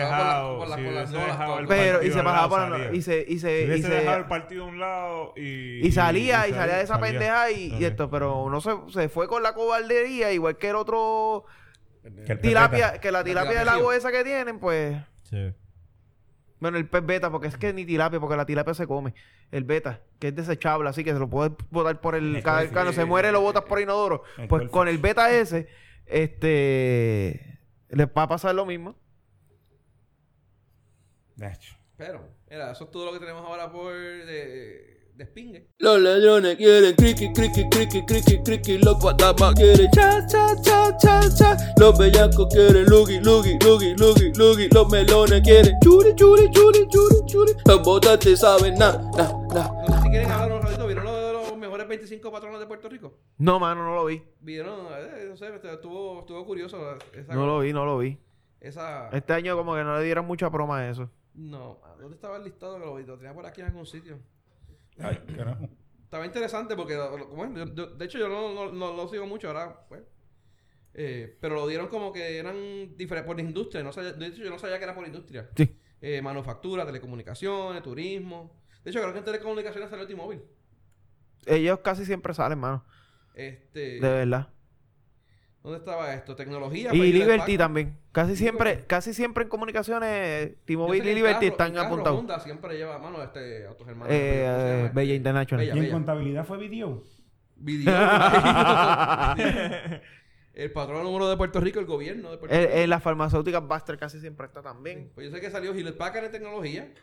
S2: la- por
S5: dejado.
S2: la-
S5: Si
S2: por las-
S5: hubiese
S2: no, las
S5: dejado el
S2: cosas.
S3: Pero, y
S5: partido
S3: se
S5: a un
S3: pasaba
S5: lado,
S3: por la,
S5: salía.
S3: y se, y
S5: Si
S3: se, Eh, y
S5: hubiese
S3: se-
S5: dejado el partido a un lado y.
S3: y salía, y salía de esa
S5: salía.
S3: pendeja y, y
S5: Salía.
S3: esto, pero uno se, se fue con la cobardería, igual que el otro
S4: Que el pez
S3: tilapia,
S4: beta-
S3: que la
S2: La
S3: tilapia del
S2: tilapia,
S3: lago
S2: sí.
S3: esa que tienen, pues.
S5: Sí.
S3: Bueno, el pez beta, porque es que ni tilapia, porque la tilapia se come. El beta, que es desechable, así que se lo puedes botar por el.
S4: El
S3: Cada,
S4: golfo,
S3: cuando
S4: sí,
S3: se
S4: sí,
S3: muere,
S4: sí,
S3: lo
S4: sí,
S3: botas
S4: sí.
S3: por inodoro.
S4: El
S3: Pues
S4: golfo.
S3: con el beta ese, este. Les va a pasar lo mismo.
S4: De hecho.
S2: Pero, mira, eso es todo lo que tenemos ahora por de, de Spingue.
S7: Los ladrones quieren criqui, criqui, criqui, criqui, criqui, los guatamas quieren cha, cha, cha, cha, cha. Los bellacos quieren lugi, lugi, lugi, lugi, lugi, los melones quieren churi, churi, churi, churi, churi. Las botas te saben na, na, na.
S2: No sé si quieren hablar un ratito. ¿Vieron lo de los mejores 25 patronos de Puerto Rico?
S3: No, mano, no lo vi.
S2: Vieron, eh, no sé, estuvo, estuvo curioso. Esa, Ah.
S3: No lo vi, no lo vi.
S2: Esa,
S3: Este año, como que no le dieron mucha broma a eso.
S2: No, ¿dónde estaba el listado? Que lo, lo tenía por aquí en algún sitio.
S4: Ay, carajo.
S2: Estaba interesante porque, lo- lo- como es, yo- yo- de hecho, yo no, no, no lo sigo mucho ahora. pues. Eh, pero lo dieron como que eran diferentes por industria. No sabía- de hecho, yo no sabía que era por industria.
S3: Sí.
S2: Eh, manufactura, telecomunicaciones, turismo. De hecho, creo que en telecomunicaciones salió T-Mobile.
S3: Ellos casi siempre salen, mano.
S2: Este,
S3: De verdad.
S2: ¿Dónde estaba esto? Tecnología. pues,
S3: Y
S2: del
S3: Liberty
S2: banco.
S3: también. Casi siempre,
S2: Liberty.
S3: casi siempre en comunicaciones,
S2: Yo sé
S3: T-Mobile y
S2: que
S3: Liberty
S2: el carro-
S3: están
S2: el carro
S3: apuntados.
S2: Honda siempre lleva, mano, este, autos hermanos. ¿cómo se
S3: Eh,
S2: llama? este?
S3: eh, Bella International.
S2: Bella.
S4: Y en contabilidad fue video.
S2: Video. el patrón número de Puerto Rico, el gobierno de Puerto
S3: En,
S2: Rico.
S3: en las farmacéuticas Buster casi siempre está también.
S2: Pues yo sé que salió Hewlett Packard en tecnología.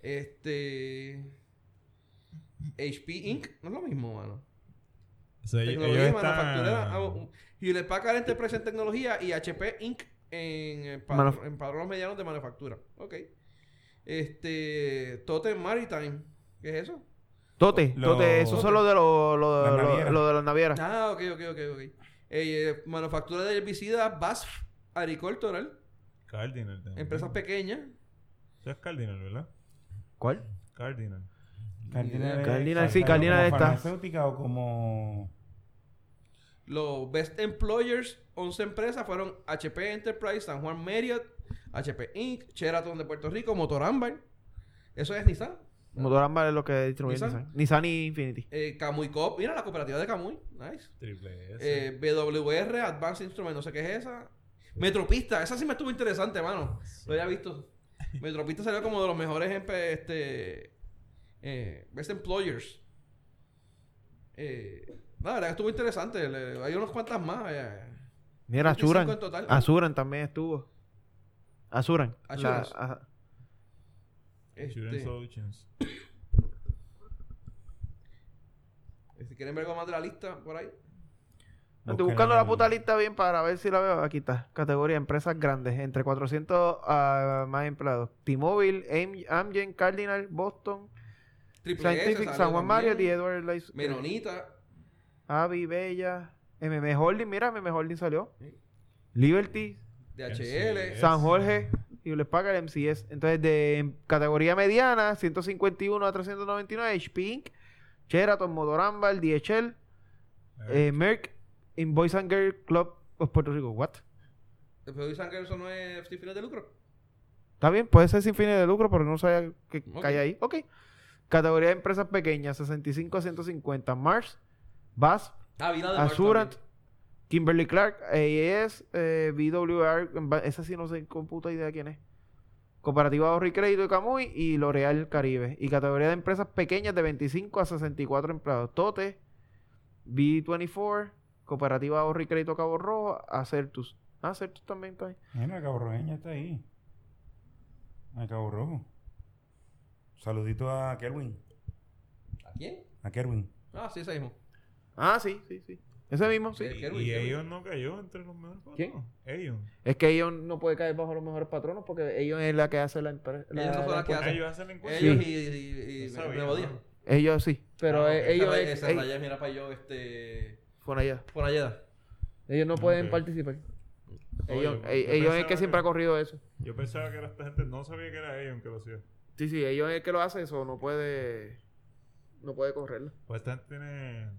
S2: Este. HP Inc. No es lo mismo, mano.
S5: O sea, ellos-
S2: Tecnología,
S5: ellos
S2: manufacturera. ah,
S5: están-
S2: un- Hewlett Packard Enterprise en tecnología y HP Inc. en, eh, pa-
S3: Manuf-
S2: en padrones medianos de manufactura. Ok. Este. Totem Maritime. ¿Qué es eso?
S3: Tote,
S4: Lo-
S3: tote, eso son los de los lo de,
S4: Las
S3: lo-
S4: navieras.
S3: lo de las navieras.
S2: Ah, ok, ok, ok, ok. Eh, eh, manufactura de herbicidas, BASF, agricultural,
S5: Cardinal. también.
S2: empresas pequeñas.
S5: Eso es Cardinal, ¿verdad?
S3: ¿Cuál?
S5: Cardinal.
S4: Cardinal, es-
S3: Cardinal, sí,
S4: salió
S3: Cardinal
S4: como
S3: está.
S4: farmacéutica o como...
S2: Los best employers, 11 empresas fueron HP Enterprise, San Juan Marriott, HP Inc., Sheraton de Puerto Rico, Motorambar. Eso es Nissan.
S3: Motoramba es lo que distribuye
S2: Nissan.
S3: Nissan. Nissan y Infinity.
S2: Eh, Camuy Corp. Mira la cooperativa de Camuy. Nice.
S5: Triple S.
S2: Eh, BWR, Advanced Instrument, no sé qué es esa. Metropista, esa sí me estuvo interesante, mano. Lo había visto. Metropista salió como de los mejores empe- este, eh, Best Employers. Eh, la verdad que estuvo interesante. Le- hay unos cuantas más. eh. 25
S3: Mira, Azuran.
S2: en total.
S3: Azuran también estuvo. Azuran. La-
S2: Assurance.
S3: ajá.
S2: Este,
S5: Insurance Solutions.
S2: Si quieren ver algo más de la lista por ahí.
S3: Estoy buscando la puta lista bien para ver si la veo. Aquí está. Categoría empresas grandes. Entre 400 a más empleados. T-Mobile, Am- Amgen, Cardinal, Boston,
S2: Triple S
S3: Scientific,
S2: salió
S3: San Juan
S2: pues, también.
S3: Marriott y Edward Lice.
S2: Menonita.
S3: Avi, Bella, MM Holding. Mira, MM Holding salió. Liberty,
S2: DHL.
S3: San Jorge y les paga el MCS. Entonces, de em- categoría mediana, 151 a 399, HP Inc., Sheraton, Motorambal, DHL, eh, Merck, In Boys and Girl Club of Puerto Rico. ¿What?
S2: Pero dicen que eso no es sin fines de lucro.
S3: Está bien, puede ser sin fines de lucro, pero no sabía que
S2: Ok.
S3: cae ahí. Ok. Categoría de empresas pequeñas, 65 a 150, Mars, Bass,
S2: Ah, vi la de Mark
S3: Azurant,
S2: también.
S3: Kimberly Clark, AES, eh, BWR, en ba- esa sí no sé con puta idea quién es. Cooperativa Ahorro y Crédito de Camuy y L'Oreal Caribe. Y categoría de empresas pequeñas de 25 a 64 empleados. Tote, B24, Cooperativa Ahorro y Crédito Cabo Rojo, Acertus. Ah, Acertus también está ahí.
S4: Mira, Cabo Rojeña está ahí. A Cabo Rojo. Saludito a Kerwin.
S2: ¿A quién?
S4: A Kerwin.
S2: Ah, sí, ese mismo.
S3: Ah, sí, sí, sí. Ese mismo, sí.
S2: Sí, Kerwin,
S5: Y
S2: Kerwin.
S5: ellos no cayó entre los mejores cuatro.
S3: ¿Quién?
S5: Ellos.
S3: Es que ellos no puede caer bajo los mejores patronos porque ellos es la que hace la empresa.
S2: Ellos no son las que hacen.
S5: Ellos hacen la encuesta.
S2: Pues Ellos y, y, y, y
S5: No sabía,
S2: Nuevo Día.
S5: ¿no?
S3: Ellos sí, pero
S5: Ah, ok.
S3: eh, ellos...
S2: Esa-
S3: es-
S2: esa
S3: ey,
S2: raya, mira para yo, este.
S3: por allá.
S2: Por allá.
S3: Ellos no pueden
S5: Ah, Ok.
S3: participar.
S5: Oye,
S3: Ellos,
S5: yo
S3: e- ellos es el
S5: pensaba
S3: que siempre
S5: que-
S3: ha corrido eso.
S5: Yo pensaba que era esta gente. No sabía que era ellos que lo hacía.
S3: Sí, sí, ellos es el que lo hace eso, no puede no puede correrlo.
S5: Pues esta gente tiene.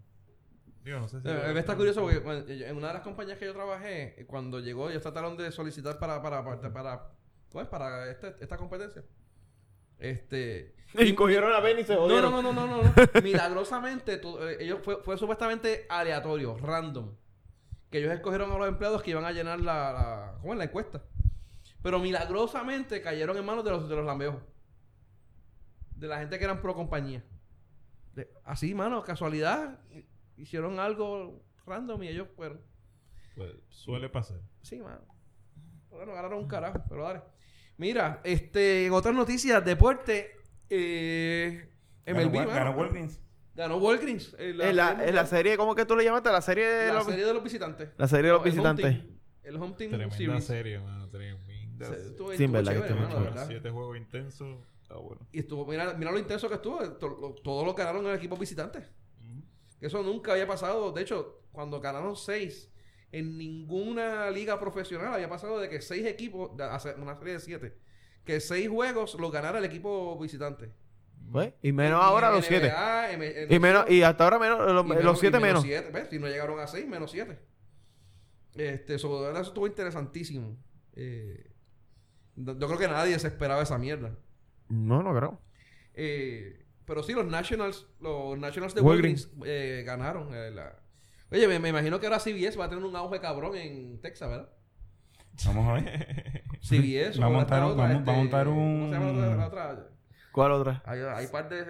S5: Digo, no sé si.
S2: Eh, Me está curioso porque cuando- yo- en una de las compañías que yo trabajé, eh, cuando llegó, ellos trataron de solicitar para, para, para, para, pues, para esta, esta competencia. Este.
S3: Y cogieron la pena y se
S2: No, no, no, no, no, no, no. Milagrosamente, todo- eh, ellos fue, fue supuestamente aleatorio, random. Que ellos escogieron a los empleados que iban a llenar la, la- ¿cómo es? la encuesta. Pero milagrosamente cayeron en manos de los, de los lambeos. De la gente que eran pro compañía. De- así, mano, casualidad. Hicieron algo random y ellos fueron.
S5: Pues, suele pasar.
S2: Sí, mano. Bueno, ganaron un carajo, pero dale. Mira, este, en otras noticias, deporte, eh, MLB,
S4: Ganó-
S2: mano.
S4: Ganó Walgreens.
S2: Ganó Walgreens. eh, la,
S3: En la,
S2: la
S3: en la serie, ¿cómo que tú le llamaste? La serie de los,
S2: serie de los visitantes.
S3: la serie de los
S2: No, el home
S3: visitantes.
S2: team. El home team,
S5: Tremenda
S2: series.
S5: serie, mano. Tremenda.
S2: Se-
S5: serie.
S2: estuvo-
S3: Sí,
S2: estuvo
S3: en verdad que
S2: chévere,
S3: estuvo
S2: mano,
S3: chévere.
S2: ¿verdad?
S5: Siete juegos intensos. Está bueno.
S2: Y estuvo, mira, mira lo intenso que estuvo. to- lo- Todos los ganaron el equipo visitante. Que eso nunca había pasado. De hecho, cuando ganaron seis, en ninguna liga profesional había pasado de que seis equipos, de hacer una serie de siete, que seis juegos los ganara el equipo visitante.
S3: Pues, y menos ahora los siete.
S2: siete.
S3: Y menos y hasta ahora menos los, los siete
S2: y
S3: menos.
S2: siete, ¿ves? Si no llegaron a 6, menos 7. Este, so, de verdad, eso estuvo interesantísimo. Eh, no- yo creo que nadie se esperaba esa mierda.
S3: No, no creo.
S2: Eh, pero sí, los Nationals, los Nationals de
S3: Walgreens.
S2: Walgreens eh, ganaron. eh, la- Oye, me, me imagino que ahora CBS va a tener un auge cabrón en Texas, ¿verdad?
S4: Vamos a ver.
S2: CBS.
S4: Va a
S2: o la
S4: montar
S2: otra, este,
S4: un- va a mon- va a montar
S2: ¿Cómo
S4: un-
S2: se llama la otra? la otra?
S3: ¿Cuál otra?
S2: Hay, hay par de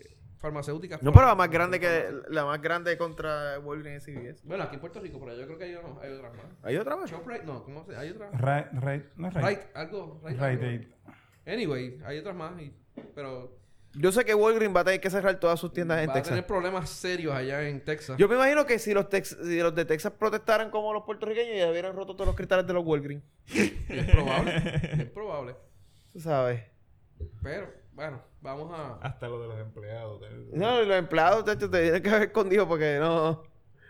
S2: eh, farmacéuticas.
S3: No, pero la más grande que la más grande contra Wolverine CBS.
S2: Bueno, aquí en Puerto Rico, pero yo creo que hay, hay otras más.
S3: ¿Hay otra más?
S2: Shoprite, no, ¿cómo se Hay otra.
S4: Right, right, no es right.
S2: Right, algo. Right,
S4: Right,
S2: algo.
S4: Aid.
S2: Anyway, hay otras más, y- pero
S3: Yo sé que Walgreens va a tener que cerrar todas sus tiendas en
S2: va a
S3: Texas.
S2: tener problemas serios allá en Texas.
S3: Yo me imagino que si los, tex- si los de Texas protestaran como los puertorriqueños, ya hubieran roto todos los cristales de los Walgreens.
S2: Es probable, es probable.
S3: Tú sabes.
S2: Pero, bueno, vamos a...
S5: Hasta lo de los empleados.
S3: No, y los empleados te, te tienen que haber escondido porque no.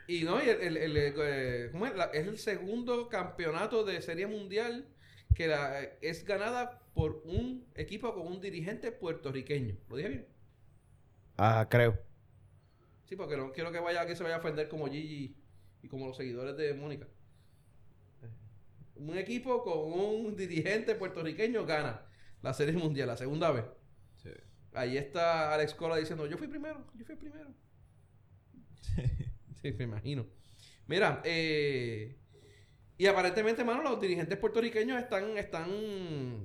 S2: Y no, y el, el- el, eh, ¿cómo es? La- es el segundo campeonato de Serie Mundial que la- eh, es ganada por un equipo con un dirigente puertorriqueño. ¿Lo dije bien?
S3: Ah, creo.
S2: Sí, porque no quiero que vaya aquí se vaya a ofender como Gigi y como los seguidores de Mónica. Un equipo con un dirigente puertorriqueño gana la Serie Mundial, la segunda vez. Ahí está Alex Cola diciendo, yo fui primero, yo fui primero. sí, me imagino. Mira, eh, y aparentemente, mano, los dirigentes puertorriqueños están, están,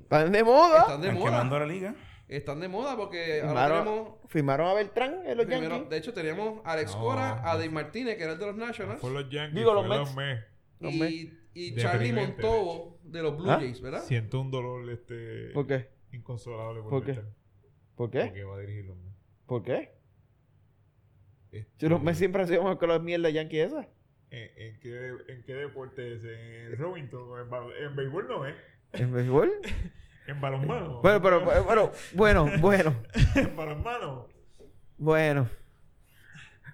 S3: Están de moda.
S2: están de
S4: Están quemando
S2: moda.
S4: la liga.
S2: Están de moda porque ahora tenemos
S3: Firmaron, firmaron a Beltrán en los
S2: Primero,
S3: Yankees.
S2: de hecho, teníamos a Alex
S5: No,
S2: Cora, a
S5: no.
S2: Dave Martínez, que era el de los Nationals,
S5: Fue los Yankees.
S3: Digo, los
S5: fue
S3: Mets.
S5: Mets.
S3: los
S2: y, y
S5: Deprimente,
S2: Charlie
S5: de
S2: Montovo de los Blue
S3: ¿Ah?
S2: Jays, ¿verdad?
S5: Siento un dolor este,
S3: ¿Por qué?
S5: inconsolable por,
S3: ¿Por qué? ¿Eh?
S5: Beltrán,
S3: ¿Por qué?
S5: Porque va a dirigir los Mets.
S3: ¿Por qué? Yo no me siempre hacía más que las mierdas yankee esas.
S5: Este, ¿En, en qué, ¿En qué deporte es? ¿En Robinson? ¿En, ba- en béisbol no es?
S3: ¿En béisbol?
S5: ¿En balonmano?
S3: Bueno, pero, bueno, bueno, bueno,
S5: ¿En balonmano?
S3: bueno.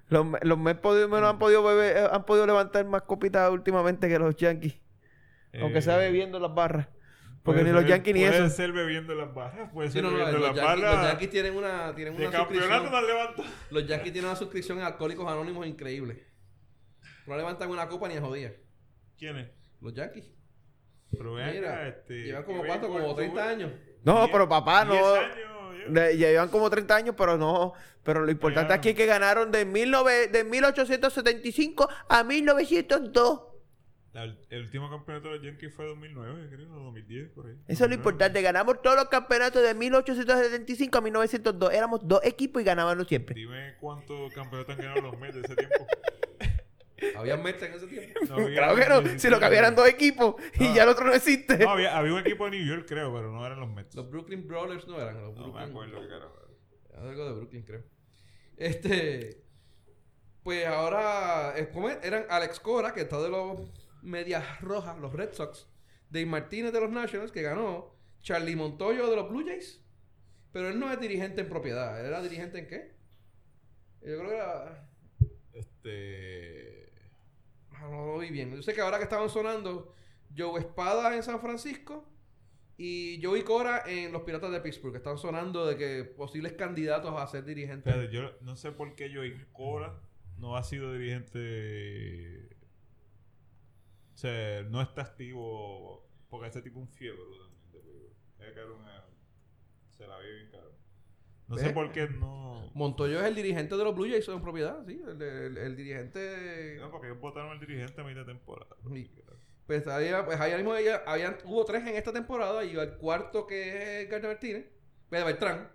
S3: Los, me- los Mets podi- menos han podido beber, eh, han podido levantar más copitas últimamente que los Yankees. Aunque sea
S5: Eh,
S3: bebiendo las barras. Porque
S5: puede
S3: ni los
S5: ser-
S3: Yankees ni
S5: Puede
S3: eso.
S5: ser bebiendo las barras, puede
S2: Sí,
S5: ser
S2: no, no,
S5: bebiendo
S2: los,
S5: las
S2: yankees, los
S5: barras.
S2: Yankees tienen una, tienen
S5: De
S2: una
S5: campeonato
S2: suscripción.
S5: no levantó.
S2: Los Yankees tienen una suscripción a Alcohólicos Anónimos increíble. No levantan una copa ni a jodida.
S5: ¿Quién es?
S2: Los Yankees.
S5: Pero ven acá,
S2: Mira,
S5: este.
S2: llevan como
S5: ¿qué
S2: cuatro,
S5: béisbol
S2: como
S5: tú
S2: 30
S5: ves?
S2: años.
S3: No,
S5: Diez-
S3: pero papá, no.
S5: diez años, ya.
S3: Le- ya llevan como 30 años, pero no. Pero lo importante
S5: Ganaron.
S3: aquí es que ganaron de, 19 de 1875 a 1902.
S5: La- el último campeonato de los Yankees fue 2009, creo, o 2010, por ahí.
S3: Eso es lo
S5: 2009.
S3: importante. Ganamos todos los campeonatos de 1875 a 1902. Éramos dos equipos y ganábamos siempre.
S5: Dime cuántos campeonatos han ganado los Mets de ese tiempo.
S2: Había metas en ese tiempo.
S5: No había-
S3: Claro que no. Si lo que había eran dos equipos y
S5: Ah.
S3: ya el otro no existe.
S5: No, había, había un equipo de New York, creo, pero no eran los Mets.
S2: Los Brooklyn Brawlers no eran. Los
S5: No me
S2: Brooklyn,
S5: acuerdo qué carajo.
S2: Algo de Brooklyn, creo. Este. Pues ahora. eh, ¿cómo es? Eran Alex Cora, que está de los Medias Rojas, los Red Sox. Dave Martínez de los Nationals, que ganó. Charlie Montoyo de los Blue Jays. Pero él no es dirigente en propiedad. ¿Él era dirigente en qué? Yo creo que era.
S5: Este.
S2: Ah, No lo vi bien. Yo sé que ahora que estaban sonando Joe Espada en San Francisco y Joey Cora en los Piratas de Pittsburgh. que Están sonando de que posibles candidatos a ser dirigentes.
S5: Espérate, yo no sé por qué Joey Cora no ha sido dirigente. O sea, no está activo. Porque ese tipo es un fiebre también. de béisbol. Es que era una- se la vive bien caro. No sé
S2: ¿Ves?
S5: por qué no.
S2: Montoyo es el dirigente de los Blue Jays en propiedad, sí. El, el- el dirigente. de-
S5: No, porque ellos votaron al dirigente a mitad de temporada.
S2: Y- Pues, había- pues ayer mismo ella- habían, hubo tres en esta temporada y el cuarto que es Gardner Martínez, pues, Beltrán.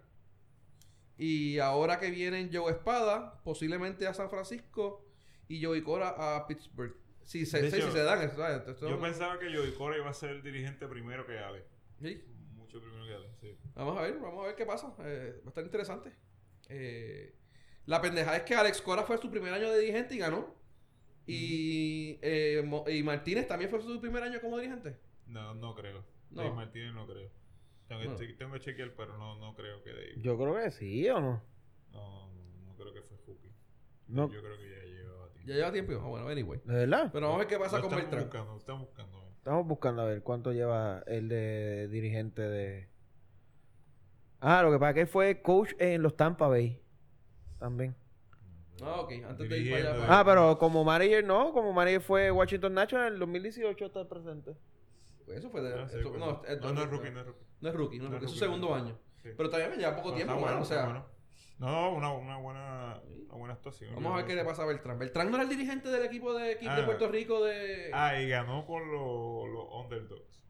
S2: Y ahora que vienen Joe Espada, posiblemente a San Francisco y Joey Cora a Pittsburgh. Si se,
S5: De
S2: sí,
S5: hecho,
S2: si se dan, eso, ¿sabes? Esto-
S5: Yo pensaba que Joey Cora iba a ser el dirigente primero que Ale.
S2: Sí.
S5: Mucho primero que Ale, sí.
S2: Vamos a ver, vamos a ver qué pasa. Eh, va a estar interesante. Eh, la pendeja es que Alex Cora fue su primer año de dirigente y ganó. Y, eh, Mo- y Martínez también fue su primer año como dirigente.
S5: No, no creo.
S2: No.
S5: Dave Martínez no creo. Tengo que,
S2: No.
S5: che- tengo que chequear, pero no, no creo que Dave.
S3: Yo creo que sí, ¿o no?
S5: No, no creo que fue Cookie.
S3: No.
S5: Yo creo que ya llevaba tiempo.
S2: Ya lleva tiempo. y- ah, bueno, anyway.
S3: ¿De verdad?
S2: Pero vamos a ver qué pasa
S5: Lo
S2: con
S5: estamos
S2: Beltrán.
S5: buscando, lo estamos buscando. ¿eh?
S3: Estamos buscando a ver cuánto lleva el de dirigente de... Ah, lo que pasa es que fue coach en los Tampa Bay. También.
S2: Ah, ok. Antes de ir para allá.
S5: Dirigiendo. eh.
S2: para-
S3: Ah, pero como manager no, como manager fue Washington National en el 2018 hasta el presente.
S2: Pues eso fue de.
S5: Ah, sí,
S2: eso-
S5: pues,
S2: no, esto-
S5: no, no es rookie, no es rookie.
S2: No es rookie, no es
S5: No es
S2: rookie. Es su
S5: rookie.
S2: segundo año.
S5: Sí.
S2: Pero también me lleva poco
S5: Pero
S2: tiempo,
S5: está bueno,
S2: mano, O
S5: está
S2: sea,
S5: bueno. No, no, una, una buena, una buena actuación.
S2: vamos a ver qué le pasa a Beltrán. Beltrán no era el dirigente del equipo de, equipo de
S5: Ah.
S2: Puerto Rico de.
S5: Ah, y ganó con los, los Underdogs.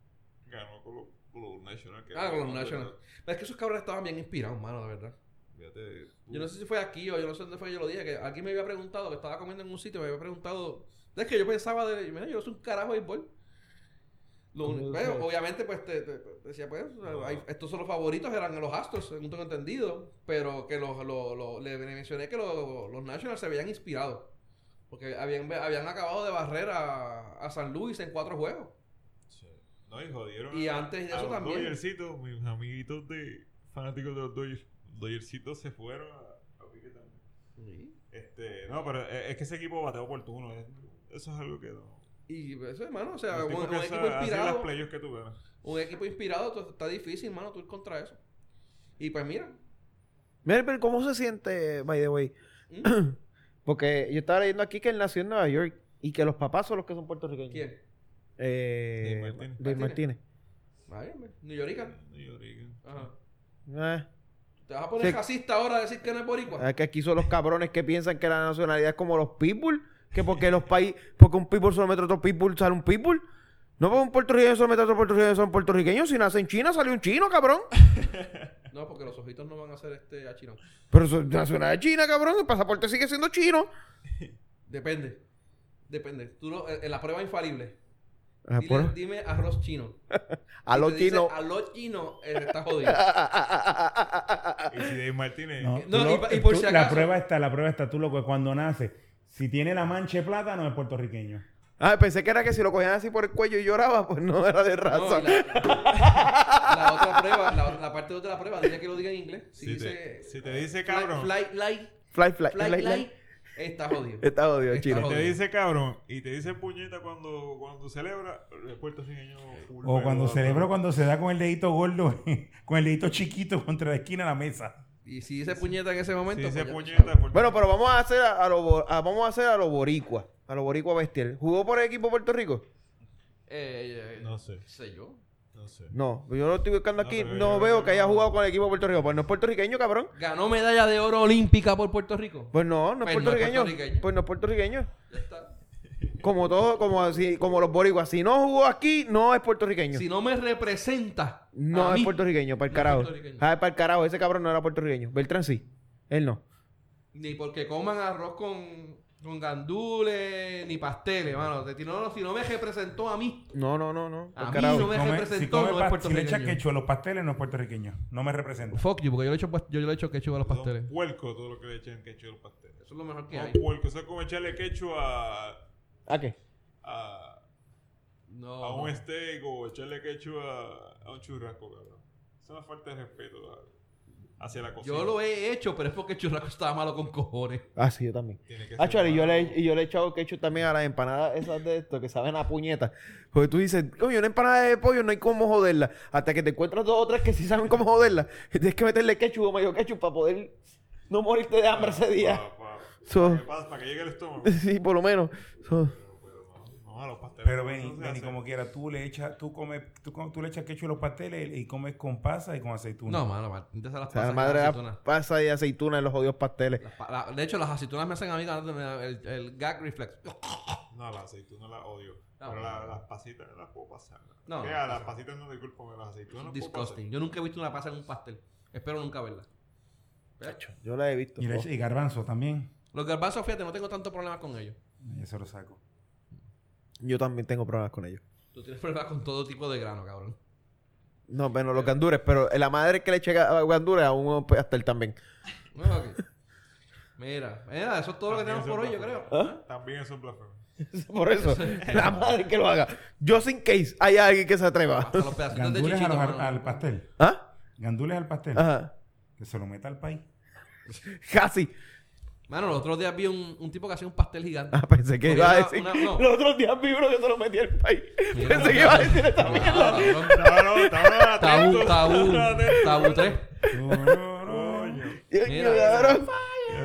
S5: Ganó con los, con los Nationals. que
S2: Ah,
S5: eran
S2: con los
S5: los
S2: Nationals.
S5: Underdogs.
S2: Pero Es que esos cabrones estaban bien inspirados, mano, de verdad.
S5: Fíjate,
S2: Yo no sé si fue aquí o yo no sé dónde fue que yo lo dije, que alguien me había preguntado, que estaba comiendo en un sitio, me había preguntado. Es que yo pensaba de, mira, yo no soy un carajo de béisbol. Lo único- pero, obviamente, pues te, te- te decía, pues, o sea,
S5: No.
S2: hay- estos son los favoritos, eran los Astros, según tengo entendido. Pero que los, los- los- le mencioné que los, los Nationals se habían inspirado. Porque habían, habían acabado de barrer a, a San Luis en cuatro juegos.
S5: Sí. No, y jodieron.
S2: Y
S5: a-
S2: antes de
S5: a
S2: eso
S5: los
S2: también.
S5: Dodgersitos, mis amiguitos de fanáticos de los Dodgers. Los Dodgersitos se fueron a, a pique también. Este, no, pero es, es que ese equipo bateó oportuno. es- Eso es algo que no.
S2: Y eso, hermano, o sea,
S5: los
S2: un,
S5: tipos
S2: un
S5: que
S2: equipo
S5: saben hacer las
S2: inspirado.
S5: playoffs que tú ganas.
S2: Un equipo inspirado tú- está difícil, mano, tú ir contra eso. Y pues mira,
S3: Mira, pero ¿cómo se siente, by the way?
S2: ¿Mm?
S3: Porque yo estaba leyendo aquí que él nació en Nueva York y que los papás son los que son puertorriqueños.
S2: ¿quién?
S3: Eh,
S5: Dave
S3: Dave
S5: Martínez.
S3: Martínez.
S2: Martínez. Miami, New York.
S5: Y Oregon.
S2: Ajá.
S3: Ah,
S2: ¿Te vas a poner
S3: Sí. Ah.
S2: racista ahora a decir que no es boricua?
S3: es que aquí son los cabrones que piensan que la nacionalidad es como los people. Que porque los países... Porque un people solo mete otro people, sale un people. No porque un puertorriqueño solo mete otro puertorriqueño, son puertorriqueños. Si nace en China, sale un chino, cabrón.
S2: No, porque los ojitos no van a ser este achinados.
S3: Pero eso es nacionalidad china, cabrón. El pasaporte sigue siendo chino.
S2: eh, Depende. Depende. Tú lo- en en la prueba infalible.
S3: Ah,
S2: Dile-
S3: por-
S2: dime arroz chino.
S3: A los chinos.
S2: Arroz chino eh, está jodido.
S5: Y si Dave Martínez.
S4: Eh, No,
S2: No,
S4: tú lo-
S2: y pa- y por
S4: tú-
S2: si
S4: La
S2: acaso-
S4: prueba está, la prueba está. Tú loco, cuando nace, si tiene la mancha de plátano, es puertorriqueño.
S3: Ah, pensé que era que si lo cogían así por el cuello y lloraba, pues no era de
S2: No,
S3: raza.
S2: y la, la otra prueba, la, la parte de otra prueba, dile que lo diga en inglés. Si,
S5: Si,
S2: dice,
S5: te, si te
S2: fly-
S5: dice cabrón.
S2: Fly, light,
S3: Fly, fly,
S2: fly,
S3: fly, fly.
S2: light, está jodido.
S3: Está odio,
S2: Está
S3: chino.
S5: Si
S2: Joder.
S5: te dice cabrón y te dice puñeta cuando, cuando celebra, el puertorriqueño. full
S4: O cuando
S5: pedo,
S4: celebro, cuando se da con el dedito gordo, con el dedito chiquito contra la esquina de la mesa.
S2: Y si dice puñeta en ese momento.
S5: Si dice
S2: pues ya-
S5: puñeta. el
S3: Bueno, pero vamos a hacer a, a lo bo- a- vamos a hacer a los boricua. A los boricua bestial. ¿Jugó por el equipo Puerto Rico?
S2: Eh, eh,
S5: No sé.
S2: sé yo.
S5: No sé.
S3: No, yo lo estoy buscando aquí.
S5: No,
S3: No,
S5: pero yo-
S3: veo que haya jugado con el equipo Puerto Rico. Pues no es puertorriqueño, cabrón.
S2: Ganó medalla de oro olímpica por Puerto Rico.
S3: Pues no, no es
S2: Pues no es
S3: puertorriqueño.
S2: puertorriqueño.
S3: Pues no es puertorriqueño.
S2: Ya está.
S3: Como todos, como así, como los boricuas. Si no jugó aquí, no es puertorriqueño.
S2: Si no me representa.
S3: no
S2: a
S3: es
S2: mí,
S3: puertorriqueño, para el
S2: no es
S3: carajo.
S2: puertorriqueño.
S3: Ah, para el carajo, ese cabrón no era puertorriqueño. Beltrán sí. Él no.
S2: Ni porque coman arroz con, con gandules, ni pasteles, mano. Si no, si no me representó a mí.
S3: No, no, no, no.
S2: A
S3: Pa'l
S2: mí
S3: carajo.
S2: no me
S4: Come- si,
S2: representó,
S4: come
S2: no es
S4: pa- si le echas
S2: puertorriqueño.
S4: quechu a los pasteles, no es puertorriqueño. No me representa.
S2: Fuck you, porque yo le echo, pas- yo le echo ketchup a los
S5: Son
S2: pasteles.
S5: puerco todo lo que le echan ketchup a los pasteles.
S2: Eso es lo mejor que
S5: Son
S2: hay.
S5: puerco. Eso es como echarle ketchup a,
S3: ¿A qué?
S5: a,
S2: No.
S5: a un steak o echarle ketchup a, a un churrasco, cabrón. Es una falta de respeto a- hacia la cocina.
S2: Yo lo he hecho, pero es porque el churrasco estaba malo con cojones.
S3: Ah, sí, yo también.
S5: Tiene que
S3: Ah,
S5: ser
S3: chale, y yo le,
S5: malo.
S3: y yo le he echado ketchup también a las empanadas esas de esto que saben a puñeta. Porque tú dices, coño, una empanada de pollo no hay cómo joderla. Hasta que te encuentras dos o tres que sí saben cómo joderla. Y Tienes que meterle ketchup o mayo ketchup para poder no morirte de hambre ese día.
S5: Pa- pa- pa-
S3: So-
S5: que pas- para que llegue el estómago.
S3: sí, por lo menos. So,
S5: No, a los pasteles.
S4: Pero
S5: no
S4: Benny,
S5: se
S4: Benny,
S5: hace.
S4: como quiera, tú le echas, tú comes, tú, com- tú le echas quechu a los pasteles y comes con pasa y con aceituna.
S2: No, mano, Martín, te hace las
S3: o sea,
S2: pasas
S3: la madre
S2: con
S3: da
S2: aceitunas.
S3: pasa de aceituna en los jodidos pasteles.
S2: Las pa- la- de hecho, las aceitunas me hacen a mí ganar el, el gag reflex.
S5: No, la aceituna la odio.
S2: Ah,
S5: pero
S2: bueno.
S5: la- las pasitas no las puedo pasar.
S2: No,
S5: No.
S2: no,
S5: a
S2: no.
S5: las pasitas no disculpo, pero las aceitunas no las puedo pasar.
S2: Disgusting. Yo nunca he visto una pasa en un pastel. Espero nunca verla.
S3: Yo la he visto.
S4: Y, le
S3: Oh.
S4: echa- y garbanzo también.
S2: Los garbanzos, fíjate, no tengo tanto problema con ellos.
S4: Eso lo saco.
S3: Yo también tengo problemas con ellos.
S2: Tú tienes problemas con todo tipo de grano, cabrón.
S3: No, bueno, los gandures, pero eh, la madre que le eche ga- gandules a un pastel también.
S2: No, ok. Mira, mira, eso es todo lo que
S5: También
S2: tenemos por hoy,
S5: eso
S2: yo
S5: es
S2: creo. ¿Ah?
S5: También es un blasfemo.
S3: Por eso, la madre que lo haga. Yo sin case, hay alguien que se atreva.
S2: Hasta los pedacitos de
S4: Gandules a
S2: chichito,
S4: los-
S2: mano.
S4: al pastel.
S3: ¿Ah?
S4: Gandules al pastel.
S3: Ajá.
S4: Que se lo meta al país.
S3: Casi.
S2: Mano, los otros días vi un, un tipo que hacía un pastel gigante.
S3: Ah, pensé que
S2: Porque
S3: iba a
S2: una-
S3: decir.
S2: una- no.
S3: Los otros días vi uno que se lo metía el país.
S2: Mira,
S3: pensé que
S2: no,
S3: iba a decir esta
S2: no,
S3: mierda.
S2: cabrón.
S5: No, no, estaba
S2: Tabú,
S5: atento,
S2: tabú,
S5: estaba atento.
S2: tabú 3.
S5: Coño.
S3: Dios
S2: Mira.
S3: mío, cabrón.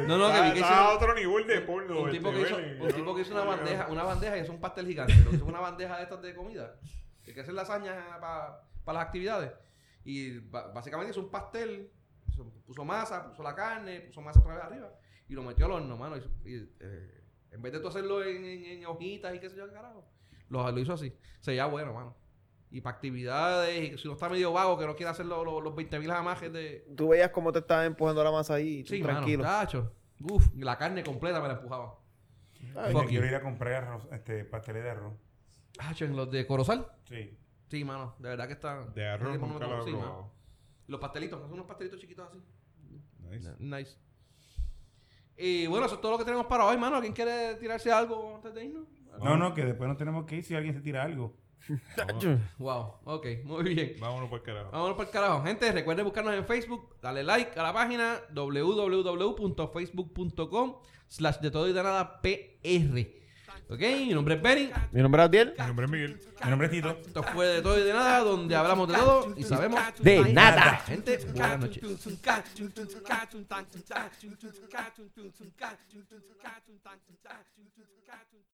S2: No, no, que vi que
S5: Estaba- estaba
S2: hicieron-
S5: a otro nivel de porno.
S2: Un
S5: este,
S2: tipo que hizo,
S5: Benny.
S2: un
S5: Yo
S2: tipo
S5: no-
S2: que hizo una
S5: no,
S2: bandeja,
S5: no.
S2: una bandeja y hizo un pastel gigante. Lo que hizo una bandeja de estas de comida. Que hacen lasañas para las actividades. Y ba- básicamente hizo un pastel. hizo- Puso masa, puso la carne, puso masa otra vez arriba. Y lo metió al horno, mano. Y, y, eh, en vez de tú hacerlo en, en- en hojitas y qué sé yo, qué carajo. Lo, lo hizo así. Se veía bueno, mano. Y para actividades, y si uno está medio vago, que no quiere hacer lo- lo- los 20 mil jamajes de.
S3: Tú veías cómo te estaban empujando la masa ahí. tú
S2: Sí,
S3: tranquilo.
S2: mano, tacho. Uf, la carne completa me la empujaba.
S4: Ay,
S2: Fuck
S4: yo
S2: you.
S4: quiero ir a comprar arroz, este, pasteles de arroz.
S2: Tacho, en los de Corozal.
S4: Sí.
S2: Sí, mano, de verdad que está.
S5: De arroz
S2: Sí, mano,
S5: nunca
S2: no,
S5: lo he
S2: sí, mano.
S5: probado.
S2: Los pastelitos, hacen unos pastelitos chiquitos así.
S5: Nice.
S2: Nice. Y bueno, eso es todo lo que tenemos para hoy, mano. ¿Alguien quiere tirarse algo antes de irnos?
S4: No, no, que después no tenemos que ir si alguien se tira algo.
S2: Wow, ok, muy bien.
S5: Vámonos por carajo.
S2: Vámonos para el carajo. Gente, recuerden buscarnos en Facebook. Dale like a la página www.facebook.com slash de todo y de nada PR. Ok, mi nombre es Benny.
S3: Mi nombre es Adiel.
S5: Mi nombre es Miguel.
S4: Mi nombre es Tito.
S2: Esto fue de todo y de nada, donde hablamos de todo y sabemos
S3: De nada.
S2: Gente, buenas noches.
S8: noches.